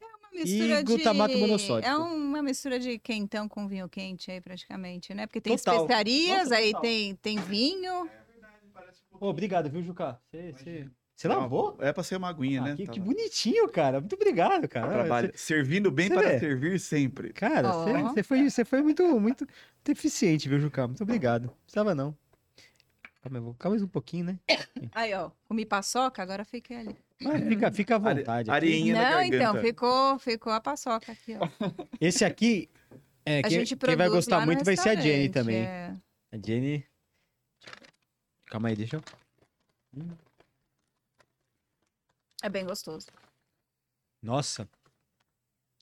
uma mistura
glutamato
de...
monossódico.
É uma mistura de quentão com vinho quente aí, praticamente, né? Porque tem
Total.
especiarias,
Nossa,
aí
total.
tem, tem vinho.
Ô, obrigado, viu, Juca? Você- Você você
Imagina.
lavou?
É pra ser uma aguinha,
Tá Ah,
né?
que,
Tá
que
lá. Tá
bonitinho, cara. Muito obrigado, cara.
Trabalho. Servindo bem
Você
para
vê?
servir sempre.
Você- Cara,
Ó.
você você foi, você foi muito, muito eficiente, viu, Juca? Muito obrigado. Não precisava, não. Calma, eu vou ficar mais um pouquinho, né?
Aí, ó, comi paçoca, agora fiquei ali.
Mas fica, fica à
É. Ari-
vontade.
Ariinha na
Não,
garganta.
então, ficou, ficou a paçoca aqui, ó.
Esse aqui, é,
a
quem,
gente
quem vai
produz lá
gostar
no
muito vai ser a Jenny
restaurante,
também.
é.
A Jenny. Calma aí, deixa eu.
É bem gostoso.
Nossa.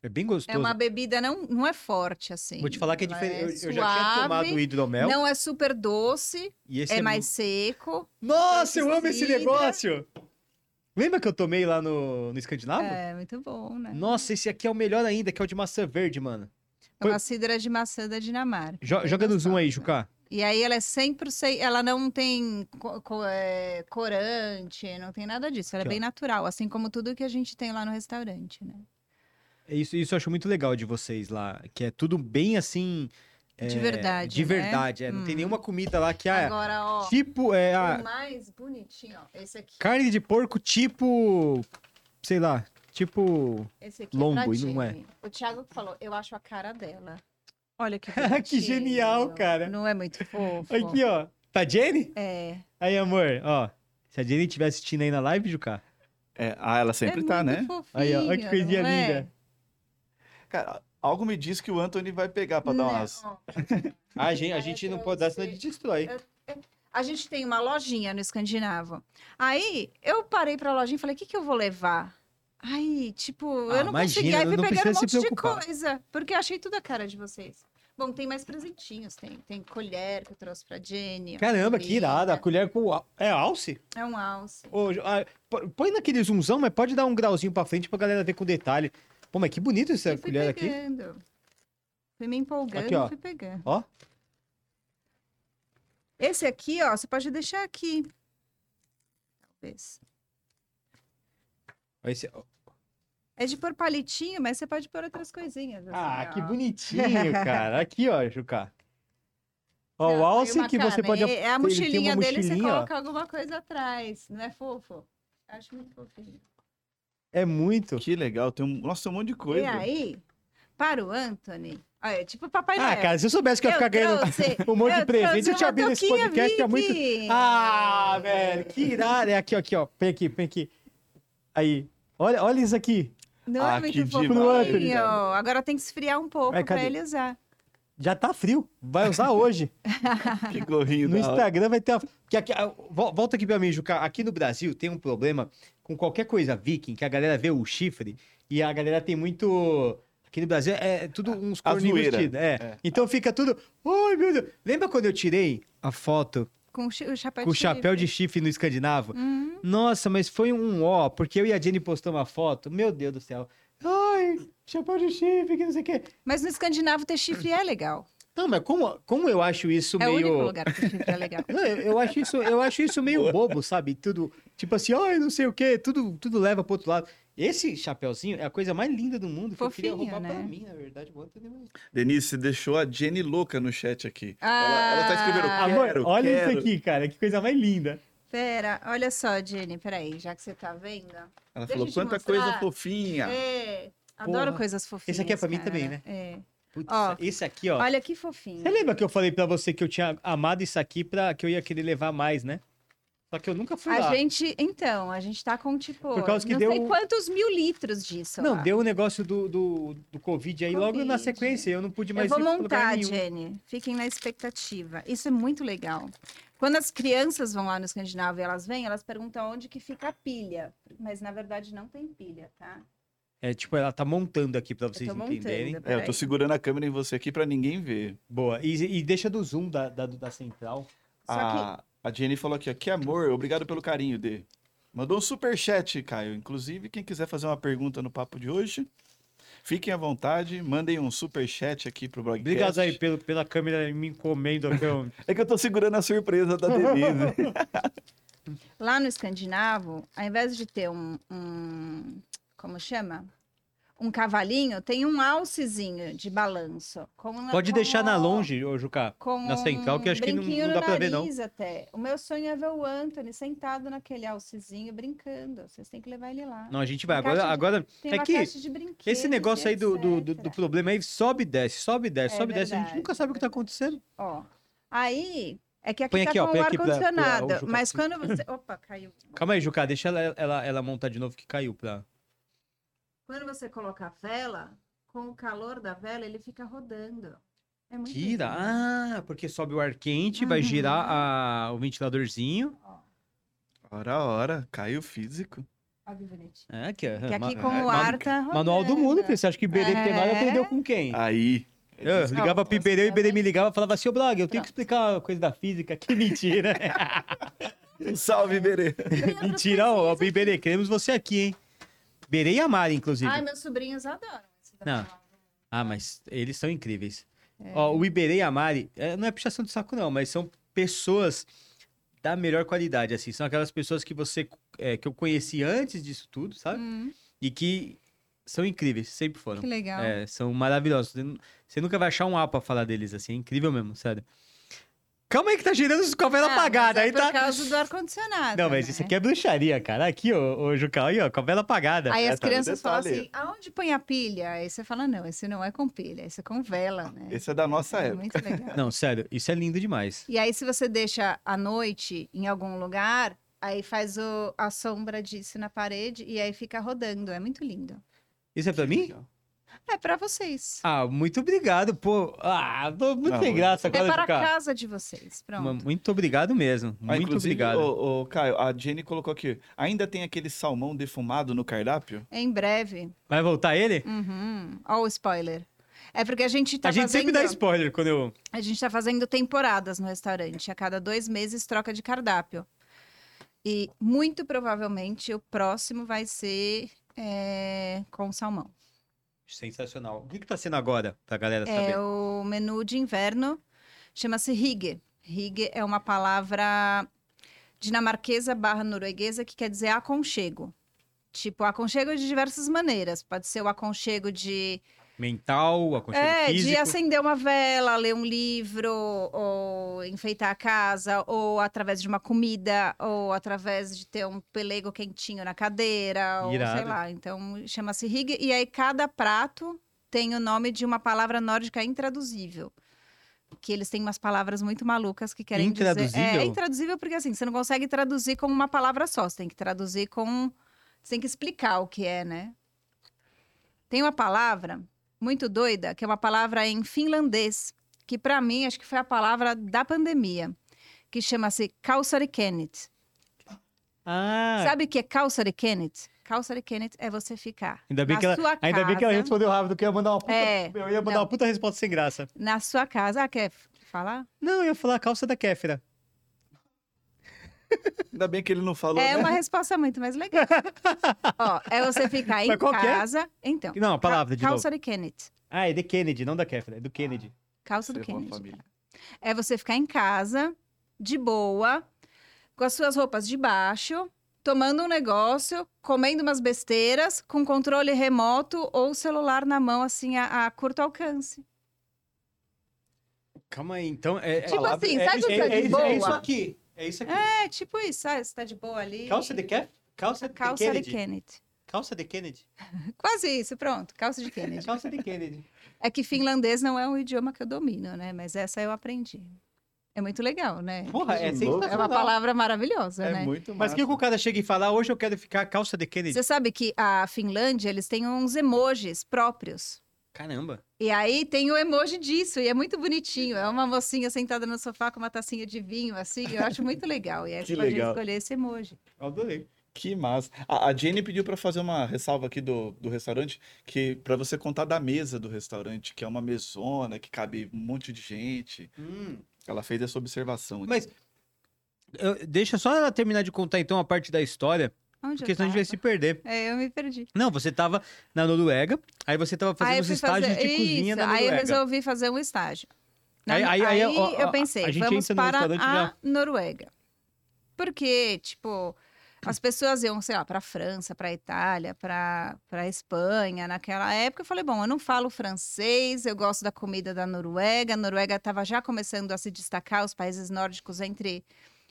É bem gostoso.
É uma bebida, não, não é forte, assim.
Vou te falar que é
Ela
diferente. eu, eu já
suave,
tinha tomado o hidromel
Não é super doce,
e esse
é,
é,
mais seco.
muito- Nossa, eu amo esse
cozida.
negócio. Lembra que eu tomei lá no, no Escandinavo?
É, muito bom, né?
Nossa, esse aqui é o melhor ainda, que é o de maçã verde, mano.
É uma cidra de maçã da Dinamarca.
Jo-
Bem
joga no zoom aí,
gostosa.
Juca.
E aí ela é 100%, ela não tem co- co- é, corante, não tem nada disso. Ela é
Aqui, ó.
bem natural, assim como tudo que a gente tem lá no restaurante, né?
É Isso, isso eu acho muito legal de vocês lá, que é tudo bem assim. é,
De verdade,
De
né?
verdade, é. Não tem
Hum.
nenhuma comida lá que ah,
Agora, ó,
tipo. É, ah,
o mais bonitinho, ó, esse aqui.
Carne de porco tipo. Sei lá. Tipo.
Esse aqui
Lombo,
é pra
e não é.
Jenny. O Thiago que falou, eu acho a cara dela. Olha [laughs] que
Que genial,
bonitinho.
cara.
Não é muito fofo.
Aqui, ó. Tá a Jenny?
É.
Aí, amor, ó. Se a Jenny estiver assistindo aí na live, Juca.
É, ah, ela sempre
é
tá,
muito
né?
Fofinho,
Aí, ó. Olha que coisinha
não é?
linda.
Cara, algo me diz que o Anthony vai pegar pra dar
Não,
umas.
ó,
Ah, A gente, a gente não pode dar, senão a gente destrói.
A gente tem uma lojinha no Escandinavo. Aí eu parei pra lojinha e falei: o que, que eu vou levar? Aí, tipo,
Ah,
eu não consegui.
imagina,
Aí fui
não
pegar um
precisa se
monte de
preocupar.
coisa, porque eu achei tudo a cara de vocês. Bom, tem mais presentinhos, tem, tem colher que eu trouxe pra Jenny. ó,
Caramba, que
comida.
irada. A colher com. al- É alce?
É um alce.
Ô, Ju- ah, p- põe naquele zoomzão, mas pode dar um grauzinho pra frente pra galera ver com detalhe. Pô, mas que bonito essa
Eu fui
é colher aqui.
pegando. Fui me empolgando
Aqui, ó.
e fui pegando.
Ó.
Esse aqui, ó, você pode deixar aqui. Talvez.
Ó, esse- ó.
É de pôr palitinho, mas você pode pôr outras coisinhas.
Ah,
assim,
que
ó. [laughs]
bonitinho, cara. Aqui, ó, Juca. Ó,
Não,
o
tem
alce
uma
que você
cane-
pode.
É a
ele tem
mochilinha
uma
dele, você
mochilinha, ó.
coloca alguma coisa atrás. Não é fofo? Acho muito fofinho.
É muito.
Que legal, tem um. Nossa, tem um monte de coisa.
E É, aí, para o Anthony... Ah, é tipo Papai
Ah,
Noel.
cara, se eu soubesse que eu ia ficar ganhando
trouxe-
[laughs] um monte de
eu
presente,
trouxe
eu tinha
uma
abrido esse
touquinha
podcast há muito-
Mickey.
Ah, velho, que irado. É aqui, ó, aqui, ó. Vem aqui, vem aqui. Aí. Olha, olha isso aqui.
Não
Ah,
é
que
muito
demais,
fofinho.
cara.
Agora tem que esfriar um pouco
Vai,
pra
É, cadê?
ele usar.
Já tá frio. Vai usar hoje.
[laughs] [laughs] Que gorrinho
No
da hora.
Instagram vai ter uma... que aqui, ah, vol- Volta aqui pra mim, Juca. Aqui no Brasil tem um problema com qualquer coisa viking, que a galera vê o chifre e a galera tem muito... Aqui no Brasil é tudo uns
A
corninhos
zoeira.
vestidos. É.
É.
Então fica tudo... Ai, meu Deus. Lembra quando eu tirei a foto
Com o chi- o chapéu
com o
de
chapéu de
chifre.
chifre no escandinavo?
Hum,
Nossa, mas foi um ó, porque eu e a Jenny postamos uma foto. Meu Deus do céu. Ai, ai, chapéu de chifre, que não sei o quê.
Mas no escandinavo ter chifre é legal.
Não, mas como, como eu acho isso
É o único
meio.
lugar que ter chifre
[laughs]
é legal.
Não, eu, eu acho isso, eu acho isso meio bobo, sabe? Tudo, tipo assim, ai, não sei o quê, tudo, tudo leva pro outro lado. Esse chapéuzinho é a coisa mais linda do mundo que eu
Fofinho,
queria roubar pra
né?
mim, na verdade. Vou até devolver.
Denise, você deixou a Jenny louca no chat aqui.
Ah.
Ela, ela tá escrevendo.
Amor,
"Quero,
olha
quero."
isso aqui, cara, que coisa mais linda.
Pera, olha só, Jenny, peraí, já que você tá vendo.
Ela
Deixa eu
falou
te
quanta
mostrar.
coisa fofinha.
É,
Tá.
adoro
Porra.
coisas fofinhas.
Esse aqui é pra mim
cara.
também, né?
É.
Putz,
Ó,
esse aqui, ó.
Olha que fofinho.
Você lembra que eu falei pra você que eu tinha amado isso aqui pra que eu ia querer levar mais, né? Só que eu nunca fui lá.
A gente, então, a gente tá com tipo,
Por causa que
não
deu
sei
um-
quantos mil litros disso.
Não,
lá.
deu o negócio do, do, do Covid aí logo na
Covid.
sequência. Eu não pude
Eu
mais
vou
ir pra lugar
montar,
nenhum.
Jenny. Fiquem na expectativa. Isso é muito legal. Quando as crianças vão lá no Escandinavo e elas vêm, elas perguntam onde que fica a pilha. Mas na verdade não tem pilha, tá?
É tipo, ela tá montando aqui pra vocês
eu tô
entenderem.
montando.
É, eu
peraí.
tô segurando a câmera em você aqui pra ninguém ver.
Boa. E, e deixa do zoom da, da, da central.
Só
Ah.
A, a Jenny falou aqui, ó, que amor, obrigado pelo carinho, Dê. Mandou um superchat, Caio. Inclusive, quem quiser fazer uma pergunta no papo de hoje, fiquem à vontade, mandem um superchat aqui pro blog.
Obrigado aí pelo, pela câmera me encomendo. aqui,
[laughs]
eu-
É que eu tô segurando a surpresa
[laughs]
da Denise. né?
que lá no Escandinavo, ao invés de ter um, um- como chama? Um cavalinho, tem um alcezinho de balanço. com-
Pode
com
deixar na
o-
longe, ô Juca.
com
Na central, que
um
acho que não-
brinquinho
não
no
dá pra ver, não.
nariz Até. O meu sonho é ver o Anthony sentado naquele alcezinho brincando. Vocês têm que levar ele lá.
Não, a gente vai. Agora,
Caixa tá de-
agora
Tem
é
uma
que
caixa de brinquedo,
esse negócio aí do, do, do, do
etc..
problema aí sobe e desce, sobe e desce,
É
sobe e desce. A gente
verdade,
nunca sabe o que tá
verdade.
acontecendo.
Ó, aí é que aqui
Põe
tá
aqui, ó,
com
põe
o
aqui pra- pra- ó,
ar-condicionado.
o Juca
Mas
aqui.
quando
[clears throat]
você... Opa, caiu.
Calma aí, Juca. Deixa ela, ela, ela montar de novo que caiu pra.
Quando você coloca a vela, com o calor da vela, ele fica rodando. É muito
Gira.
lindo.
Ah, porque sobe o ar quente, vai
Uhum.
girar a- o ventiladorzinho.
Ó,
ora, ora, Caio físico.
olha que bonitinho.
É, que,
Que
ma-
aqui com o
ma-
ar tá rodando.
Manual do mundo, filho. você acha que BD Penal
É.
aprendeu com quem?
Ah, Aí.
Eu ligava pro Iberê e o Iberê me ligava e falava assim, ô Blog, eu tenho que
Pronto.
explicar a coisa da física. Que [laughs] mentira.
Salve, Berê.
Leandro
mentira, ó,
precisa-
Iberê, queremos você aqui, hein? Iberê e a Mari, inclusive.
Ai, meus sobrinhos adoram. esse
Não.
manual.
Ah, mas eles são incríveis.
É.
Ó, o Iberê e a Mari, é, não é puxação de saco não, mas são pessoas da melhor qualidade, assim. São aquelas pessoas que você, é, que eu conheci antes disso tudo, sabe?
Hum,
E que são incríveis, sempre foram.
que legal.
É, são maravilhosos. Você nu- Você nunca vai achar um A pra falar deles, assim. É incrível mesmo, sério. Calma aí que tá girando os
Ah,
covela
mas
apagada.
é
Aí
por
tá...
causa do ar-condicionado.
Não, mas
né?
isso aqui é bruxaria, cara. Aqui, ô, ô Juca, aí, ó, covela apagada.
Aí
É,
as
tá no
crianças falam
detalhe.
assim, aonde põe a pilha? Aí você fala, não, esse não é com pilha, esse é com vela, né?
Esse é da nossa
é
época.
muito legal.
Não, sério, isso é lindo demais.
E aí, se você deixa à noite em algum lugar, aí faz o- a sombra disso na parede e aí fica rodando. É muito lindo.
Isso é pra mim?
É pra vocês.
Ah, muito obrigado, pô. Ah, tô muito
Não,
sem graça
é
agora,
para a
Juca.
casa de vocês. Pronto.
Mas Muito obrigado mesmo.
Ah,
muito
inclusive,
obrigado.
ô, ô, Caio, a Jenny colocou aqui. Ainda tem aquele salmão defumado
[laughs]
no cardápio?
Em breve.
Vai voltar ele?
Uhum. Ó o spoiler. É porque a gente tá
a gente
fazendo...
sempre dá spoiler quando eu...
A gente está fazendo temporadas no restaurante. A cada dois meses troca de cardápio. E muito provavelmente o próximo vai ser é, com salmão.
Sensacional. O que que tá sendo agora, pra galera saber?
É o menu de inverno, chama-se Higge. Higge é uma palavra dinamarquesa barra norueguesa que quer dizer aconchego. Tipo, aconchego de diversas maneiras. Pode ser o aconchego de
Mental, aconchego
É,
físico.
de acender uma vela, ler um livro, ou enfeitar a casa, ou através de uma comida, ou através de ter um pelego quentinho na cadeira, ou
Irado.
sei lá. Então chama-se rig. E aí cada prato tem o nome de uma palavra nórdica intraduzível. Que eles têm umas palavras muito malucas que querem dizer. É,
Intraduzível?
é intraduzível porque assim, você não consegue traduzir com uma palavra só, você tem que traduzir com. Você tem que explicar o que é, né? Tem uma palavra muito doida, que é uma palavra em finlandês, que pra mim acho que foi a palavra da pandemia, que chama-se kalsarikenit.
Ah,
Sabe o que é kalsarikenit? Kalsarikenit é você ficar
Ainda bem,
na
que ela,
sua
ainda bem que ela
casa.
respondeu rápido, que eu ia mandar uma puta,
É,
eu ia mandar
não.
uma puta resposta sem graça.
na sua casa. Ah, quer falar?
Não, eu ia falar a calça da Kéfera.
Ainda bem que ele não falou,
É
né?
uma resposta muito
[laughs]
mais legal. Ó, é você ficar em
Mas qual que é?
casa. Então.
Não, a palavra
ca-
de
calça de Kenneth.
Ah, é de Kennedy, não da Kefra, é do Kennedy.
Calça do
Você é uma
Kenneth.
família.
É você ficar em casa, de boa, com as suas roupas de baixo, tomando um negócio, comendo umas besteiras, com controle remoto ou celular na mão, assim, a, a curto alcance.
Calma aí, então. É,
Tipo
é-
assim,
é-
sabe quando
é,
tá de
é, isso- é isso
boa?
aqui. É isso aqui.
É tipo isso, sabe? Você tá de boa ali.
Calça de Kef? Calça,
Calça
de
de
Kennedy.
Kenneth.
Calça de Kennedy.
Quase isso, pronto. Calça de Kennedy.
Calça de Kennedy.
É que finlandês não é um idioma que eu domino, né? Mas essa eu aprendi. É muito legal, né?
Porra, é
Que louco.
sensacional.
É uma palavra maravilhosa,
É
né?
muito
Mas
massa.
o que que o cara chega e fala, "Ah, hoje eu quero ficar calça de Kennedy?
Você sabe que a Finlândia, eles têm uns emojis próprios.
Caramba.
E aí tem o emoji disso, e é muito bonitinho. É uma mocinha sentada no sofá com uma tacinha de vinho, assim, eu acho muito legal. E é aí
Que
você pode
legal.
escolher esse emoji.
Eu adorei.
Que massa. A, a Jenny pediu pra fazer uma ressalva aqui do, do restaurante, que para você contar da mesa do restaurante, que é uma mesona, que cabe um monte de gente.
Hum.
Ela fez essa observação. aqui.
Mas eu- deixa só ela terminar de contar então a parte da história,
Onde
porque senão a
eu
gente vai se perder.
tava? É, eu me perdi.
Não, você tava na Noruega, aí você tava
aí
fazendo
eu
os
fui
estágios
fazer-
de cozinha
Isso,
na
aí eu
Noruega.
resolvi fazer um estágio. Na-
Aí-
Aí,
aí- aí, ó, ó,
eu pensei,
a gente
vamos
entra no
para
restaurante
a
já.
Noruega. Porque, tipo, as pessoas iam, sei lá, para França, para Itália, para Espanha naquela época. Eu falei, bom, eu não falo francês, eu gosto da comida da Noruega. A Noruega estava já começando a se destacar, os países nórdicos entre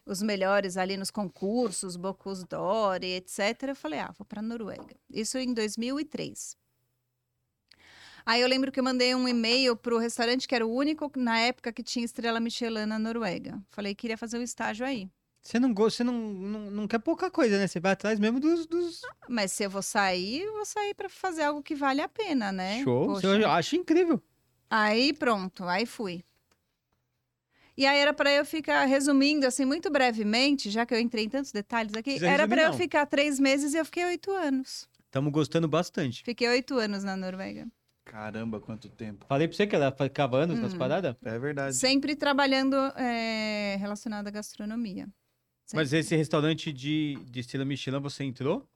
os melhores ali nos concursos, Bocuse d'Or e etc. Eu falei, ah, vou para Noruega. Isso em 2003. Aí eu lembro que eu mandei um e-mail pro restaurante que era o único na época que tinha estrela Michelin na Noruega. Falei que queria fazer um estágio aí.
Você não gosta, você não, não, não quer pouca coisa, né? Você vai atrás mesmo dos, dos
Mas se eu vou sair, eu vou sair para fazer algo que vale a pena, né?
shows.
Poxa.
Eu acho incrível.
Aí pronto, aí fui. E aí era para eu ficar resumindo assim muito brevemente, já que eu entrei em tantos detalhes aqui.
Precisa
era
resumir,
para eu
não.
ficar três meses e eu fiquei oito anos.
Estamos gostando bastante.
Fiquei oito anos na Noruega.
Caramba, quanto tempo.
Falei pra você que ela ficava anos nas
Hum.
paradas?
É verdade.
Sempre trabalhando eh, relacionado à gastronomia.
Mas esse restaurante de, de estilo Michelin, você entrou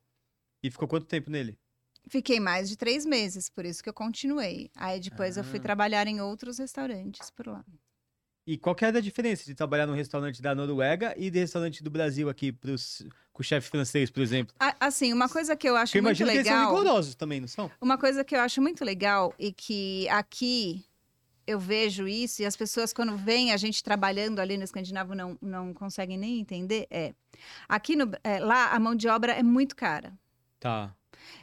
e ficou quanto tempo nele?
Fiquei mais de três meses, por isso que eu continuei. Aí depois eu fui
Ah.
trabalhar em outros restaurantes por lá.
E qual que era a diferença de trabalhar num restaurante da Noruega e de restaurante do Brasil aqui pros, com o chefe francês, por exemplo?
A- assim, uma coisa que eu acho
Porque eu
muito
imagino que eles são
legal.
rigorosos também, não são?
Uma coisa que eu acho muito legal e que aqui eu vejo isso e as pessoas quando veem a gente trabalhando ali no escandinavo não, não conseguem nem entender é aqui no é, lá a mão de obra é muito cara.
Tá.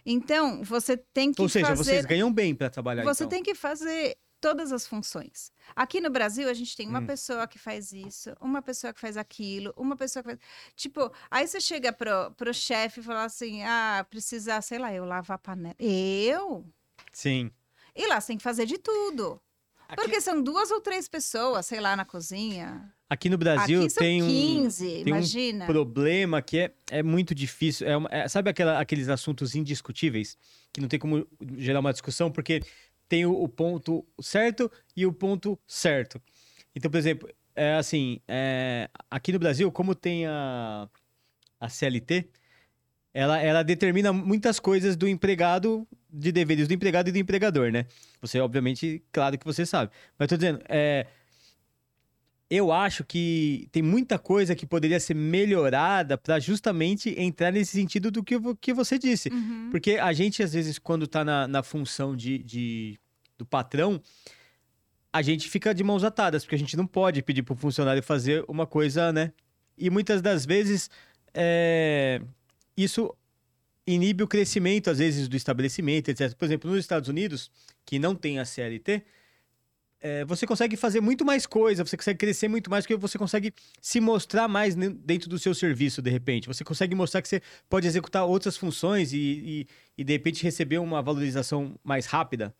Então você tem que
Ou seja,
fazer
vocês ganham bem pra trabalhar,
Você
então.
tem que fazer todas as funções. Aqui no Brasil, a gente tem uma
Hum.
pessoa que faz isso, uma pessoa que faz aquilo, uma pessoa que faz. Tipo, aí você chega pro, pro chefe e fala assim: ah, precisa, sei lá, eu lavar a panela. Eu?
Sim.
E lá você tem que fazer de tudo.
Aqui-
Porque são duas ou três pessoas, sei lá, na cozinha.
Aqui no Brasil
Aqui são né?
tem um...
15,
um
imagina.
problema que é, é muito difícil. É uma- é- sabe aquela- aqueles assuntos indiscutíveis que não tem como gerar uma discussão porque tem o, o ponto certo e o ponto certo. Então, por exemplo, é assim, é, aqui no Brasil, como tem a, a CLT, ela, ela determina muitas coisas do empregado, de deveres do empregado e do empregador, né? Você, obviamente, claro que você sabe. Mas tô dizendo, é, eu acho que tem muita coisa que poderia ser melhorada para justamente entrar nesse sentido do que, vo- que você disse.
Uhum.
Porque a gente, às vezes, quando tá na, na função de, de- do patrão, a gente fica de mãos atadas, porque a gente não pode pedir pro funcionário fazer uma coisa, né? E muitas das vezes é, isso inibe o crescimento, às vezes, do estabelecimento, etc. Por exemplo, nos Estados Unidos, que não tem a CLT, é, você consegue fazer muito mais coisa, você consegue crescer muito mais, porque você consegue se mostrar mais ne- dentro do seu serviço, de repente. Você consegue mostrar que você pode executar outras funções e, e- e, de repente receber uma valorização mais rápida.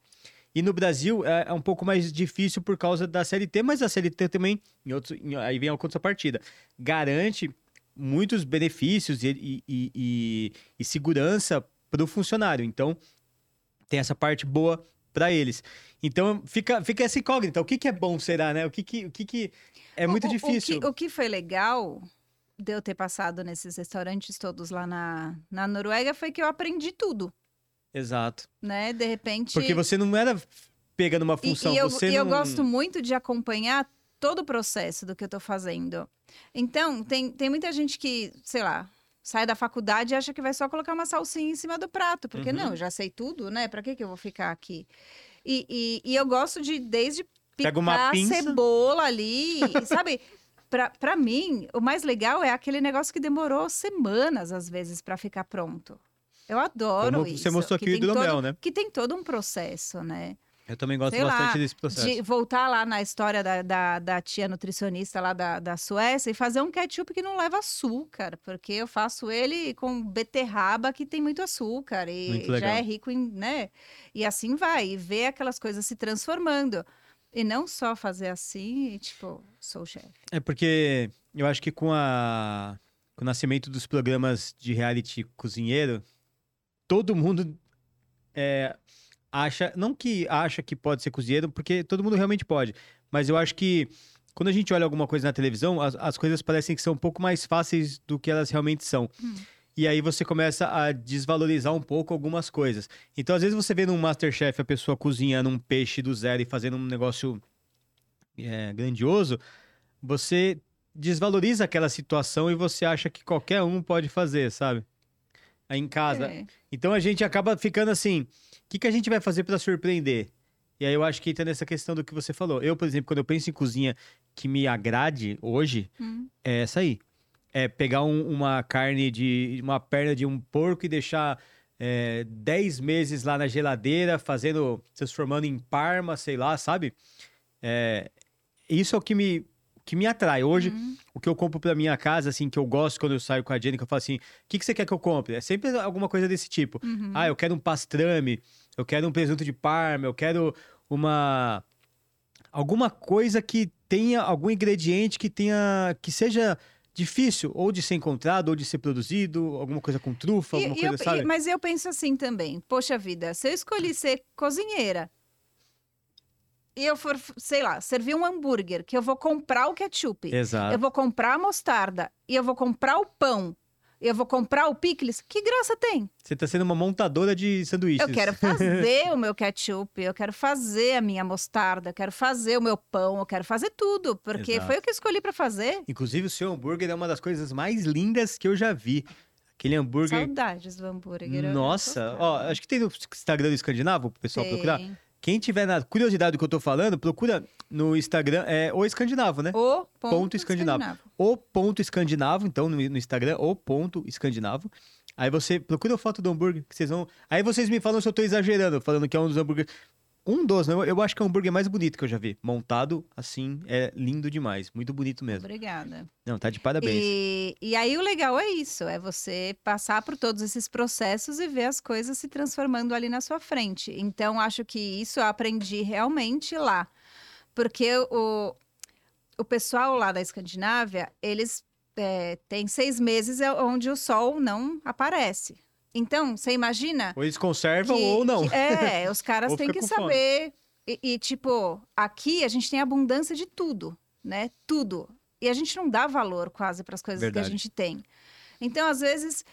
E no Brasil é, é um pouco mais difícil por causa da CLT, mas a CLT também, em outros, em- aí vem a contrapartida, garante muitos benefícios e, e- e- e- e segurança para o funcionário. Então, tem essa parte boa para eles. Então, fica, fica essa incógnita. O que, que é bom será, né? O que, que, o que, que é
O-
muito
o- o que-
difícil.
O que, foi legal de eu ter passado nesses restaurantes todos lá na, na Noruega foi que eu aprendi tudo,
Exato.
né? De repente.
Porque você não era pega numa
E-
função,
E, eu,
você
e eu
não...
gosto muito de acompanhar todo o processo do que eu tô fazendo. Então, tem, tem muita gente que, sei lá, sai da faculdade e acha que vai só colocar uma salsinha em cima do prato. Porque,
Uhum.
não, eu já sei tudo, né? Pra que, que eu vou ficar aqui? E, e- e eu gosto de, desde picar
Pega uma pinça.
cebola ali, [laughs] e, sabe? Pra, pra mim, o mais legal é aquele negócio que demorou semanas, às vezes, pra ficar pronto. Eu adoro
Como
isso.
você mostrou aqui
que
o
tem
do
todo-
mel, né?
Que tem todo um processo, né?
Eu também gosto
Sei lá,
bastante desse processo.
de voltar lá na história da, da, da tia nutricionista lá da, da Suécia e fazer um ketchup que não leva açúcar, porque eu faço ele com beterraba que tem muito açúcar e
Muito
já
legal.
é rico em, né? E assim vai, e ver aquelas coisas se transformando. E não só fazer assim e tipo, sou chefe.
É porque eu acho que com, a- com o nascimento dos programas de reality cozinheiro, todo mundo é, acha, não que acha que pode ser cozinheiro, porque todo mundo realmente pode, mas eu acho que quando a gente olha alguma coisa na televisão, as, as coisas parecem que são um pouco mais fáceis do que elas realmente são.
Hum.
E aí você começa a desvalorizar um pouco algumas coisas. Então, às vezes você vê num Masterchef a pessoa cozinhando um peixe do zero e fazendo um negócio é, grandioso, você desvaloriza aquela situação e você acha que qualquer um pode fazer, sabe? Aí em casa.
É.
Então a gente acaba ficando assim, o que, que a gente vai fazer pra surpreender? E aí eu acho que entra nessa questão do que você falou. Eu, por exemplo, quando eu penso em cozinha que me agrade hoje,
Hum.
é essa aí. É pegar um- uma carne de. uma perna de um porco e deixar é, 10 meses lá na geladeira, fazendo. transformando em parma, sei lá, sabe? É, isso é o que me, que me atrai. Hoje,
Hum.
o que eu compro pra minha casa, assim, que eu gosto quando eu saio com a Jenny, que eu falo assim: o que, que você quer que eu compre? É sempre alguma coisa desse tipo.
Uhum.
Ah, eu quero um pastrame, eu quero um presunto de parma, eu quero uma alguma coisa que tenha algum ingrediente que tenha que seja difícil ou de ser encontrado ou de ser produzido, alguma coisa com trufa,
E-
alguma
e
coisa,
eu- e-
sabe?
mas eu penso assim também. Poxa vida, se eu escolhi ser cozinheira e eu for, sei lá, servir um hambúrguer, que eu vou comprar o ketchup, eu
Exato.
vou comprar a mostarda, e eu vou comprar o pão, eu vou comprar o picles, que graça tem?
Você tá sendo uma montadora de sanduíches.
Eu quero
[laughs]
fazer o meu ketchup, eu quero fazer a minha mostarda, eu quero fazer o meu pão, eu quero fazer tudo, porque
Exato.
foi o que eu escolhi pra fazer.
Inclusive o seu hambúrguer é uma das coisas mais lindas que eu já vi. Aquele hambúrguer
Saudades do hambúrguer. eu- eu
Nossa,
gostava.
ó, acho que tem no Instagram do Escandinavo, pro pessoal procurar.
Tem.
Quem tiver na curiosidade do que eu tô falando, procura no Instagram, é o Escandinavo, né?
O ponto,
Ponto escandinavo.
escandinavo.
o ponto escandinavo, então no, no Instagram, o ponto escandinavo. Aí você procura a foto do hambúrguer que vocês vão. Aí vocês me falam se eu tô exagerando, falando que é um dos hambúrgueres. Um dos, não, eu acho que é o hambúrguer mais bonito que eu já vi. Montado assim, é lindo demais, muito bonito mesmo.
Obrigada.
Não, tá de parabéns.
E, e aí o legal é isso, é você passar por todos esses processos e ver as coisas se transformando ali na sua frente. Então, acho que isso eu aprendi realmente lá. Porque o, o pessoal lá da Escandinávia, eles é, têm seis meses é onde o sol não aparece. Então, você imagina
Ou eles conservam
que-
ou não. [laughs]
que- é, os caras
Ou
têm
fica
que
com fome.
saber. E, e, tipo, aqui a gente tem abundância de tudo, né? Tudo. E a gente não dá valor quase para as coisas
Verdade.
que a gente tem. Então, às vezes,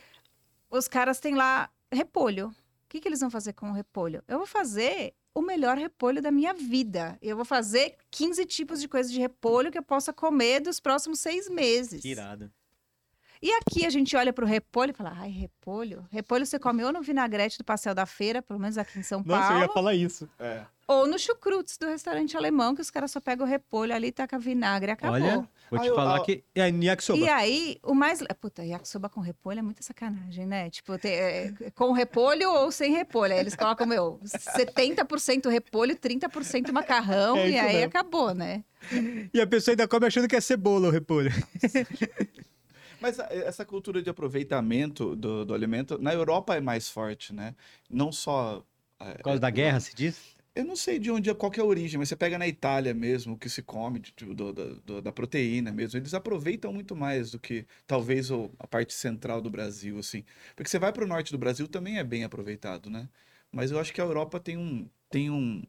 os caras têm lá repolho. O que, que eles vão fazer com o repolho? Eu vou fazer o melhor repolho da minha vida. Eu vou fazer 15 tipos de coisa de repolho que eu possa comer dos próximos seis meses.
Que irado.
E aqui a gente olha pro repolho e fala, ai, repolho? Repolho você come ou no vinagrete do pastel da feira, pelo menos aqui em São
Nossa, eu
Paulo,
ia falar isso.
É.
ou no chucrutes do restaurante alemão, que os caras só pegam o repolho ali, taca vinagre e acabou.
Olha, vou
Ah,
te
eu-
falar
ah,
que. É, no yakisoba.
E aí, o mais... le- Puta, yakisoba com repolho é muita sacanagem, né? Tipo, tem, é, com repolho ou sem repolho. Aí eles colocam, meu, 70% repolho, 30% macarrão,
É
e
isso
aí
mesmo.
acabou, né?
E a pessoa ainda come achando que é cebola o repolho.
Mas a- essa cultura de aproveitamento do, do alimento, na Europa é mais forte, né? Não só. é,
[laughs] Por causa da guerra, se diz?
Eu não sei de onde, é- qual que é a origem, mas você pega na Itália mesmo, o que se come, de- de- do- do- do- da proteína mesmo, eles aproveitam muito mais do que talvez o- a parte central do Brasil, assim. Porque você vai para o norte do Brasil também é bem aproveitado, né? Mas eu acho que a Europa tem um, tem um,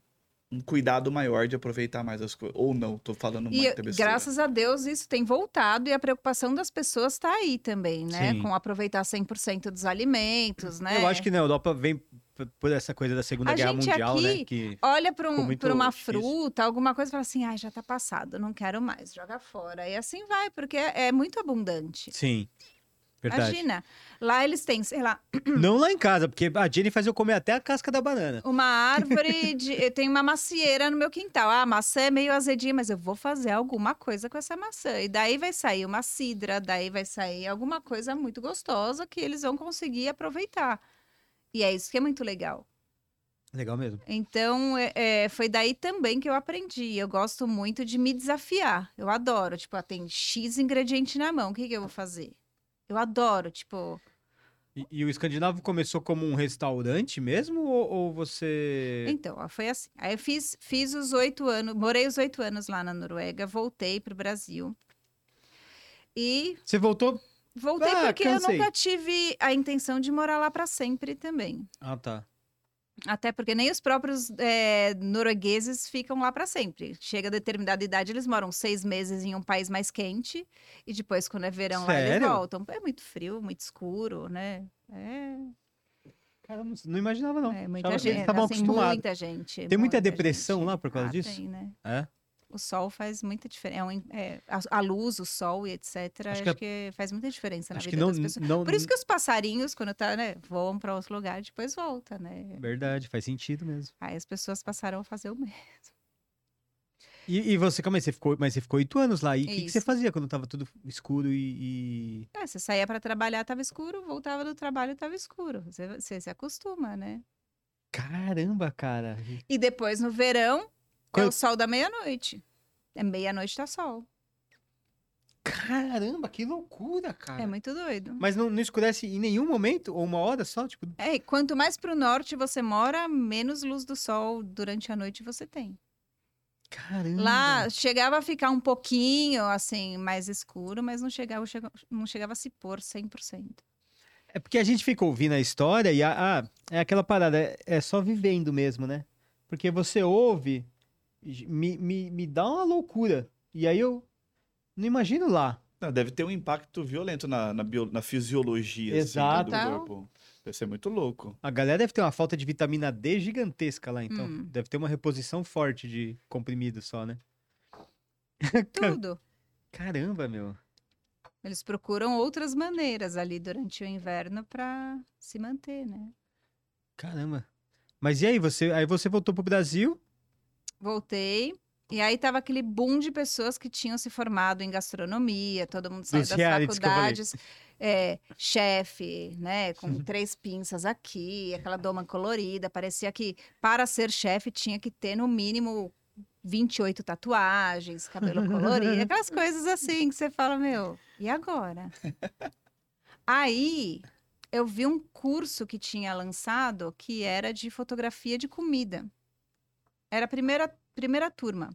um cuidado maior de aproveitar mais as coisas. Ou não, tô falando
E
muita besteira.
graças a Deus isso tem voltado e a preocupação das pessoas está aí também, né?
Sim.
Com aproveitar 100% dos alimentos, né?
Eu acho que não, a Europa vem p- por essa coisa da Segunda
A
Guerra
gente
Mundial, né?
aqui-
Que...
Olha para
Ficou
um,
muito
pra uma
difícil.
fruta, alguma coisa, e fala assim: ai, já tá passado, não quero mais, joga fora. E assim vai, porque é, é muito abundante.
Sim, verdade.
Imagina. Lá eles têm, sei lá,
Não lá em casa, porque a Jenny faz eu comer até a casca da banana.
uma árvore de. Eu tenho uma macieira no meu quintal. Ah, a maçã é meio azedinha, mas eu vou fazer alguma coisa com essa maçã. E daí vai sair uma cidra, daí vai sair alguma coisa muito gostosa que eles vão conseguir aproveitar. E é isso que é muito legal.
Legal mesmo.
Então, é- é, foi daí também que eu aprendi. Eu gosto muito de me desafiar. Eu adoro. Tipo, ah, tem X ingrediente na mão. O que, que eu vou fazer? Eu adoro. Tipo,
E, e o escandinavo começou como um restaurante mesmo? Ou, ou você.
então, ó, foi assim. Aí eu fiz, fiz os oito anos, morei os oito anos lá na Noruega, voltei pro Brasil. E
Você voltou.
voltei
Ah,
porque
cansei.
eu nunca tive a intenção de morar lá para sempre também.
Ah, tá.
Até porque nem os próprios eh, noruegueses ficam lá para sempre. Chega a determinada idade, eles moram seis meses em um país mais quente e depois, quando é verão, lá eles
Sério?
voltam. É muito frio, muito escuro, né? É,
Cara, não, não imaginava, não.
é muita
Achava que eles
gente.
estavam
assim,
acostumados.
muita gente.
Tem muita
gente.
depressão lá por causa
Ah,
disso?
Tem, né?
É?
O sol faz muita diferença. É um in- é, a, a luz, o sol e etc. Acho,
que
que,
a-
faz muita diferença na
Acho que
vida
não.
das pessoas.
não
Por isso que os passarinhos, quando tá, né, voam para outro lugar, depois volta, né?
Verdade, faz sentido mesmo.
Aí as pessoas passaram a fazer o mesmo.
E, e você, calma aí, você ficou, mas você ficou oito anos lá. E o que, que você
Isso.
fazia quando tava tudo escuro e. e-
É, você saía para trabalhar, tava escuro, voltava do trabalho, tava escuro. Você, você se acostuma, né?
Caramba, cara.
E depois no verão, é
Quando-
o sol da meia-noite. É meia-noite tá sol.
Caramba, que loucura, cara.
É muito doido.
Mas não, não escurece em nenhum momento? Ou uma hora só? Tipo,
É, e quanto mais pro norte você mora, menos luz do sol durante a noite você tem.
caramba.
Lá chegava a ficar um pouquinho assim mais escuro, mas não chegava, chega- não chegava a se pôr 100%.
É porque a gente fica ouvindo a história e a, ah, é aquela parada, é, é só vivendo mesmo, né? Porque você ouve, j- me, me, me dá uma loucura. E aí eu não imagino lá.
Não, deve ter um impacto violento na, na, bio- na fisiologia assim, né,
Exato.
Total.
do corpo. Deve ser muito louco.
A galera deve ter uma falta de vitamina D gigantesca lá, então.
Hum.
Deve ter uma reposição forte de comprimido só, né?
É Tudo.
Caramba, meu.
Eles procuram outras maneiras ali durante o inverno para se manter, né?
Caramba. Mas e aí, você, aí você voltou pro Brasil?
Voltei. E aí tava aquele boom de pessoas que tinham se formado em gastronomia, todo mundo saiu
Dos
das
realities que eu falei.
faculdades, é, chefe, né, com
Uhum.
três pinças aqui, aquela doma colorida, parecia que para ser chefe tinha que ter no mínimo 28 tatuagens, cabelo
[laughs]
colorido, aquelas coisas assim que você fala, meu, e agora? Aí eu vi um curso que tinha lançado que era de fotografia de comida. Era a primeira, primeira turma.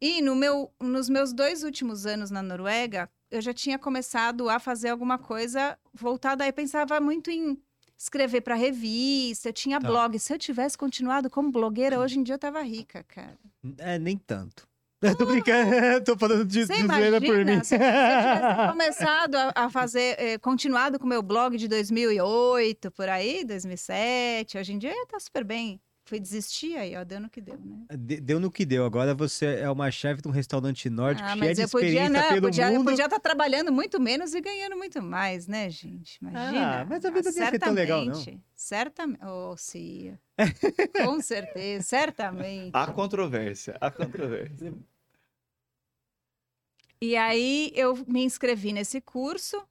E no meu, nos meus dois últimos anos na Noruega, eu já tinha começado a fazer alguma coisa voltada. Aí pensava muito em escrever para revista, eu tinha
Tá.
blog. Se eu tivesse continuado como blogueira, hoje em dia eu tava rica, cara.
É, nem tanto. [laughs] Eu tô brincando, [laughs] tô falando de,
Ah. Você
de zoeira por mim.
imagina? Se
[laughs]
eu tivesse começado a, a fazer, eh, continuado com o meu blog de 2008, por aí, 2007, hoje em dia eu tá super bem. Fui desistir aí, ó, dando o que deu, né?
De- Deu no que deu. Agora você é uma chefe de um restaurante nórdico
Ah,
cheia
mas
é de
eu podia,
experiência
não, eu
pelo
podia, eu
mundo.
podia estar trabalhando muito menos e ganhando muito mais, né, gente? Imagina.
Ah, mas a vida não ia ser tão legal, não.
Certamente. Oh, sim. Com certeza,
[laughs]
certamente.
Há controvérsia, há controvérsia.
E aí eu me inscrevi nesse curso.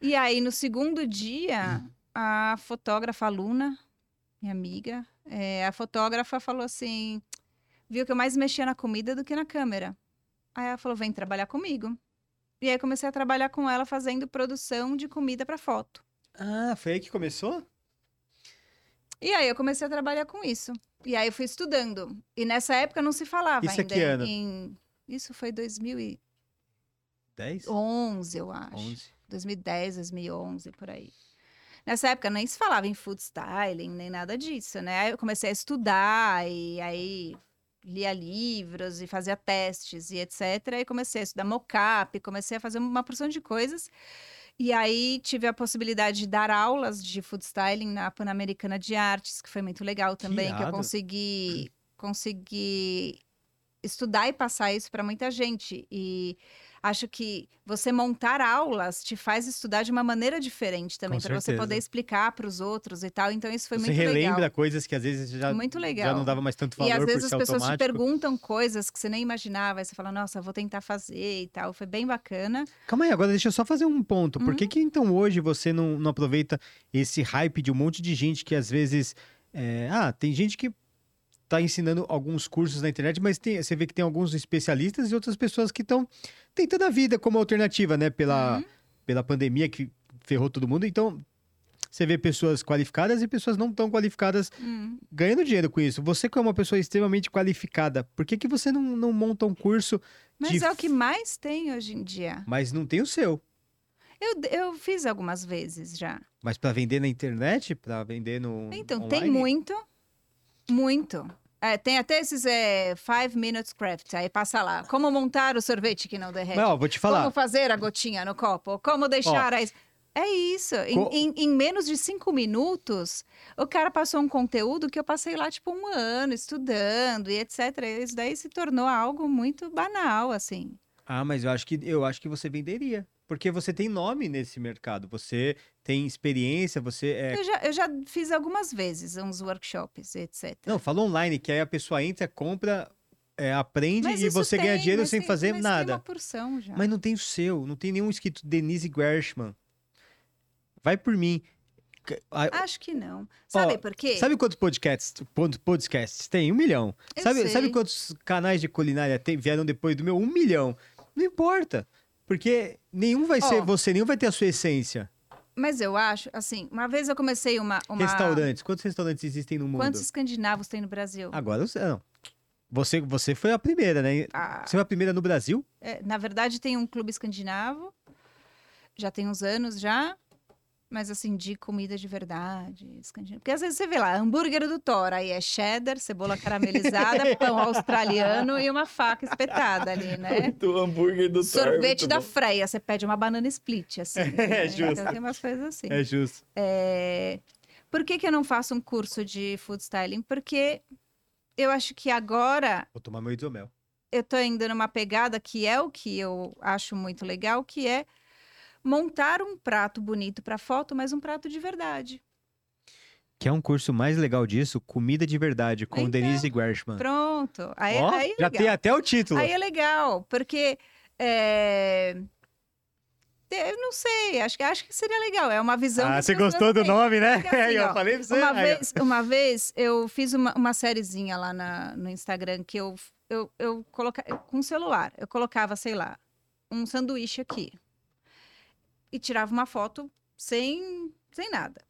E aí no segundo dia, a fotógrafa aluna, minha amiga, eh, a fotógrafa falou assim: viu que eu mais mexia na comida do que na câmera. Aí ela falou: vem trabalhar comigo. E aí comecei a trabalhar com ela fazendo produção de comida para foto.
Ah, foi aí que começou?
E aí eu comecei a trabalhar com isso. E aí eu fui estudando. E nessa época não se falava
Isso é
ainda
que ano?
em. Isso foi 2011,
10?
eu acho.
11.
2010, 2011, por aí. Nessa época nem se falava em food styling, nem nada disso, né? Aí eu comecei a estudar e aí lia livros e fazia testes e etc. E comecei a estudar mockup, comecei a fazer uma porção de coisas. E aí tive a possibilidade de dar aulas de food styling na Pan-Americana de Artes, que foi muito legal também, que, eu
irado.
consegui, consegui estudar e passar isso para muita gente. E acho que você montar aulas te faz estudar de uma maneira diferente também,
Com
para você
certeza.
poder explicar para os outros e tal. Então isso foi
Você
muito legal.
relembra coisas que às vezes já,
Muito legal.
já não dava mais tanto valor
E às vezes
por
as
ser
pessoas te
automático.
perguntam coisas que você nem imaginava, e você fala, nossa, vou tentar fazer e tal. Foi bem bacana.
Calma aí, agora deixa eu só fazer um ponto. Por
Uhum.
que, que então hoje você não, não aproveita esse hype de um monte de gente que às vezes. é, Ah, tem gente que tá ensinando alguns cursos na internet, mas tem- você vê que tem alguns especialistas e outras pessoas que estão tentando a vida como alternativa, né? Pela,
Uhum.
pela pandemia que ferrou todo mundo. Então, você vê pessoas qualificadas e pessoas não tão qualificadas
Hum.
ganhando dinheiro com isso. Você que é uma pessoa extremamente qualificada, por que, que você não, não monta um curso,
Mas
De
é o que mais tem hoje em dia.
mas não tem o seu?
Eu, eu fiz algumas vezes já.
Mas para vender na internet, para vender no
Então, tem
online?
muito, muito. É, tem até esses é, Five Minutes Craft, aí passa lá. Como montar o sorvete que não derrete?
Mas, ó, vou te
Como
falar.
fazer a gotinha no copo? Como deixar a... es- É isso. Em,
Co-
em- em menos de cinco minutos, o cara passou um conteúdo que eu passei lá, tipo, um ano estudando e etc. Isso daí se tornou algo muito banal, assim.
Ah, mas eu acho que eu acho que você venderia, porque você tem nome nesse mercado, você tem experiência, você é
Eu, já, eu já fiz algumas vezes uns workshops e etc.
Não, fala online, que aí a pessoa entra, compra, é, aprende
Mas
e
isso
você
tem,
ganha dinheiro
mas
sem
tem-
fazer
mas Tem
nada.
uma porção já.
Mas não tem o seu, não tem nenhum escrito Denise Gershman. Vai por mim. Que- a-
Acho que não. Sabe por quê?
Sabe quantos podcasts, pod- podcasts tem? Um milhão.
Eu
Sabe,
sei.
sabe quantos canais de culinária tem, vieram depois do meu? Um milhão. Não importa. Porque nenhum vai
Ó.
ser você, nenhum vai ter a sua essência.
Mas eu acho, assim, uma vez eu comecei uma. uma...
Restaurantes. Quantos restaurantes existem no mundo?
Quantos escandinavos tem no Brasil?
Agora eu sei. Não. Você, você foi a primeira, né?
Ah,
Você foi a primeira no Brasil?
é, na verdade, tem um clube escandinavo, já tem uns anos já, mas assim, de comida de verdade, escandinavo. Porque às vezes você vê lá, hambúrguer do Thor, aí é cheddar, cebola
[laughs]
caramelizada, pão australiano e uma faca espetada ali, né?
[laughs] Do hambúrguer do Thor, é
Sorvete
muito
da
bom. É
Freia, você pede uma banana
[laughs]
split, assim. né?
justo.
Então tem umas coisas assim.
É justo.
É, Por que, que eu não faço um curso de food styling? Porque eu acho que agora
Vou tomar meu hidromel.
eu tô ainda numa pegada que é o que eu acho muito legal, que é montar um prato bonito para foto, mas um prato de verdade.
Quer um curso mais legal disso? Comida de Verdade, com
Então,
Denise Gershman.
Pronto. Aí,
Ah. Ó,
aí é
já tem
legal.
até o título.
Aí é legal, porque é, Eu não sei, acho que, acho que seria legal. É uma visão. que
ah,
as
você
pessoas
gostou do
têm.
nome, né?
Fica assim,
Aí, eu
ó.
falei pra você.
Uma
aí, ó.
vez, uma vez eu fiz uma, uma sériezinha lá na- no Instagram que eu, eu, eu colocava com o celular. Eu colocava, sei lá, um sanduíche aqui. E tirava uma foto sem, sem nada.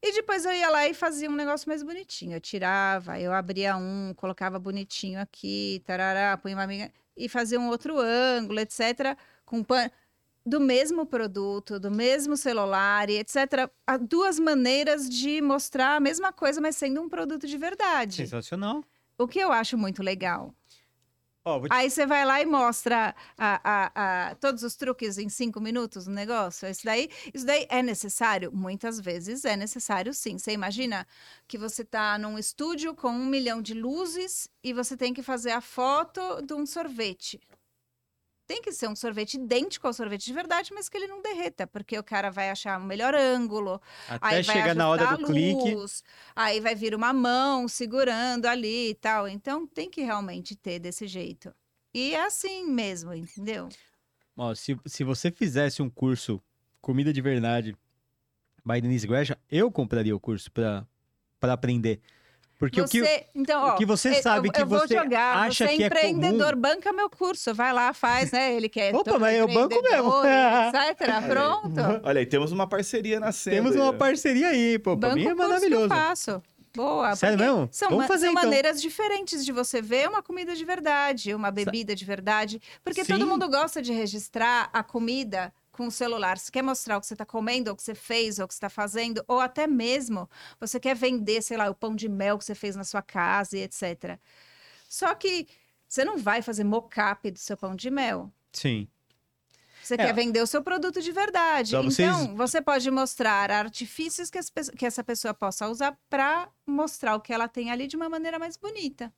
E depois eu ia lá e fazia um negócio mais bonitinho. Eu tirava, eu abria um, colocava bonitinho aqui, tarará, punha uma amiga. E fazia um outro ângulo, etc. Com pan do mesmo produto, do mesmo celular e etc. Há duas maneiras de mostrar a mesma coisa, mas sendo um produto de verdade.
Sensacional.
O que eu acho muito legal.
Ó, vou te-
Aí você vai lá e mostra a- a- a- todos os truques em cinco minutos no negócio. Isso daí, isso daí é necessário? Muitas vezes é necessário, sim. Você imagina que você está num estúdio com um milhão de luzes e você tem que fazer a foto de um sorvete. Tem que ser um sorvete idêntico ao sorvete de verdade, mas que ele não derreta, porque o cara vai achar o melhor ângulo,
Até
aí vai
chegar na hora
ajustar
do
a
clique.
luz, Aí vai vir uma mão segurando ali e tal. Então tem que realmente ter desse jeito. E é assim mesmo, entendeu?
Ó, se, se você fizesse um curso Comida de Verdade by Denise Gershman, eu compraria o curso pra, pra aprender. Porque o que...
Você- então,
o
ó,
que você
eu-
sabe
eu,
que
eu vou
você
jogar,
acha
você
que é
empreendedor,
comum.
banca meu curso, vai lá, faz, né? Ele quer
Opa,
todo
mas eu banco mesmo. [laughs]
empreendedor, etc. Pronto.
Olha aí, temos uma parceria nascendo.
Temos uma
aí, ó.
parceria aí, pô. Pra
Banco
mim é
o curso
maravilhoso.
Que eu faço. Boa.
Sério
porque
mesmo?
São,
Vamos
ma-
fazer,
são
então.
maneiras diferentes de você ver uma comida de verdade, uma bebida de verdade. Porque
Sim.
todo mundo gosta de registrar a comida com o celular. Você quer mostrar o que você está comendo, ou o que você fez, ou o que você está fazendo, ou até mesmo você quer vender, sei lá, o pão de mel que você fez na sua casa e etc. Só que você não vai fazer mock-up do seu pão de mel.
Sim.
Você
É.
quer vender o seu produto de verdade.
Pra
Então,
vocês-
você pode mostrar artifícios que, as pe- que essa pessoa possa usar para mostrar o que ela tem ali de uma maneira mais bonita.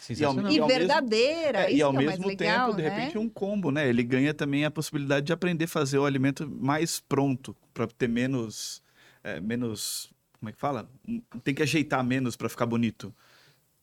Sensacional.
E
E,
ao mesmo-
verdadeira.
É,
isso
e ao
que é o mais
mesmo
legal,
tempo, de
né?
repente, um combo, né? Ele ganha também a possibilidade de aprender a fazer o alimento mais pronto, para ter menos, é, menos, como é que fala? Tem que ajeitar menos para ficar bonito.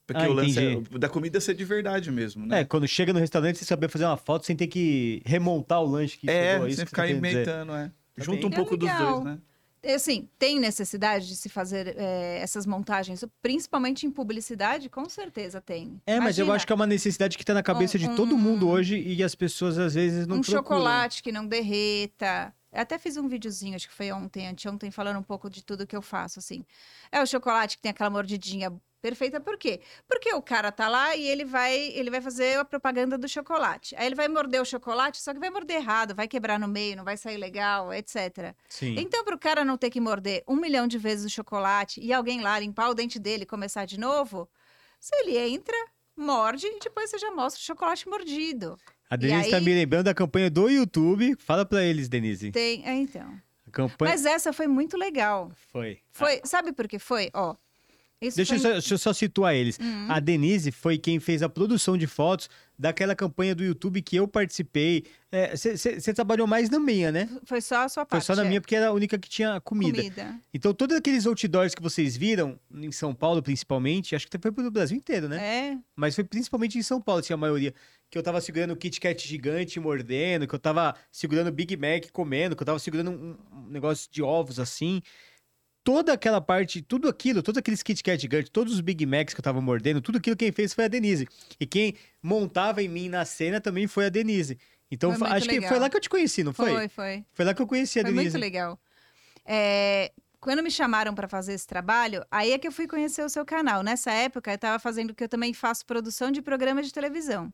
Porque
Ah,
o lance é,
entendi.
da comida ser de verdade mesmo,
É,
né?
quando chega no restaurante, você saber fazer uma foto sem ter que remontar o lanche que
É,
chegou. é isso
sem
que
ficar
você quer dizer.
inventando, é.
Tá
Junta
bem.
um
É
pouco dos
legal.
dois, né?
E, assim, tem necessidade de se fazer é, essas montagens, principalmente em publicidade? Com certeza tem.
É, mas eu
Imagina,
acho que é uma necessidade que tá na cabeça de todo
um-
mundo hoje e as pessoas às vezes não
um
procuram.
chocolate que não derreta. Eu até fiz um videozinho, acho que foi ontem, anteontem, falando um pouco de tudo que eu faço, assim. É o chocolate que tem aquela mordidinha perfeita, por quê? Porque o cara tá lá e ele vai, ele vai fazer a propaganda do chocolate. Aí ele vai morder o chocolate, só que vai morder errado, vai quebrar no meio, não vai sair legal, etc.
Sim.
Então, para o cara não ter que morder um milhão de vezes o chocolate e alguém lá limpar o dente dele e começar de novo, se ele entra, morde e depois você já mostra o chocolate mordido.
A Denise
E
tá
aí-
me lembrando da campanha do YouTube. Fala pra eles, Denise.
Tem, é então.
A campanha
Mas essa foi muito legal.
foi. Ah,
Foi, sabe por que foi? Ó, isso
Deixa,
foi...
eu só, deixa eu só situar eles.
Hum.
A Denise foi quem fez a produção de fotos daquela campanha do YouTube que eu participei. É, Você trabalhou mais na minha, né?
foi só a sua
Foi
parte.
só na
é.
minha porque era a única que tinha comida.
comida.
Então, todos aqueles outdoors que vocês viram, em São Paulo principalmente, acho que até foi pro Brasil inteiro, né?
É,
Mas foi principalmente em São Paulo, tinha a maioria. Que eu tava segurando o Kit Kat gigante e mordendo, que eu tava segurando o Big Mac e comendo, que eu tava segurando um, um negócio de ovos assim. Toda aquela parte, tudo aquilo, todos aqueles Kit Kat gigantes, todos os Big Macs que eu tava mordendo, tudo aquilo quem fez foi a Denise. E quem montava em mim na cena também foi a Denise. Então,
Foi
fa-
muito
acho que
legal.
foi lá que eu te conheci, não foi?
foi, foi.
Foi lá que eu conheci a
Foi
Denise.
muito legal. É, quando me chamaram para fazer esse trabalho, aí é que eu fui conhecer o seu canal. Nessa época, eu estava fazendo que eu também faço produção de programas de televisão.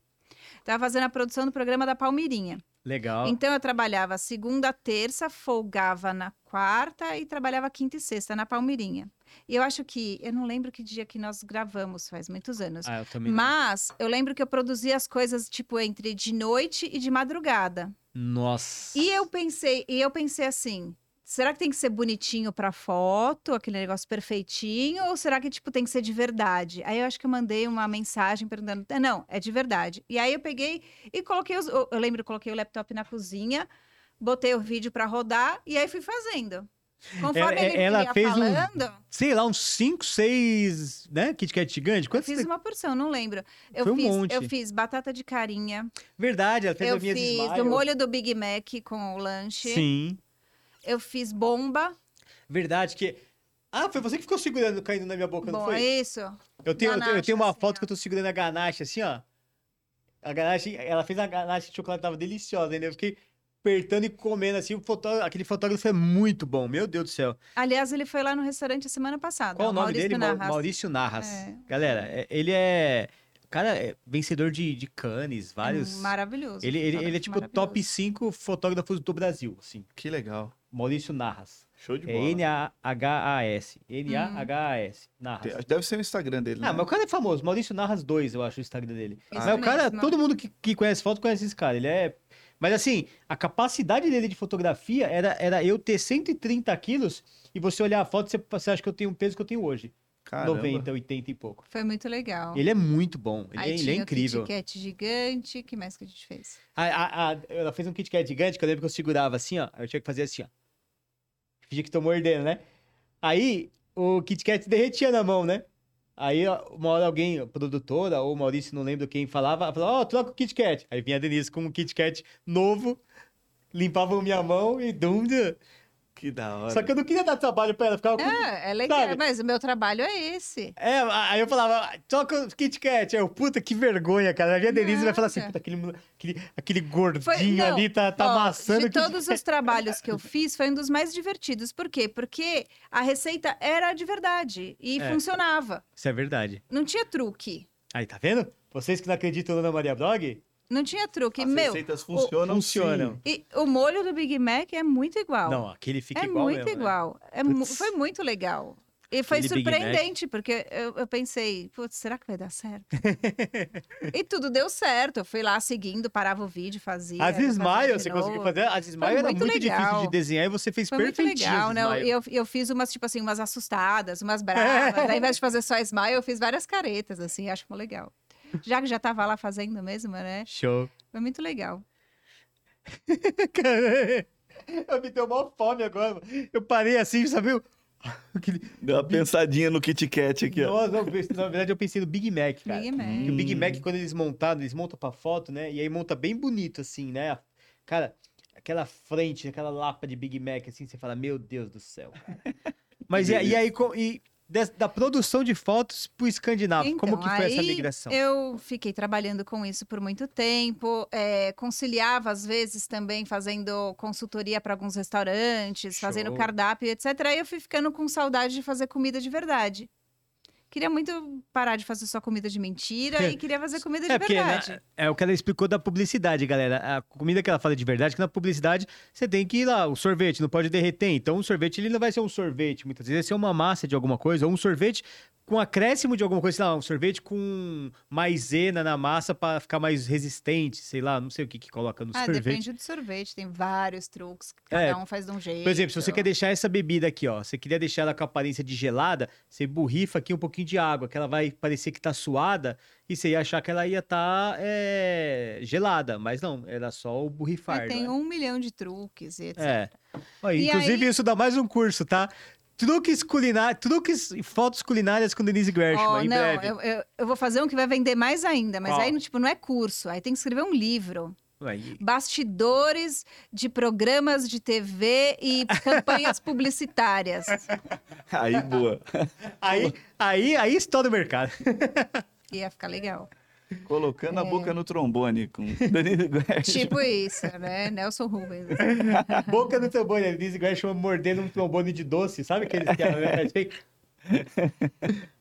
Estava fazendo a produção do programa da Palmirinha.
Legal.
Então eu trabalhava segunda, terça, folgava na quarta e trabalhava quinta e sexta na Palmirinha. E eu acho que eu não lembro que dia que nós gravamos, faz muitos anos.
Ah, eu também. não.
Mas eu lembro que eu produzia as coisas tipo entre de noite e de madrugada.
Nossa.
E eu pensei, e eu pensei assim, será que tem que ser bonitinho pra foto, aquele negócio perfeitinho, ou será que tipo tem que ser de verdade? Aí eu acho que eu mandei uma mensagem perguntando, "Ah, não, é de verdade. E aí eu peguei e coloquei os, eu eu lembro, eu coloquei o laptop na cozinha, botei o vídeo pra rodar e aí fui fazendo. Conforme
Ela-
ele
ela
ia
fez um-
falando,
[laughs] Sei lá, uns 5, 6, né? Kit Kat gigante.
eu
Quantos
fiz um uma porção, não lembro. Eu
Foi um
fiz, eu
monte.
fiz batata de carinha,
Verdade, ela fez
eu
a minha de
fiz
smile.
o molho do Big Mac com o lanche,
Sim.
eu fiz bomba,
Verdade que. Ah, foi você que ficou segurando, caindo na minha boca, não
bom, é
foi?
isso.
Eu tenho, eu tenho- eu
ganache,
tenho uma
assim,
foto
ó.
que eu tô segurando a ganache, assim, ó. A ganache, ela fez a ganache de chocolate, tava deliciosa, ainda. Eu fiquei apertando e comendo, assim. O fotó... Aquele fotógrafo é muito bom, meu Deus do céu.
Aliás, ele foi lá no restaurante a semana passada.
Qual o nome
Maurício
dele? Mau-
Narras.
Maurício Narras.
É.
Galera, é- ele é. Cara, é vencedor de, de Cannes,
É
vários.
Maravilhoso.
ele, ele, ele é tipo
Fotógrafo
top 5 fotógrafos do Brasil, assim.
Que legal.
Maurício Narras.
Show de
É
bola.
N-A-H-A-S. N-A-H-A-S.
Hum.
Narras.
Deve ser o Instagram dele,
Ah,
né?
mas o cara é famoso. Maurício Narras 2, eu acho, o Instagram dele.
Isso
mas o cara,
mesmo.
todo mundo que, que conhece foto conhece esse cara. Ele é. Mas assim, a capacidade dele de fotografia era, era eu ter 130 quilos e você olhar a foto você, você acha que eu tenho o peso que eu tenho hoje.
Caramba.
90, 80 e pouco.
maravilhoso. Foi muito legal.
Ele é muito bom. Ele, é-
Aí
ele é
tinha o
incrível.
Kit Kat gigante. que mais que a gente fez?
A- a- a- ela fez um Kit Kat gigante que eu lembro que eu segurava assim, ó. Eu tinha que fazer assim, ó. Fingia que tô mordendo, né? Aí o Kit Kat derretia na mão, né? Aí ó, uma hora alguém, a produtora ou o Maurício, não lembro quem, falava, falava, ó, troca o Kit Kat. Aí vinha a Denise com um Kit Kat novo, limpavam minha mão e dum. dum.
Que da hora.
Só que eu não queria dar trabalho pra ela, ficava com...
É, é legal.
Sabe?
Mas o meu trabalho é esse.
É, aí eu falava, "Ah, troca o Kit Kat. Aí eu, puta, que vergonha, cara. Aí a Denise vai falar assim,
Nada.
puta, aquele, mole- aquele, aquele gordinho
não,
ali tá, tá
ó,
amassando
De
o Kit [laughs]
todos os trabalhos que eu fiz, foi um dos mais divertidos. Por quê? Porque a receita era de verdade e
É.
funcionava.
Isso é verdade.
Não tinha truque.
Aí, tá vendo? Vocês que não acreditam na Ana Maria Brog,
Não tinha truque.
As
Meu,
receitas funcionam.
funcionam.
sim.
e o molho do Big Mac é muito igual.
Não, aquele fica
é
igual
muito
mesmo, né?
igual. É mu-
Putz.
foi muito legal. E foi
Aquele Big Mac.
surpreendente, porque eu, eu pensei, putz, será que vai
[laughs]
dar certo? e tudo deu certo. Eu fui lá seguindo, parava o vídeo, fazia.
As
fazia
Smile,
de
você
novo.
conseguiu fazer. As Smile era
é muito
muito difícil
legal.
de desenhar e você fez
Foi muito
perfeitinho.
legal,
as
não.
Smile.
E eu, eu fiz umas, tipo assim, umas assustadas, umas bravas. Ao invés de fazer só smile, eu fiz várias caretas, assim, acho muito legal. Já que já tava lá fazendo mesmo, né?
Show. [laughs]
Foi muito legal.
eu me deu maior fome agora. Eu parei assim, sabe? Eu- Aquele-
Deu uma pensadinha no Kit Kat aqui, ó.
Nossa, não, na verdade eu pensei no Big Mac, cara.
Big Mac.
Que o Big
Hum.
Mac, quando eles montaram, eles montam pra foto, né? E aí monta bem bonito, assim, né? Cara, aquela frente, aquela lapa de Big Mac, assim, você fala, meu Deus do céu, cara. Mas e, e aí, co- e des- da produção de fotos pro escandinavo, como
Então,
que foi essa
aí
migração?
Eu fiquei trabalhando com isso por muito tempo, eh, conciliava às vezes também fazendo consultoria para alguns restaurantes,
Show.
fazendo cardápio, etc. Aí eu fui ficando com saudade de fazer comida de verdade. Queria muito parar de fazer só comida de mentira e queria fazer comida de
É porque na-
verdade.
é o que ela explicou da publicidade, galera. A comida que ela fala de verdade, que na publicidade você tem que ir lá, o sorvete não pode derreter. Então o sorvete ele não vai ser um sorvete, muitas vezes vai ser uma massa de alguma coisa, ou um sorvete com acréscimo de alguma coisa, sei lá, um sorvete com maisena na massa para ficar mais resistente, sei lá, não sei o que que coloca no
Ah,
um sorvete.
depende do sorvete, tem vários truques, cada
É,
um faz de um jeito.
Por exemplo, se você quer deixar essa bebida aqui, ó, você queria deixar ela com a aparência de gelada, você borrifa aqui um pouquinho de água, que ela vai parecer que tá suada e você ia achar que ela ia estar gelada, mas não, era só o burrifar.
É, tem
não
um milhão de truques e etc.
é? É. Ó,
E
inclusive,
aí-
isso dá mais um curso, tá? Truques culinários, truques e fotos culinárias com Denise Gershman,
Ó,
em
Oh, não,
breve.
Eu, eu- eu vou fazer um que vai vender mais ainda, mas
Qual?
aí, tipo, não é curso, aí tem que escrever um livro.
Aí,
Bastidores de programas de TV e campanhas publicitárias.
[laughs]
Aí, boa.
aí, aí, aí estoura o mercado.
Ia ficar legal.
Colocando a boca no trombone com [laughs] Danilo Guedes.
Tipo isso, né? Nelson Rubens.
Boca no trombone, a Denise Gershman mordendo um trombone de doce, sabe aqueles que ela faz fake?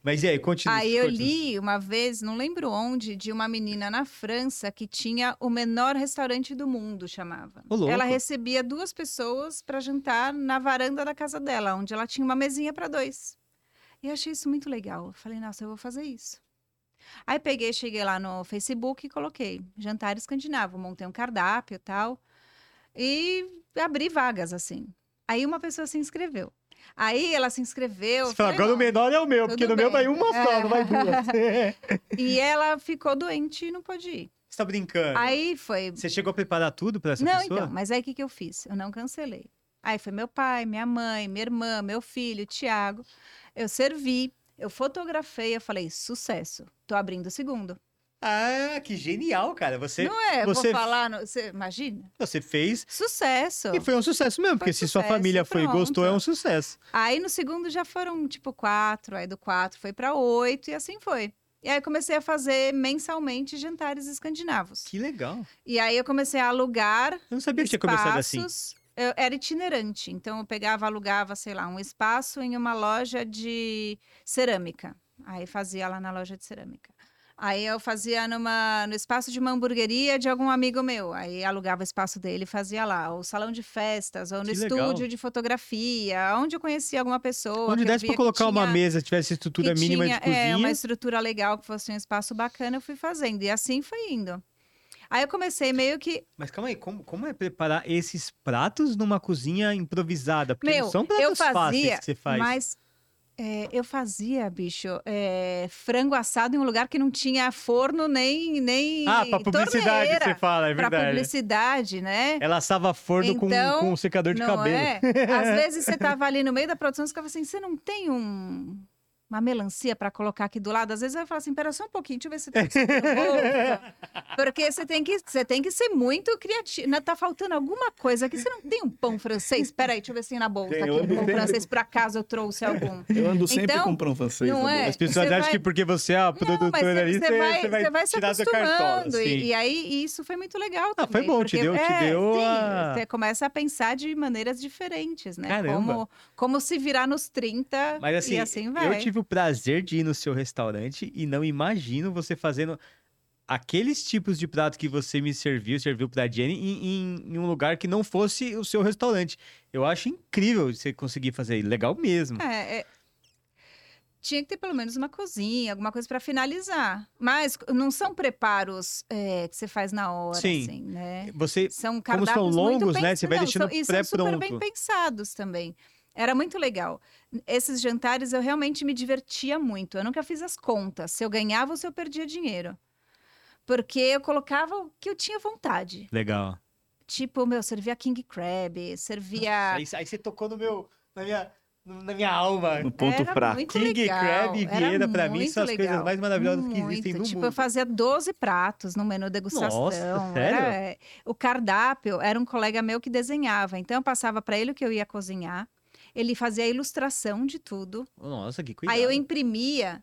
Mas e aí, continua.
Aí eu
continua.
li uma vez, não lembro onde, de uma menina na França que tinha o menor restaurante do mundo, chamava.
Ô, louco.
Ela recebia duas pessoas para jantar na varanda da casa dela, onde ela tinha uma mesinha para dois. E eu achei isso muito legal. Eu Falei, nossa, eu vou fazer isso. Aí peguei, cheguei lá no Facebook e coloquei jantar escandinavo, montei um cardápio e tal. E abri vagas assim. Aí uma pessoa se inscreveu. Aí ela se inscreveu.
Você fala,
falei,
agora o
"Não,
menor é o meu, porque
tudo
no meu
bem."
vai uma só, não vai duas.
[laughs]
Você
E ela ficou doente e não pôde ir.
tá brincando.
Aí foi.
Você chegou a preparar tudo pra essa
não,
pessoa?
então, mas aí o que, que eu fiz? Eu não cancelei. Aí foi meu pai, minha mãe, minha irmã, meu filho, Tiago. Eu servi, eu fotografei, eu falei, sucesso. Tô abrindo o segundo.
Ah, que genial, cara. Você,
não é?
você-
Vou falar. No... Você imagina?
você fez
Sucesso!
e foi um sucesso mesmo, porque se sua
sucesso,
família foi e
pronto.
gostou, é um sucesso.
Aí no segundo já foram tipo quatro, aí do quatro foi para oito e assim foi. E aí comecei a fazer mensalmente jantares escandinavos.
Que legal.
E aí eu comecei a alugar
Eu não sabia que tinha começado assim.
espaços. Eu era itinerante, então eu pegava, alugava, sei lá, um espaço em uma loja de cerâmica. Aí fazia lá na loja de cerâmica. Aí eu fazia numa, no espaço de uma hamburgueria de algum amigo meu. Aí alugava o espaço dele e fazia lá. Ou salão de festas, ou no
Que legal.
estúdio de fotografia, onde eu conhecia alguma pessoa.
Onde
que eu
desse pra
via que
colocar uma
tinha-
mesa, tivesse estrutura
que
mínima
tinha,
de cozinha.
É, uma estrutura legal, que fosse um espaço bacana, eu fui fazendo. E assim foi indo. Aí eu comecei meio que
Mas calma aí, como, como é preparar esses pratos numa cozinha improvisada? Porque não
Meu,
são pratos
eu
fáceis
fazia,
que você faz.
Mas é, eu fazia, bicho, é, frango assado em um lugar que não tinha forno nem. nem
ah, pra publicidade que
torneira.
você fala, é
Pra
verdade.
publicidade, né?
Ela assava forno com-
Então,
com, um secador de
não
cabelo.
é? Às vezes você tava ali no meio da produção e ficava assim: você não tem um- Uma melancia pra colocar aqui do lado. Às vezes eu falo assim: pera só um pouquinho, deixa eu ver se tem Porque você tem que, você tem que ser muito criativo. Né, Tá faltando alguma coisa aqui. Você não tem um pão francês? Peraí, deixa eu ver se tem na bolsa
Tem,
aqui.
eu
Um pão
tenho.
francês, por acaso eu trouxe algum.
Eu ando sempre
Então,
com pão francês.
não
tá bom?
é?
As pessoas
Você
acham
vai-
que porque você é a
Não, mas
produtora
você-
ali,
você, vai, você vai se
tirar da cartola.
acostumando.
assim.
E, e aí, isso foi muito legal
Ah,
também.
foi bom, te
porque-
deu- te
é,
deu
sim,
a-
Você começa a pensar de maneiras diferentes, né?
Caramba.
Como, como se virar nos 30
Mas assim,
e assim vai.
eu tive o prazer de ir no seu restaurante e não imagino você fazendo aqueles tipos de prato que você me serviu, serviu pra Jenny, em, em- em um lugar que não fosse o seu restaurante. Eu acho incrível você conseguir fazer. Legal mesmo.
É, é- Tinha que ter pelo menos uma cozinha, alguma coisa para finalizar. Mas não são preparos é, que você faz na hora,
Sim.
assim, né?
Você.
São
são
cardápios muito
longos, né?
pens-
Você vai
não,
deixando
são, e são super bem
pré-pronto.
pensados também. Era muito legal. Esses jantares eu realmente me divertia muito. Eu nunca fiz as contas, se eu ganhava ou se eu perdia dinheiro. Porque eu colocava o que eu tinha vontade.
Legal.
Tipo, meu, servia King Crab, servia.
Aí, aí você tocou no meu. na minha, na minha alma.
No ponto
Era
fraco.
É, muito
King
legal,
Crab e
era
Vieira, pra mim,
muito
são as coisas
legal,
mais maravilhosas que
muito.
existem no
tipo,
mundo.
eu fazia 12 pratos no menu degustação.
Nossa,
era-
sério?
é, o cardápio era um colega meu que desenhava, então eu passava para ele o que eu ia cozinhar, ele fazia a ilustração de tudo,
Nossa, que cuidado.
aí eu imprimia,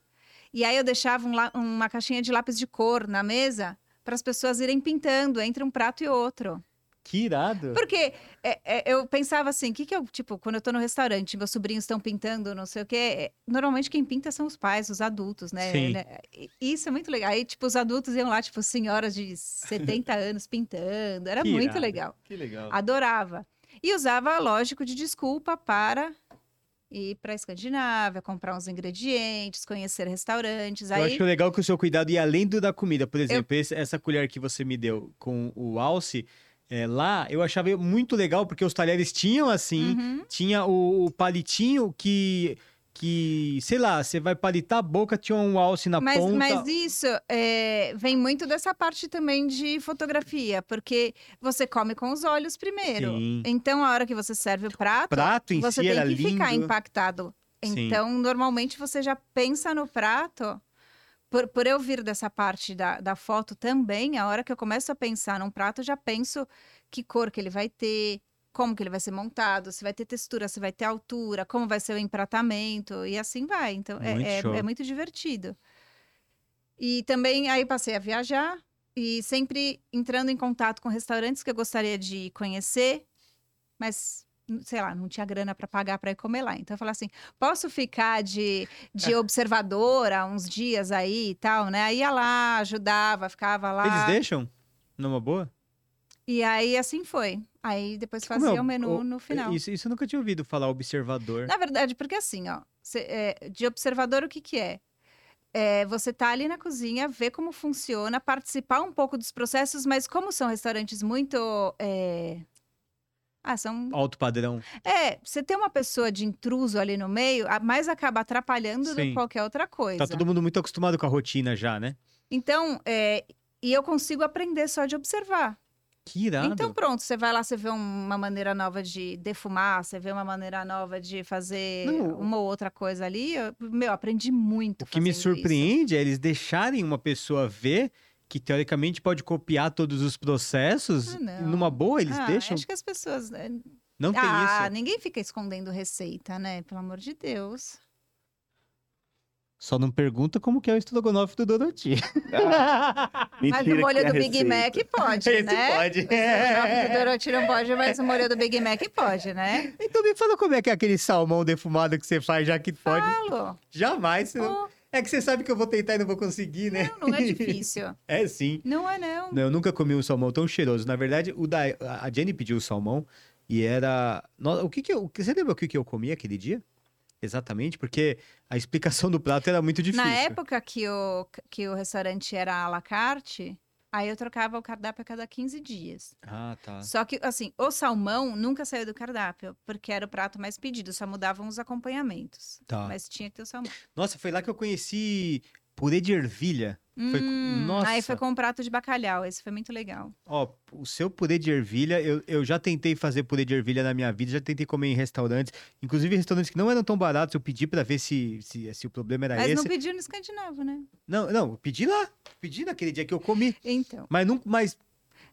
e aí eu deixava um lá- uma caixinha de lápis de cor na mesa para as pessoas irem pintando entre um prato e outro.
Que irado.
Porque é, é, eu pensava assim, o que que eu, tipo, quando eu tô no restaurante, meus sobrinhos estão pintando, não sei o quê. é, Normalmente quem pinta são os pais, os adultos, né?
Sim.
Né? E- Isso é muito legal. Aí, tipo, os adultos iam lá, tipo, senhoras de
[laughs]
70 anos pintando. Era
Que
muito
irado.
legal.
Que legal.
Ah, Adorava. E usava, lógico, de desculpa para ir para a Escandinávia, comprar uns ingredientes, conhecer restaurantes.
Eu
Aí,
acho assim, legal é que o seu cuidado ia além do da comida. Por exemplo, esse- essa colher que você me deu com o alce, é, lá eu achava muito legal, porque os talheres tinham assim,
Uhum.
tinha o, o palitinho que, que, sei lá, você vai palitar a boca, tinha um alce na
mas,
ponta.
mas isso é, vem muito dessa parte também de fotografia, porque você come com os olhos primeiro.
Sim.
Então, a hora que você serve o
O
prato,
prato em
você
si
tem
era
que
lindo.
ficar impactado.
Sim.
Então, normalmente você já pensa no prato. Por, por eu vir dessa parte da, da foto também, a hora que eu começo a pensar num prato, eu já penso que cor que ele vai ter, como que ele vai ser montado, se vai ter textura, se vai ter altura, como vai ser o empratamento, e assim vai. Então, é-
Muito
é-
show.
é muito divertido. E também aí passei a viajar e sempre entrando em contato com restaurantes que eu gostaria de conhecer, mas n- sei lá, não tinha grana para pagar para ir comer lá. Então eu falei assim: "Posso ficar de,
[laughs]
de observadora uns dias aí e tal, né?" Aí ia lá, ajudava, ficava lá.
Eles deixam? Numa boa?
E aí assim foi. Aí depois
Como
fazia
é o-
o menu
o-
no final.
Isso, isso eu nunca tinha ouvido falar, observador.
Na verdade, porque assim, ó, cê, é, de observador, o que que é? É, você tá ali na cozinha, ver como funciona, participar um pouco dos processos, mas como são restaurantes muito. é, Ah, são.
Alto padrão.
É, você ter uma pessoa de intruso ali no meio, a- mais acaba atrapalhando do
Sim.
que qualquer outra coisa.
Tá todo mundo muito acostumado com a rotina já, né?
Então, é, e eu consigo aprender só de observar.
Que irado.
Então pronto, você vai lá, você vê uma maneira nova de defumar, você vê uma maneira nova de fazer
Não, o-
uma ou outra coisa ali. Eu, meu, aprendi muito.
O que me
fazendo isso.
surpreende é eles deixarem uma pessoa ver que teoricamente pode copiar todos os processos
Ah,
e
não.
numa boa eles
Ah,
deixam.
Acho que as pessoas. né?
Não tem
ah,
isso.
ninguém fica escondendo receita, né? Pelo amor de Deus.
Só não pergunta como que é o estrogonofe do
[laughs]
Dorothy.
Mas o
Mentira que
molho
tem a
do Big
receita.
Mac pode,
é [laughs] Esse
né?
pode.
O
É.
do Dorothy não pode, mas o molho do Big Mac pode, né?
Então me fala como é que é aquele salmão defumado que você faz, já que pode.
Falo.
Jamais. senão-
Pô,
É que você sabe que eu vou tentar e não vou conseguir, né?
Ah.
[laughs]
não, não é difícil.
É sim.
Não é, não.
Não, eu nunca comi um salmão tão cheiroso. Na verdade, o da, a Jenny pediu o salmão e era. No- O que que eu. Você lembra o que que eu comi aquele dia? Exatamente, porque a explicação do prato era muito é difícil.
Na época que o, que o restaurante era à la carte, aí eu trocava o cardápio a cada 15 dias.
Ah, tá.
Só que, assim, o salmão nunca saiu do cardápio, porque era o prato mais pedido, só mudavam os acompanhamentos.
Tá.
Mas tinha que ter o salmão.
Nossa, foi lá que eu conheci purê de ervilha. Foi com-
Hum,
Nossa.
Aí foi com um prato de bacalhau, esse foi muito legal.
Ó, o seu purê de ervilha, eu, eu já tentei fazer purê de ervilha na minha vida, já tentei comer em restaurantes, inclusive restaurantes que não eram tão baratos, eu pedi pra ver se, se, se o problema era
Mas
É, esse.
não pediu no escandinavo, né?
Não, não, eu pedi lá, pedi naquele dia que eu comi,
Então,
mas não, mas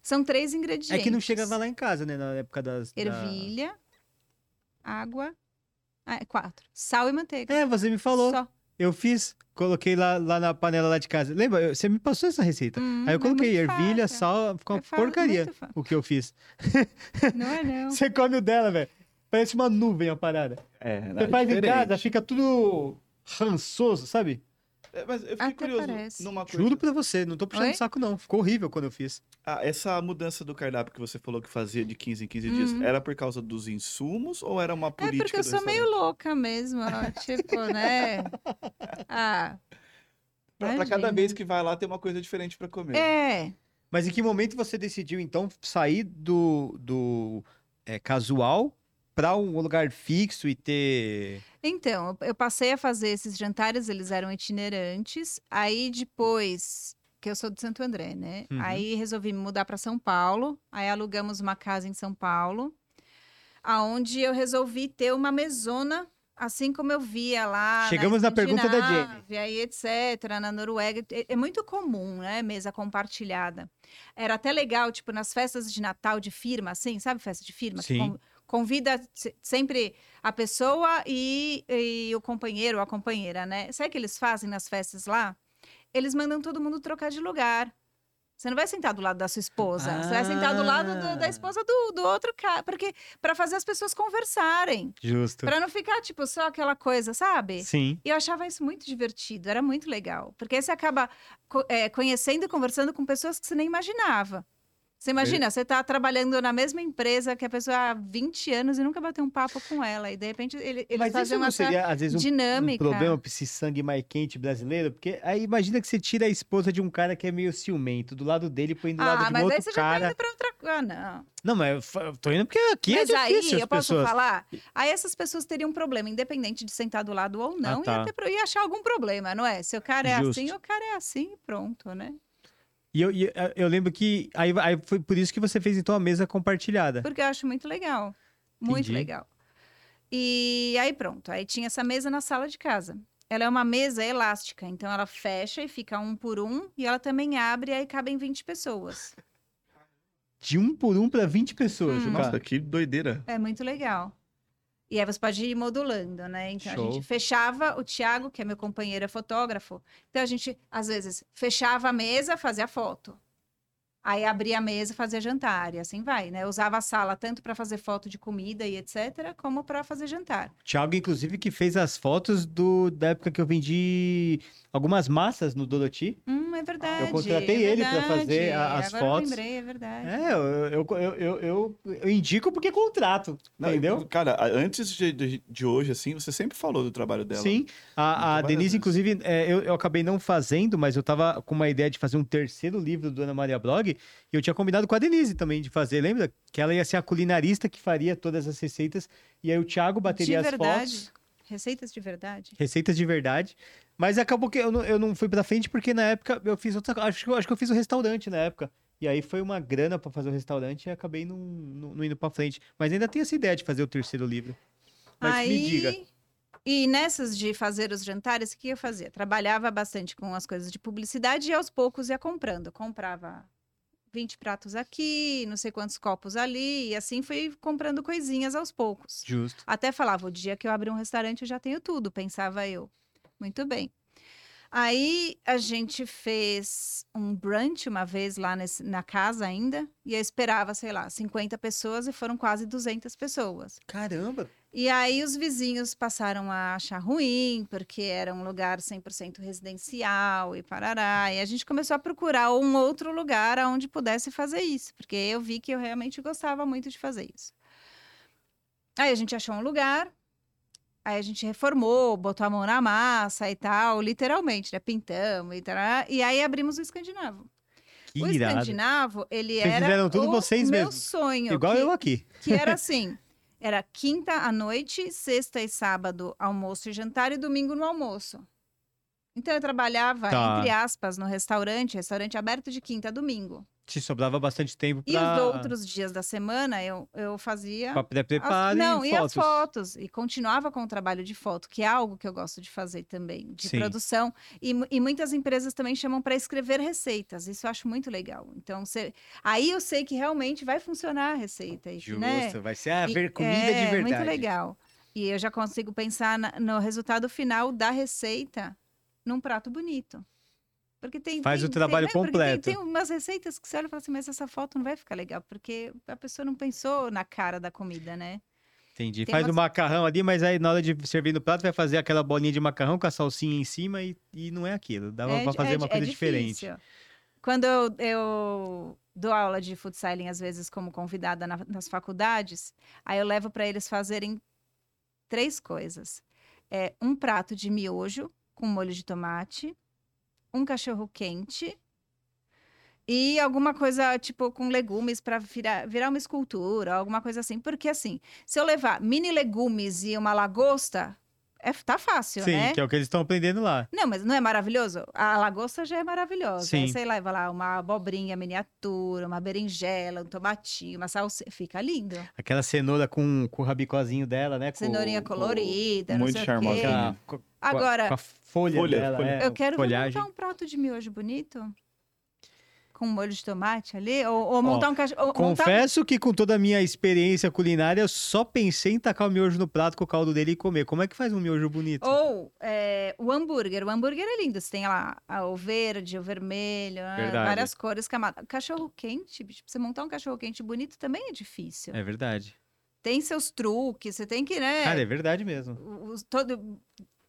são três ingredientes.
É que não chegava lá em casa, né? Na época das. da-
Ervilha, água, ah, é quatro. Sal e manteiga.
É, você me falou.
Só.
Eu fiz, coloquei lá, lá na panela lá de casa. Lembra? Eu- Você me passou essa receita.
Hum,
Aí eu
é
coloquei
muito
ervilha,
fácil.
sal, ficou uma
É fa- muito
porcaria
fácil.
o que eu fiz.
Não é não.
[laughs] Você come o dela, velho. Parece uma nuvem a parada.
É,
Você faz em
diferente.
casa, fica tudo rançoso, sabe?
É, mas eu fiquei
Até
curioso
parece.
numa coisa.
Juro pra você, não tô puxando
Oi?
o saco, não. Ficou horrível quando eu fiz.
Ah, essa mudança do cardápio que você falou que fazia de 15 em 15 dias,
Uhum.
era por causa dos insumos ou era uma
É
política
porque eu
do
sou meio
restaurante?
louca mesmo, ó, tipo,
[laughs]
né? Ah,
Pra, pra cada
Imagina.
vez que vai lá tem uma coisa diferente pra comer.
é.
Mas em que momento você decidiu, então, sair do, do é, casual pra um lugar fixo e ter.
Então, eu eu passei a fazer esses jantares, eles eram itinerantes. Aí depois, que eu sou de Santo André, né?
Uhum.
Aí resolvi me mudar para São Paulo. Aí alugamos uma casa em São Paulo, aonde eu resolvi ter uma mesona, assim como eu via lá.
Chegamos na pergunta da Jenny.
Escandinávia E aí, etc., na Noruega. É- É muito comum, né? Mesa compartilhada. Era até legal, tipo, nas festas de Natal de firma, assim, sabe festa de firma? Que
Sim.
con- convida se- sempre a pessoa e, e o companheiro ou a companheira, né? Sabe o que eles fazem nas festas lá? Eles mandam todo mundo trocar de lugar. Você não vai sentar do lado da sua esposa, você vai sentar do lado do- da
Ah.
esposa do, do outro cara, porque para fazer as pessoas conversarem,
Justo.
para não ficar tipo só aquela coisa, sabe?
Sim.
E eu achava isso muito divertido, era muito legal. Porque aí você acaba co- eh, conhecendo e conversando com pessoas que você nem imaginava. Você imagina, você tá trabalhando na mesma empresa que a pessoa há 20 anos e nunca bateu um papo com ela. E de repente ele, ele
Mas
fazia
isso
uma
não seria, às vezes, um um
dinâmica.
problema pra esse sangue mais quente brasileiro, porque aí imagina que você tira a esposa de um cara que é meio ciumento, do lado dele, põe do lado
ah,
de um
mas aí
outro
você já tá
cara.
indo pra outra coisa. Ah, não.
Não, mas eu fa- tô indo porque aqui
mas
é difícil
aí,
as
eu posso
pessoas.
falar? Aí essas pessoas teriam um problema, independente de sentar do lado ou não,
Ah, tá.
e até pro- e achar algum problema, não é? Se o cara é
Justo.
assim, o cara é assim e pronto, né?
E eu, e eu- eu lembro que aí, aí foi por isso que você fez então a mesa compartilhada.
Porque eu acho muito legal. Muito
Entendi.
legal. E aí pronto, aí tinha essa mesa na sala de casa. Ela é uma mesa elástica, então ela fecha e fica um por um, e ela também abre e aí cabem 20 pessoas.
De um por um pra 20 pessoas,
Hum.
Juca.
Nossa, que doideira.
É muito legal. E aí você pode ir modulando, né? Então a
Show.
gente fechava, o Thiago, que é meu companheiro, é fotógrafo. Então a gente, às vezes, fechava a mesa, fazia foto. Aí abria a mesa, fazia jantar, e assim vai, né? Eu usava a sala tanto para fazer foto de comida e etc., como para fazer jantar.
Thiago, inclusive, que fez as fotos do, da época que eu vendi algumas massas no Doroti.
Hum, é verdade.
contratei
é
ele pra
verdade.
fazer a- as
Agora
fotos.
Eu lembrei, é verdade.
É, eu, eu, eu, eu- eu- eu indico porque é contrato,
Não,
entendeu?
Cara, a- antes de, de, de hoje, assim, você sempre falou do trabalho dela.
Sim. A, a
Então, várias
Denise,
vezes.
inclusive, é, eu, eu acabei não fazendo, mas eu tava com uma ideia de fazer um terceiro livro do Ana Maria Blog. E eu tinha combinado com a Denise também de fazer, lembra? Que ela ia ser a culinarista que faria todas as receitas. E aí o Thiago bateria
de
as
verdade.
fotos.
Receitas de verdade.
Receitas de verdade. Mas acabou que eu não, eu não fui pra frente porque na época eu fiz outra acho, que eu- acho que eu fiz o restaurante na época. E aí foi uma grana pra fazer o restaurante e acabei não, não, não indo pra frente. Mas ainda tem essa ideia de fazer o terceiro livro. Mas
Aí...
me diga.
E nessas de fazer os jantares, o que eu fazia? Trabalhava bastante com as coisas de publicidade e aos poucos ia comprando. Comprava 20 pratos aqui, não sei quantos copos ali, e assim fui comprando coisinhas aos poucos.
Justo.
Até falava, o dia que eu abrir um restaurante eu já tenho tudo, pensava eu. Muito bem. Aí a gente fez um brunch uma vez lá nesse- na casa ainda, e eu esperava, sei lá, 50 pessoas e foram quase 200 pessoas.
Caramba!
E aí os vizinhos passaram a achar ruim, porque era um lugar 100% residencial e parará. E a gente começou a procurar um outro lugar onde pudesse fazer isso, porque eu vi que eu realmente gostava muito de fazer isso. Aí a gente achou um lugar, aí a gente reformou, botou a mão na massa e tal, literalmente, né? Pintamos e tal. E aí abrimos o Escandinavo.
Que
o
irado.
Escandinavo, ele
Vocês
era
fizeram tudo
o
vocês
meu
mesmos.
sonho.
Igual
assim, que-
eu aqui.
que era assim: era quinta à noite, sexta e sábado, almoço e jantar, e domingo no almoço. Então eu trabalhava,
Tá.
entre aspas, no restaurante, restaurante aberto de quinta a domingo.
Te sobrava bastante tempo pra,
E os outros dias da semana eu, eu fazia.
pra pré-
as-
preparo
não,
e
e as
fotos.
fotos. E continuava com o trabalho de foto, que é algo que eu gosto de fazer também, de
Sim.
produção. E, mu- e muitas empresas também chamam para escrever receitas. Isso eu acho muito legal. Então, você- aí eu sei que realmente vai funcionar a receita. E, que, né?
Justo, vai ser a
E-
ver comida
é,
de verdade.
Muito legal. E eu já consigo pensar na- no resultado final da receita num prato bonito. Porque tem.
Faz
tem-
o trabalho
tem, né? Porque
completo.
Tem, tem umas receitas que você olha e fala assim, mas essa foto não vai ficar legal, porque a pessoa não pensou na cara da comida, né?
Entendi.
Tem
Faz
umas-
o macarrão ali, mas aí na hora de servir no prato vai fazer aquela bolinha de macarrão com a salsinha em cima e, e não é aquilo. Dá
É
pra
di-
fazer
é
uma
di- é
coisa diferente.
difícil. Quando eu, eu dou aula de futsaling, às vezes, como convidada na- nas faculdades, aí eu levo para eles fazerem três coisas: É, um prato de miojo com molho de tomate, um cachorro quente e alguma coisa tipo com legumes para virar, virar uma escultura, alguma coisa assim. Porque assim, se eu levar mini legumes e uma lagosta, é, tá fácil,
Sim,
né?
que é o que eles estão aprendendo lá.
Não, mas não é maravilhoso? A lagosta já é maravilhosa.
Sim.
Aí você leva lá uma abobrinha miniatura, uma berinjela, um tomatinho, uma salsa. Fica lindo.
Aquela cenoura com, com o rabicozinho dela, né? Com-
Cenourinha
com-
colorida,
muito
não sei o
Com
charmosa.
quê.
a, com a-
Agora,
com a folha,
Folha,
dela.
folha.
Ah, é,
eu quero ver
folhagem.
montar um prato de miojo bonito. Com um molho de tomate ali. Ou, ou montar um cachorro. ou montar-
Confesso que com toda a minha experiência culinária, eu só pensei em tacar o miojo no prato com o caldo dele e comer. Como é que faz um miojo bonito?
Ou é, o hambúrguer. O hambúrguer é lindo. Você tem lá ah, o verde, o vermelho, ah,
Verdade.
várias cores, camada. Cachorro quente, bicho, pra você montar um cachorro quente bonito também é difícil.
É verdade.
tem seus truques, você tem que, né,
Cara, é verdade mesmo.
us- todo-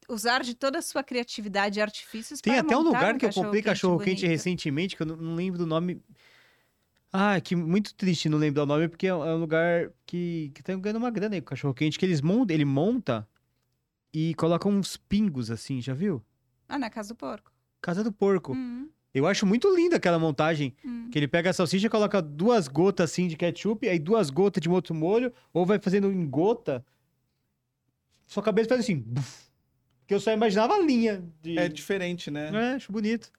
usar de toda a sua criatividade e artifícios
Tem
para
até um
montar
lugar que eu comprei
cachorro-quente
cachorro-quente
bonito.
recentemente, que eu não, não lembro do nome. Ah, que muito triste não lembrar o nome, porque é um é um lugar que, que tá ganhando uma grana aí com cachorro-quente, que eles montam, ele monta e coloca uns pingos assim, já viu?
Ah, na casa do porco.
Casa do Porco.
Uhum,
Eu acho muito linda aquela montagem,
uhum.
que ele pega a salsicha, coloca duas gotas assim de ketchup, aí duas gotas de um outro molho, ou vai fazendo em gota. Sua cabeça faz assim, buf, que eu só imaginava a linha de...
É diferente, né?
É, acho bonito.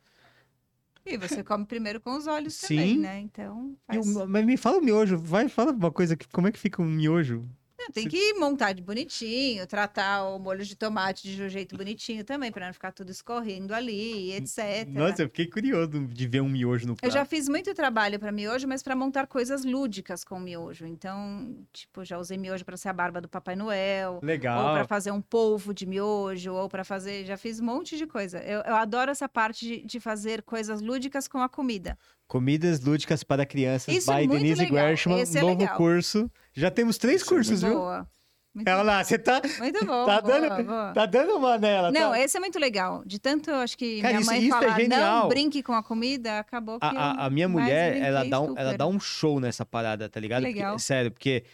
[laughs]
E você come primeiro com os olhos
Sim.
também, né? Então,
E o-
faz-
mas me fala o miojo, vai, fala uma coisa, que, como é que fica um miojo?
Não, tem que montar de bonitinho, tratar o molho de tomate de um jeito bonitinho também, para não ficar tudo escorrendo ali, etc.
Nossa, eu fiquei curioso de ver um miojo no
É, tá. Eu
prato.
já fiz muito trabalho para miojo, mas para montar coisas lúdicas com miojo. Então, tipo, já usei miojo para ser a barba do Papai Noel, Ou para
Legal.
fazer um polvo de miojo, ou para fazer. Já fiz um monte de coisa. Eu, eu adoro essa parte de, de fazer coisas lúdicas com a comida.
Comidas lúdicas para crianças
Isso é
by
muito
Denise
legal,
Gershman,
esse é
novo
legal.
curso. Já temos três
Isso é
cursos,
muito
viu?
boa. Muito,
Ela lá, você tá,
muito
[laughs]
bom.
tá
boa,
dando-
boa.
tá dando uma nela.
Não,
tá?
esse é muito legal. De tanto, eu acho que
Cara,
minha
isso-
mãe
isso é
falar,
genial.
não brinque com a comida, acabou que
a, a-
eu
a minha
mais
mulher, ela
brinquei,
dá, um, ela
super.
dá um show nessa parada, tá ligado? Porque-
Legal.
sério, porque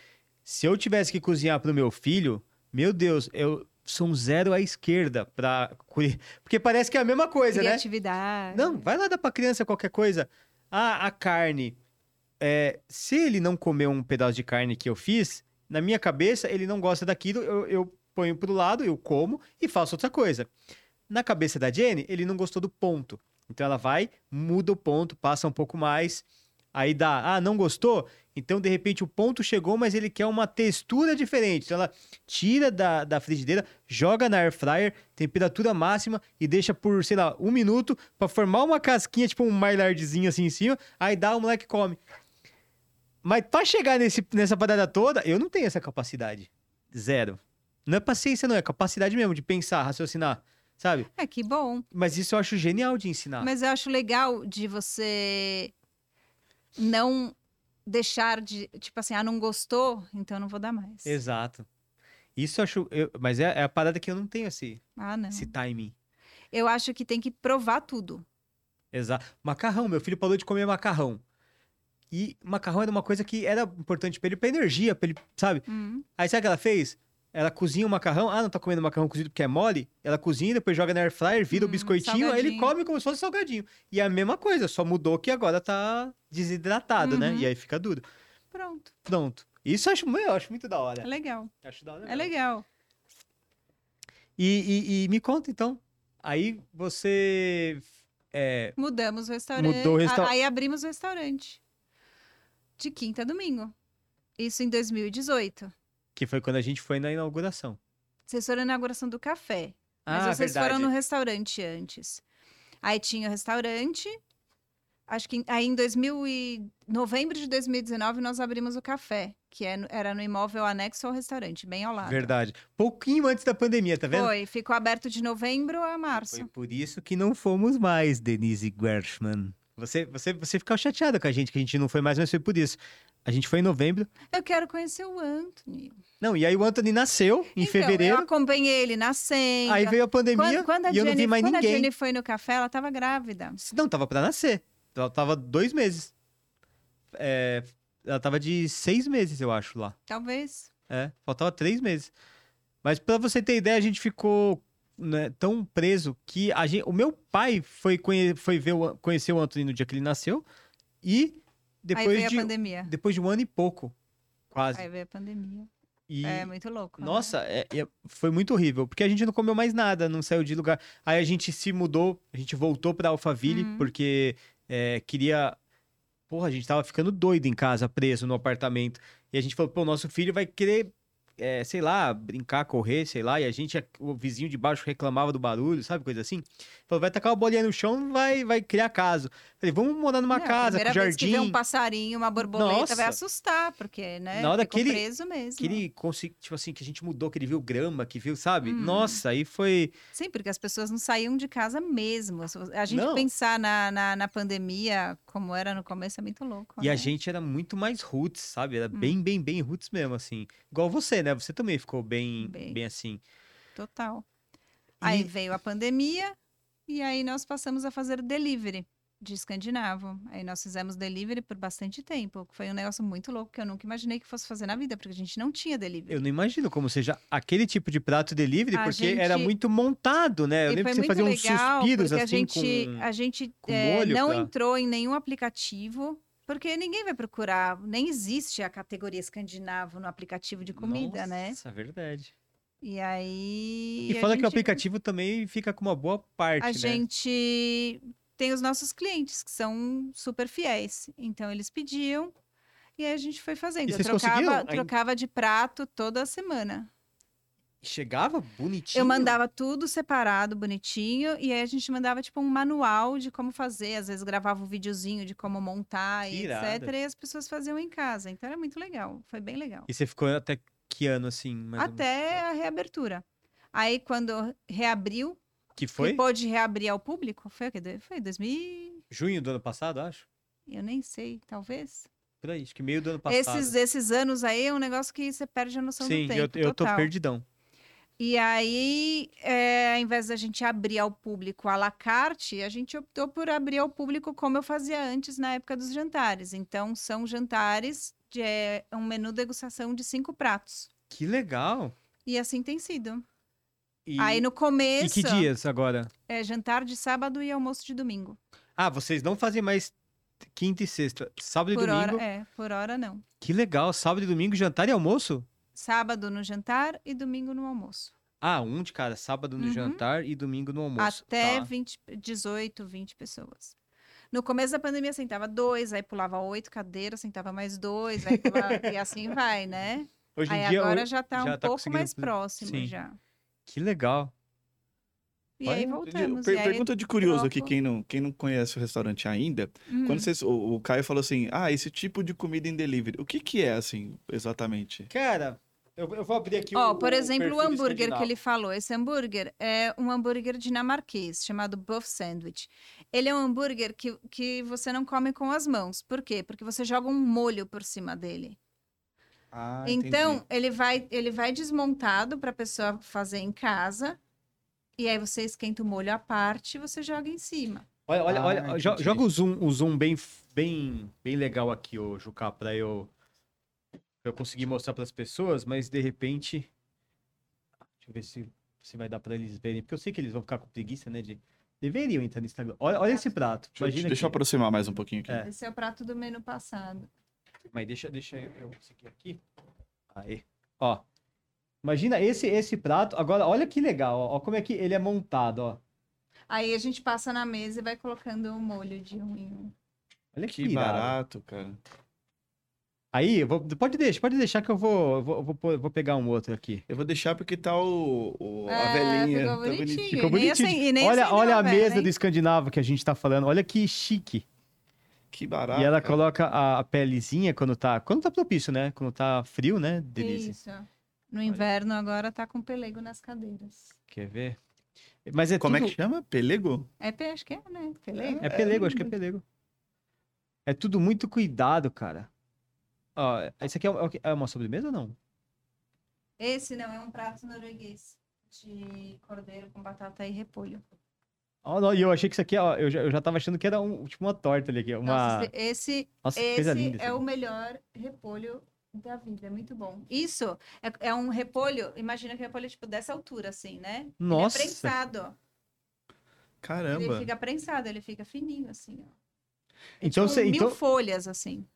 se eu tivesse que cozinhar pro meu filho, meu Deus, eu sou um zero à esquerda pra... curi- Porque parece que é a mesma coisa, né?
criatividade.
Não, vai lá dar pra criança qualquer coisa. Ah, a carne. É, se ele não comer um pedaço de carne que eu fiz, na minha cabeça ele não gosta daquilo, eu, eu ponho pro lado, eu como e faço outra coisa. Na cabeça da Jenny, ele não gostou do ponto. Então ela vai, muda o ponto, passa um pouco mais. Aí dá, ah, não gostou? Então, de repente, o ponto chegou, mas ele quer uma textura diferente. Então, ela tira da, da frigideira, joga na air fryer, temperatura máxima e deixa por, sei lá, um minuto pra formar uma casquinha, tipo um mailardzinho assim em cima. Aí dá, o moleque come. Mas pra chegar nesse, nessa parada toda, eu não tenho essa capacidade. Zero. Não é paciência, não. É capacidade mesmo de pensar, raciocinar, sabe?
É que bom.
Mas isso eu acho genial de ensinar.
Mas eu acho legal de você não deixar de, tipo assim, ah, não gostou, então não vou dar mais.
Exato. Isso eu acho. eu- mas é, é a parada que eu não tenho esse,
Ah, não.
esse timing.
Eu acho que tem que provar tudo.
Exato. Macarrão, meu filho parou de comer macarrão. E macarrão era uma coisa que era importante pra ele, pra energia, pra ele, sabe?
Hum.
Aí sabe o que ela fez? Ela cozinha o macarrão, ah, não tá comendo macarrão cozido porque é mole. Ela cozinha, depois joga na air fryer, vira o
Hum,
biscoitinho, aí ele
salgadinho.
come como se fosse salgadinho. E é a mesma coisa, só mudou que agora tá desidratado, né?
Uhum.
E aí fica duro.
Pronto.
Pronto. Isso eu acho, meu, eu acho muito da
É
hora.
legal.
Acho da hora
É
mesmo.
legal.
E, e- e me conta então. Aí você. é,
Mudamos o restaurante.
Mudou o resta-
a- Aí abrimos o restaurante. De quinta a domingo. Isso em 2018.
que foi quando a gente foi na inauguração.
Vocês foram na inauguração do café. Mas
ah,
vocês
verdade.
foram no restaurante antes. Aí tinha o restaurante. Acho que em- aí em 2000 e- novembro de 2019 nós abrimos o café, que é no- era no imóvel anexo ao restaurante, bem ao lado.
Verdade. Pouquinho antes da pandemia, tá vendo?
Foi, ficou aberto de novembro a março.
Foi por isso que não fomos mais, Denise Gershman. Você, você, você ficou chateada com a gente, que a gente não foi mais, mas foi por isso. A gente foi em novembro.
Eu quero conhecer o Anthony.
Não, e aí o Anthony nasceu em
Então, Eu
fevereiro.
acompanhei ele nascendo.
Aí veio a pandemia
quando, quando a
e eu não vi
Jenny-
mais
quando a
ninguém.
Jenny foi no café, ela tava grávida.
Não, tava pra nascer. Ela tava dois meses. É, ela tava de seis meses, eu acho, lá.
Talvez.
É, faltava três meses. Mas pra você ter ideia, a gente ficou né, tão preso que a gente, o meu pai foi, conhe- foi ver o, conhecer o Anthony no dia que ele nasceu e
Aí
depois
veio
de,
a pandemia.
depois de um ano e pouco, quase.
Aí veio a pandemia.
E-
É muito louco. né?
nossa, é- é- foi muito horrível, porque a gente não comeu mais nada, não saiu de lugar. Aí a gente se mudou, a gente voltou pra Alphaville,
Uhum.
porque é, queria. Porra, a gente tava ficando doido em casa, preso no apartamento. E a gente falou, pô, nosso filho vai querer, é, sei lá, brincar, correr, sei lá. E a gente, o vizinho de baixo reclamava do barulho, sabe, coisa assim. Falou, vai tacar uma bolinha no chão, vai, vai criar caso. Falei, vamos morar numa
Não, é
casa,
a
com
primeira vez que
jardim.
vê um passarinho, uma borboleta, vai
Nossa.
assustar, porque, né?
Na hora
ficou
que ele-
preso mesmo.
Que ele consegui- tipo assim, que a gente mudou, que ele viu grama, que viu, sabe?
Uhum.
Nossa, aí foi.
Sim, porque as pessoas não saíam de casa mesmo. Se A gente
Não.
pensar na, na, na pandemia, como era no começo, é muito louco.
E a
né?
gente era muito mais roots, sabe? Era
Hum.
bem, bem, bem roots mesmo, assim. Igual você, né? Você também ficou bem, bem,
Bem.
assim.
Total. Aí
E-
veio a pandemia e aí nós passamos a fazer delivery de escandinavo. Aí nós fizemos delivery por bastante tempo. que Foi um negócio muito louco que eu nunca imaginei que fosse fazer na vida, porque a gente não tinha delivery.
Eu não imagino como seja aquele tipo de prato delivery,
A
porque era
gente-
muito montado, né? Eu
e
lembro
foi
que você
muito
fazia uns
legal,
suspiros
porque
assim
a gente,
com.
a gente
com
eh,
molho
não
pra-
entrou em nenhum aplicativo, porque ninguém vai procurar, nem existe a categoria escandinavo no aplicativo de comida, né?
Nossa, verdade.
E aí.
E,
a
fala que o
gente-
aplicativo também fica com uma boa parte,
a
né?
gente tem os nossos clientes que são super fiéis. Então eles pediam e aí a gente foi fazendo.
E
Eu
vocês conseguiram?
trocava,
Ainda?
trocava de prato toda semana.
Chegava bonitinho.
Eu mandava tudo separado, bonitinho, e aí a gente mandava tipo um manual de como fazer, às vezes gravava um videozinho de como montar
Que
e
irado.
etc, e as pessoas faziam em casa. Então era muito legal, foi bem legal.
E você ficou até que ano, assim? mais ou menos?
Até a reabertura. Aí quando reabriu,
Que
que
foi?
pôde reabrir ao público, foi o que? Foi 2000
Junho do ano passado, acho.
Eu nem sei, talvez.
Por aí, acho que meio do ano passado.
Esses, esses anos aí é um negócio que você perde a noção
Sim,
do tempo.
eu, eu tô
total.
perdidão.
E aí, é, ao invés da gente abrir ao público à la carte, a gente optou por abrir ao público como eu fazia antes na época dos jantares. Então, são jantares de é, um menu degustação de cinco pratos.
Que legal.
E assim tem sido.
E-
Aí no
E
começo
que dias agora?
é jantar de sábado e almoço de domingo.
Ah, vocês não fazem mais quinta e sexta. Sábado
Por
e domingo.
hora, é, por hora não.
Que legal. Sábado e domingo, jantar e almoço?
Sábado no jantar e domingo no almoço.
Ah, um de cada. Sábado no
Uhum.
jantar e domingo no almoço.
Até
Tá.
20, 18, 20 pessoas. No começo da pandemia sentava dois, aí pulava oito cadeiras, sentava mais dois, aí pulava,
[laughs]
e assim vai, né?
Hoje em
aí
dia.
agora
hoje-
já tá
já
um
tá
pouco
conseguindo
mais
fazer-
próximo
Sim.
já.
Que legal.
E
Olha,
aí
eu-
voltamos.
Per-
e aí,
pergunta de curioso aqui,
troco.
quem não, quem não conhece o restaurante ainda.
Hum.
Quando vocês, o, o Caio falou assim, ah, esse tipo de comida em delivery. O que que é, assim, exatamente?
Cara, eu, eu vou abrir aqui
Ó, por exemplo, o hambúrguer que ele falou. Esse hambúrguer é um hambúrguer dinamarquês, chamado Buff Sandwich. Ele é um hambúrguer que, que você não come com as mãos. Por quê? Porque você joga um molho por cima dele.
Ah,
Então, ele vai, ele vai desmontado para a pessoa fazer em casa. E aí você esquenta o molho à parte e você joga em cima.
Olha, olha,
Ah,
olha, jo-
entendi.
joga o zoom, o zoom bem, bem, bem legal aqui, ô Juca, pra eu, pra eu conseguir mostrar pras pessoas, mas de repente. Deixa eu ver se, se vai dar pra eles verem, porque eu sei que eles vão ficar com preguiça, né? De, deveriam entrar no Instagram. Olha, olha esse prato.
Deixa, eu-
Imagina.
deixa eu
aqui.
aproximar mais um pouquinho aqui.
É.
Esse é o prato do menu passado.
Mas deixa, deixa eu, eu conseguir aqui. Aí. Ó. Imagina esse, esse prato. Agora, olha que legal, ó, ó como é que ele é montado, ó.
Aí a gente passa na mesa e vai colocando o molho de um em um.
Olha que,
Que
irado.
barato, cara.
Aí, eu vou- pode deixar, pode deixar que eu vou, eu vou, eu vou, pô- eu vou pegar um outro aqui.
Eu vou deixar porque tá o, o- a
É,
velhinha.
ficou
tá
bonitinho.
bonitinho.
Ficou
E nem
bonitinho.
assim- e nem
olha
assim
olha
não,
a
velho,
mesa
hein?
do escandinavo que a gente tá falando. Olha que chique.
Que barato.
e ela
cara.
coloca a, a pelezinha quando tá. Quando tá propício, né? Quando tá frio, né? Delícia.
Isso. No inverno agora tá com pelego nas cadeiras.
Quer ver? Mas é
Como é
tudo-
que chama? Pelego?
É, pe- acho que é, né? Pelego?
É pelego, acho que é pelego. É tudo muito cuidado, cara. Ó, esse aqui é, o- é o que- é uma sobremesa ou não?
Esse não, é um prato norueguês de cordeiro com batata e repolho.
Ó, não, e eu achei que isso aqui, ó, eu já, eu já tava achando que era um, tipo uma torta ali aqui. Uma...
Nossa, esse- esse
Nossa, que coisa
Esse
linda.
é
isso
o
aqui.
melhor repolho da vida, é muito bom. Isso é, é um repolho, imagina que repolho tipo dessa altura assim, né?
Nossa,
Ele é prensado. Ele
Caramba.
fica prensado, ele fica fininho assim, ó.
então,
Com
você,
mil
então...
folhas assim.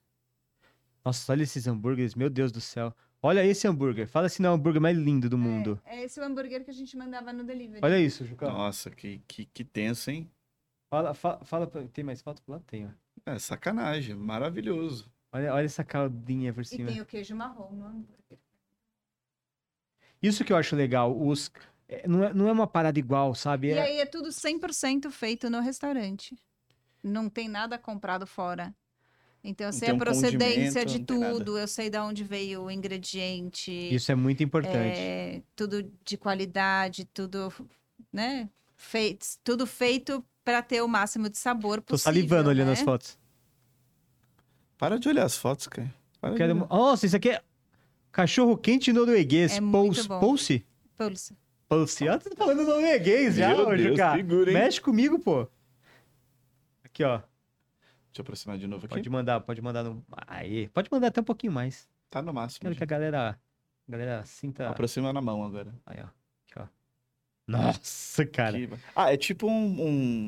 Nossa, olha esses hambúrgueres, meu Deus do céu. Olha esse hambúrguer. Fala se não é o hambúrguer mais lindo do mundo.
É esse o hambúrguer que a gente mandava no delivery.
Olha isso, Jucão.
Nossa, que, que, que tenso, hein?
Fala, fala, fala pra- Tem mais foto pro lado? Tem, ó.
É sacanagem, maravilhoso.
Olha, olha essa caldinha por
e
cima.
tem o queijo marrom no hambúrguer.
Isso que eu acho legal. Os... é, Não, é, não é uma parada igual, sabe?
E
É-
aí é tudo 100% feito no restaurante. Não tem nada comprado fora. Então eu
Não
sei
tem
a
um
procedência
condimento,
de
não tem nada.
tudo, eu sei de onde veio o ingrediente.
Isso é muito importante.
É, tudo de qualidade, tudo, né? Feito, tudo feito para ter o máximo de sabor
Tô
possível.
salivando olhando
né?
as fotos.
Para de olhar as fotos, cara. Para de
Quero...
olhar.
Nossa, isso aqui é cachorro quente norueguês.
É muito
Pulse.
bom.
Pulse?
Pulse.
Pulse. Ah, tá falando norueguês já,
Meu
ô,
Deus,
Juca.
segura, hein?
Mexe comigo, pô. Aqui, ó.
Deixa eu aproximar de novo aqui.
Pode mandar, pode mandar no. Aí. Pode mandar até um pouquinho mais.
Tá no máximo.
Quero que a
gente.
galera. A galera sinta.
Aproxima na mão agora.
Aí, ó. Aqui, ó. Nossa, cara.
Que- Ah, é tipo um,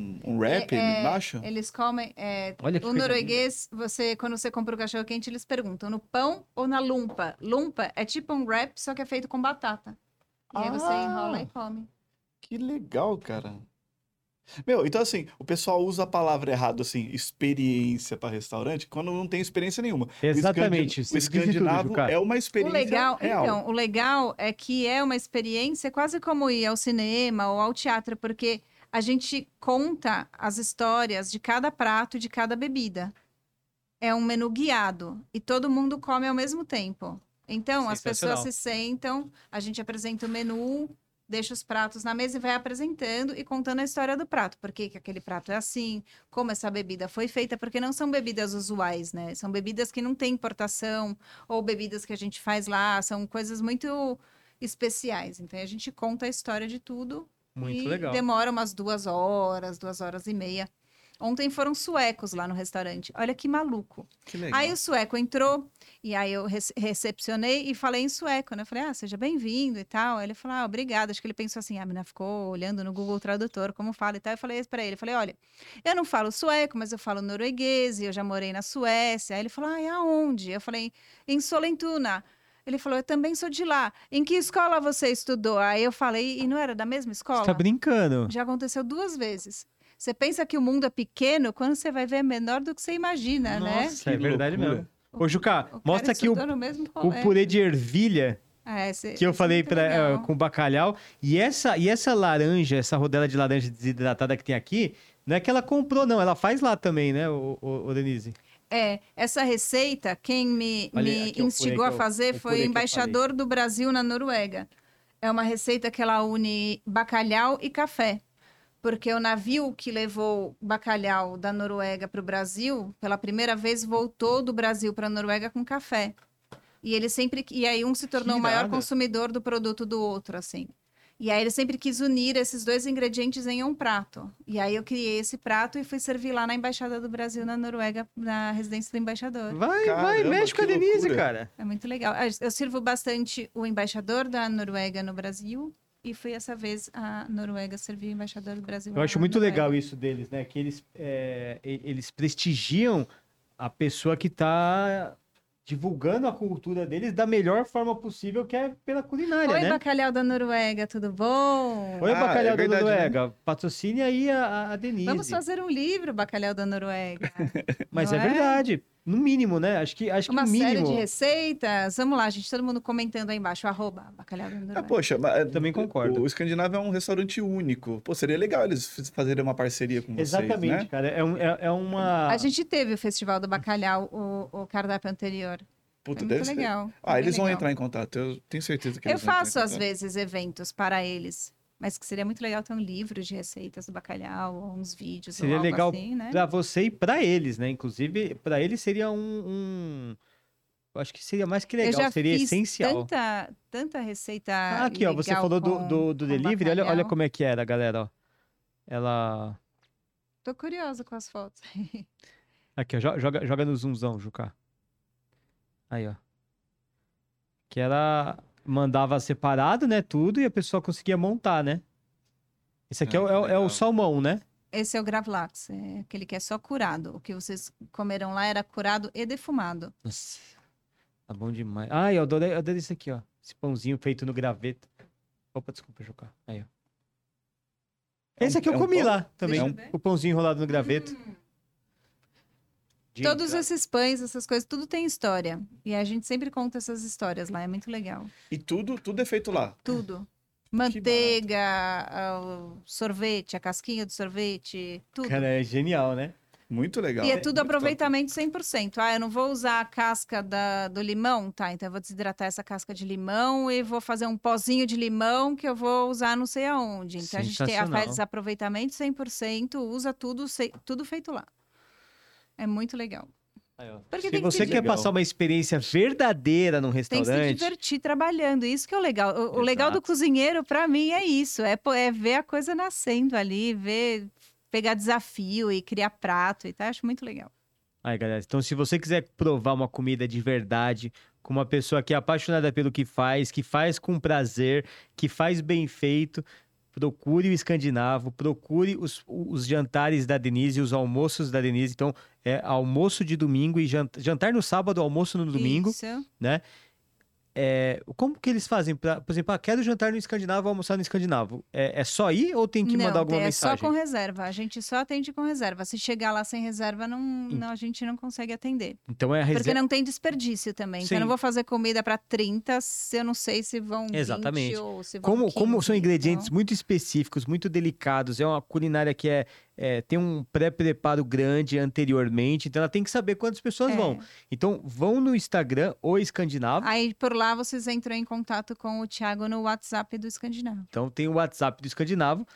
um, um rap
É, é,
embaixo?
Eles comem. é,
Olha que coisa
o
linda.
norueguês, você, quando você compra o cachorro quente, eles perguntam no pão ou na lumpa. Lumpa é tipo um wrap, só que é feito com batata. E aí você
Ah!
enrola e come.
Que legal, cara. Meu, então assim, o pessoal usa a palavra errado, assim, experiência para restaurante, quando não tem experiência nenhuma. O escandi-
Exatamente.
O
você disse tudo,
escandinavo
Juca.
é uma
O
experiência
legal,
real.
então, o legal é que é uma experiência quase como ir ao cinema ou ao teatro, porque a gente conta as histórias de cada prato e de cada bebida. É um menu guiado e todo mundo come ao mesmo tempo. Então, as pessoas
Sensacional.
se sentam, a gente apresenta o menu, deixa os pratos na mesa e vai apresentando e contando a história do prato. Por que, que aquele prato é assim, como essa bebida foi feita, porque não são bebidas usuais, né? São bebidas que não têm importação, ou bebidas que a gente faz lá, são coisas muito especiais. Então a gente conta a história de tudo
é Muito
e
legal.
demora umas duas horas, duas horas e meia. Ontem foram suecos lá no restaurante. Olha que maluco.
Que legal.
Aí o sueco entrou e aí eu rece- recepcionei e falei em sueco, né? Eu falei, ah, seja bem-vindo e tal. Aí ele falou, ah, obrigada. Acho que ele pensou assim, a menina ficou olhando no Google Tradutor como fala e tal. Eu falei pra ele, eu falei, olha, eu não falo sueco, mas eu falo norueguês e eu já morei na Suécia. Aí ele falou, ah, e aonde? Eu falei, em Solentuna. Ele falou, eu também sou de lá. Em que escola você estudou? Aí eu falei, e não era da mesma escola?
Você tá brincando.
Já aconteceu duas vezes. Você pensa que o mundo é pequeno, quando você vai ver é menor do que você imagina, né?
Nossa, é verdade
loucura.
mesmo. Ô, Juca,
O cara
mostra aqui o,
estudou no mesmo
o
colégio.
purê de ervilha
É, esse-
que eu
esse é
falei
muito
pra, eh,
legal.
com bacalhau. E essa, e essa laranja, essa rodela de laranja desidratada que tem aqui, não é que ela comprou, não. Ela faz lá também, né, o, Denise?
É, essa receita, quem me,
Olha aqui,
me
ó, o purê
instigou a
que eu-
fazer
o
foi
purê
o
que eu
embaixador do Brasil na Noruega. É uma receita que ela une bacalhau e café. Porque o navio que levou bacalhau da Noruega para o Brasil, pela primeira vez voltou do Brasil para a Noruega com café. E ele sempre e aí um se tornou o maior
irada.
consumidor do produto do outro, assim. E aí ele sempre quis unir esses dois ingredientes em um prato. E aí eu criei esse prato e fui servir lá na embaixada do Brasil na Noruega, na residência do embaixador.
Vai, vai,
Caramba,
mexe com a
que
Denise,
loucura.
cara.
É muito legal. Ah, Eu sirvo bastante o embaixador da Noruega no Brasil e fui essa vez a Noruega servir o embaixador do Brasil.
Eu acho
é.
muito legal isso deles, né? Que eles, eh, e- eles prestigiam a pessoa que tá divulgando a cultura deles da melhor forma possível, que é pela culinária,
Oi,
né?
bacalhau da Noruega, tudo bom?
Oi,
Ah,
Bacalhau da
é verdade,
Noruega. Patrocine aí a- a, a Denise.
Vamos fazer um livro, Bacalhau
[laughs]
da Noruega.
Mas
não
é
é?
verdade. No mínimo, né? Acho que, acho que
Uma
o
série
mínimo.
de receitas. Vamos lá, gente. Todo mundo comentando aí embaixo. Arroba, Bacalhau da Noruega.
Ah, poxa, mas,
Também concordo.
O, o escandinavo é um restaurante único. Pô, seria legal eles f- fazerem uma parceria com vocês,
Exatamente,
né?
cara. É, um- é- é uma.
A gente teve o Festival do Bacalhau, o, o cardápio anterior. Foi
Puta,
muito
deve ser.
legal. foi
Ah,
bem
eles vão
legal.
entrar em contato. Eu tenho certeza que
tá.
Eu
eles vão entrar em
faço, às
contato.
vezes, eventos para eles. Mas que seria muito legal ter um livro de receitas do bacalhau, ou uns vídeos,
Seria
ou algo
legal
assim, né?
Pra você e pra eles, né? Inclusive, pra eles seria um. um- Eu acho que seria mais que
Eu
é legal,
já
seria
fiz
essencial.
Tanta, tanta receita.
Ah, aqui, ó, você
legal
falou do,
com-
do, do
com
delivery, olha, olha
bacalhau.
como é que era, galera, ó. Ela.
Tô curiosa com as fotos.
Aqui, ó, jo- joga, joga no zoomzão, Juca. Aí, ó. Que ela mandava separado, né? Tudo e a pessoa conseguia montar, né? Esse aqui é,
Ah,
o-
que
é o- é o
legal.
salmão, né?
Esse é o Gravlax, é aquele que é só curado. O que vocês comeram lá era curado e defumado.
Nossa, tá bom demais. Ah, eu adorei, eu adorei isso aqui, ó. Esse pãozinho feito no graveto. Opa, desculpa, Juca. Aí, ó.
É
Esse
um-
aqui eu
é um
comi
pão?
lá também.
Deixa eu ver.
O pãozinho enrolado no graveto. Gente,
Hum. Todos esses pães, essas coisas, tudo tem história. E a gente sempre conta essas histórias lá, é muito legal.
E tudo, tudo é feito lá.
Tudo. Manteiga, ah, o sorvete, a casquinha do sorvete, tudo.
Cara, é genial, né?
Muito legal.
E é tudo
Muito
aproveitamento 100%. Ah, eu não vou usar a casca da- do limão, tá? Então eu vou desidratar essa casca de limão e vou fazer um pozinho de limão que eu vou usar não sei aonde. Então a gente tem, a-
Sensacional.
faz aproveitamento 100%, usa tudo, sei- tudo feito lá. É muito legal.
Aí, ó.
Porque
Se
tem que
você
se
quer
Legal.
passar uma experiência verdadeira num
Tem que se
restaurante,
divertir trabalhando. Isso que é o legal. O, o legal do
Exato.
cozinheiro, para mim, é isso. É, po- é ver a coisa nascendo ali, ver pegar desafio e criar prato e tal. Acho muito legal.
Aí, galera, então se você quiser provar uma comida de verdade, com uma pessoa que é apaixonada pelo que faz, que faz com prazer, que faz bem feito, procure o escandinavo, procure os, os jantares da Denise, os almoços da Denise. Então, é almoço de domingo e jant- jantar no sábado, almoço no domingo.
Isso.
É, como que eles fazem? Pra, por exemplo, ah, quero jantar no escandinavo, almoçar no escandinavo. É, é só ir ou tem que
não,
mandar alguma
é
mensagem?
só com reserva. A gente só atende com reserva. Se chegar lá sem reserva, não,
Ent-
não- a gente não consegue atender.
Então é a
Porque
reserva.
não tem desperdício também. Então, eu
Sim.
não vou fazer comida para 30 se eu não sei se vão 20
Exatamente.
ou se vão
Como,
15,
como são ingredientes
então.
muito específicos, muito delicados, é uma culinária que é, é, tem um pré-preparo grande anteriormente, então ela tem que saber quantas pessoas
É.
vão. Então, vão no Instagram ou Escandinavo.
Aí, por lá, vocês entram em contato com o Thiago no WhatsApp do Escandinavo.
Então, tem o WhatsApp do Escandinavo,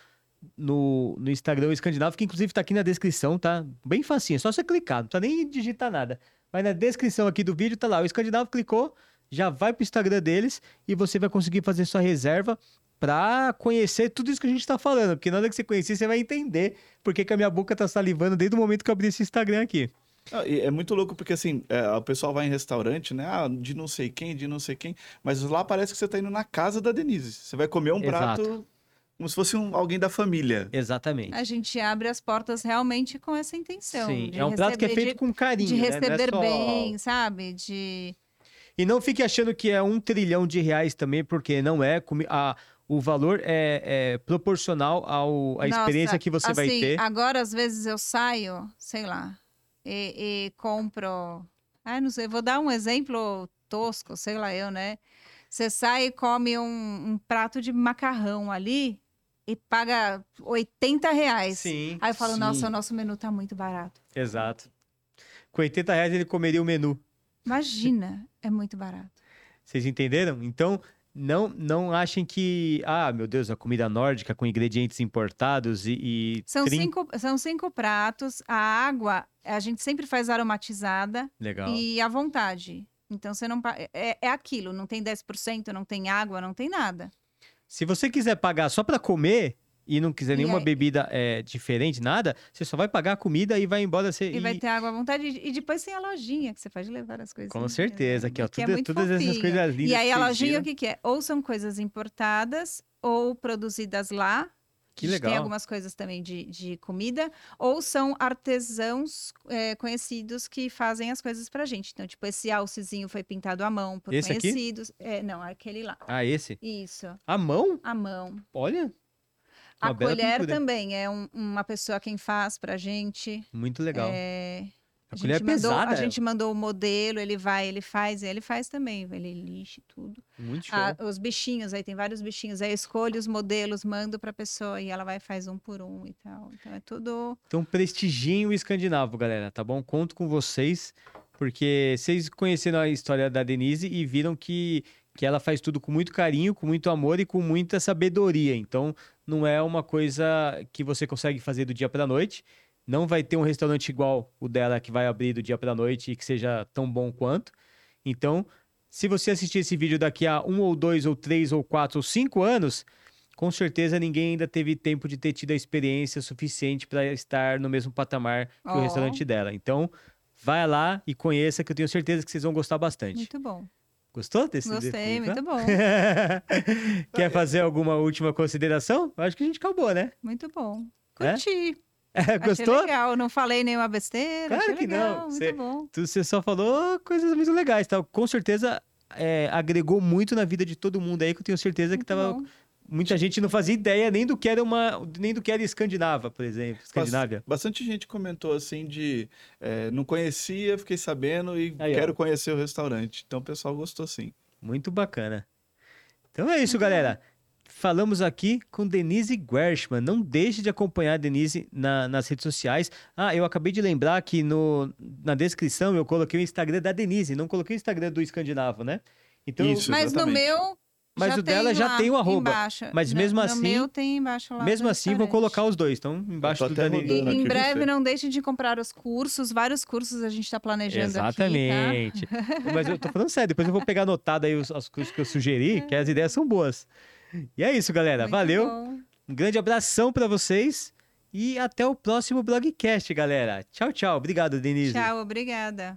no, no Instagram o Escandinavo, que inclusive tá aqui na descrição, tá? Bem facinho, é só você clicar, não precisa nem digitar nada. Mas na descrição aqui do vídeo tá lá, o Escandinavo clicou, já vai pro Instagram deles e você vai conseguir fazer sua reserva pra conhecer tudo isso que a gente tá falando. Porque na hora que você conhecer, você vai entender porque que a minha boca tá salivando desde o momento que eu abri esse Instagram aqui.
Ah, e É muito louco porque assim, é, o pessoal vai em restaurante, né? Ah, de não sei quem, de não sei quem, mas lá parece que você tá indo na casa da Denise. Você vai comer um
Exato.
prato como se fosse um, alguém da família.
Exatamente.
A gente abre as portas realmente com essa intenção.
Sim,
Então, de
é um prato que é
receber-
feito com
de,
carinho,
de
né? Não é
receber
só-
bem, sabe? De...
E não fique achando que é um trilhão de reais também, porque não é. Comi- a- o valor é, é proporcional ao, à
Nossa,
experiência que você vai
assim,
ter.
Agora, às vezes, eu saio, sei lá, e, e compro. Ah, não sei, vou dar um exemplo tosco, sei lá eu, né? Você sai e come um, um prato de macarrão ali e paga 80 reais.
Sim.
Aí eu falo,
sim.
nossa, o nosso menu tá muito barato.
Exato. Com 80 reais ele comeria o menu.
Imagina, é muito barato.
Vocês entenderam? Então, não não achem que. Ah, meu Deus, a comida nórdica com ingredientes importados e. e
São,
30
cinco, são cinco pratos, a água, a gente sempre faz aromatizada.
Legal.
e à vontade. Então você não pa- é, é aquilo, não tem 10%, não tem água, não tem nada.
Se você quiser pagar só pra comer e não quiser
E
nenhuma
aí-
bebida é, diferente, nada, você só vai pagar a comida e vai embora. Você,
E, vai ter água à vontade e e depois tem a lojinha que você pode levar as coisas.
Com certeza, aqui, ó.
Que é
tudo-
muito
todas essas
fofinho.
coisas lindas.
E aí
que
a
vocês
lojinha
viram.
o que que é? Ou são coisas importadas ou produzidas lá.
Que
A gente
legal.
Tem algumas coisas também de, de comida, ou são artesãos é, conhecidos que fazem as coisas pra gente. Então, tipo, esse alcezinho foi pintado à mão por
Esse aqui?
conhecidos. É, não, aquele lá.
Ah, esse?
Isso,
A mão?
à mão.
Olha.
A
Uma bela
colher
pintura.
também é um- uma pessoa quem faz pra gente.
Muito legal.
É,
a colher é
gente mandou,
pesada.
A gente mandou o modelo, ele vai, ele faz, ele faz também, ele lixa e tudo.
Muito show.
Ah, os bichinhos, aí tem vários bichinhos, aí eu escolho os modelos, mando pra pessoa e ela vai e faz um por um e tal. Então é tudo.
Então, prestiginho escandinavo, galera, tá bom? Conto com vocês, porque vocês conheceram a história da Denise e viram que que ela faz tudo com muito carinho, com muito amor e com muita sabedoria. Então, não é uma coisa que você consegue fazer do dia para noite. Não vai ter um restaurante igual o dela que vai abrir do dia para noite e que seja tão bom quanto. Então, se você assistir esse vídeo daqui a um ou dois ou três ou quatro ou cinco anos, com certeza ninguém ainda teve tempo de ter tido a experiência suficiente para estar no mesmo patamar que
Ó.
o restaurante dela. Então, vai lá e conheça, que eu tenho certeza que vocês vão gostar bastante.
Muito bom.
Gostou desse
Gostei,
desse-
muito bom.
[laughs] Quer fazer alguma última consideração? Acho que a gente acabou, né? [laughs]
Muito bom.
É?
Curti. Achei
Gostou?
legal. Não falei nenhuma besteira.
Claro
achei
que
legal,
não.
Muito
Você-
bom.
Tu- Você só falou coisas muito legais, tá? Com certeza é, agregou muito na vida de todo mundo aí, que eu tenho certeza que
muito
tava.
bom.
Muita gente não fazia ideia nem do que era uma. nem do que era escandinava, por exemplo. Escandinávia.
Bastante gente comentou assim de é, não conhecia, fiquei sabendo e
Aí, ó.
quero conhecer o restaurante. Então o pessoal gostou sim.
Muito bacana. Então é isso, galera. Falamos aqui com Denise Gershman. Não deixe de acompanhar a Denise na- nas redes sociais. Ah, eu acabei de lembrar que no, na descrição eu coloquei o Instagram da Denise, não coloquei o Instagram do escandinavo, né? Então, eu-
Isso,
Mas no
exatamente.
meu.
Mas
já
o dela
tem
já
lá
tem o arroba.
Embaixo.
Mas
No-
mesmo
no
assim-
meu tem embaixo lá.
mesmo
do
assim, vou
restaurante.
colocar os dois. Então, embaixo
Eu
do
tô
da
até
Denise.
E
rodando
em
aqui,
breve
Fê.
não deixem de comprar os cursos, vários cursos a gente está planejando aqui. tá?
Exatamente. Mas eu tô falando sério, depois eu vou pegar anotado aí os- as coisas que eu sugeri, que as ideias são boas. E é isso,
tá?
galera.
Muito
Valeu.
bom.
Um grande abração pra vocês e até o próximo blogcast, galera. Tchau, tchau. Obrigado, Denise.
Tchau, obrigada.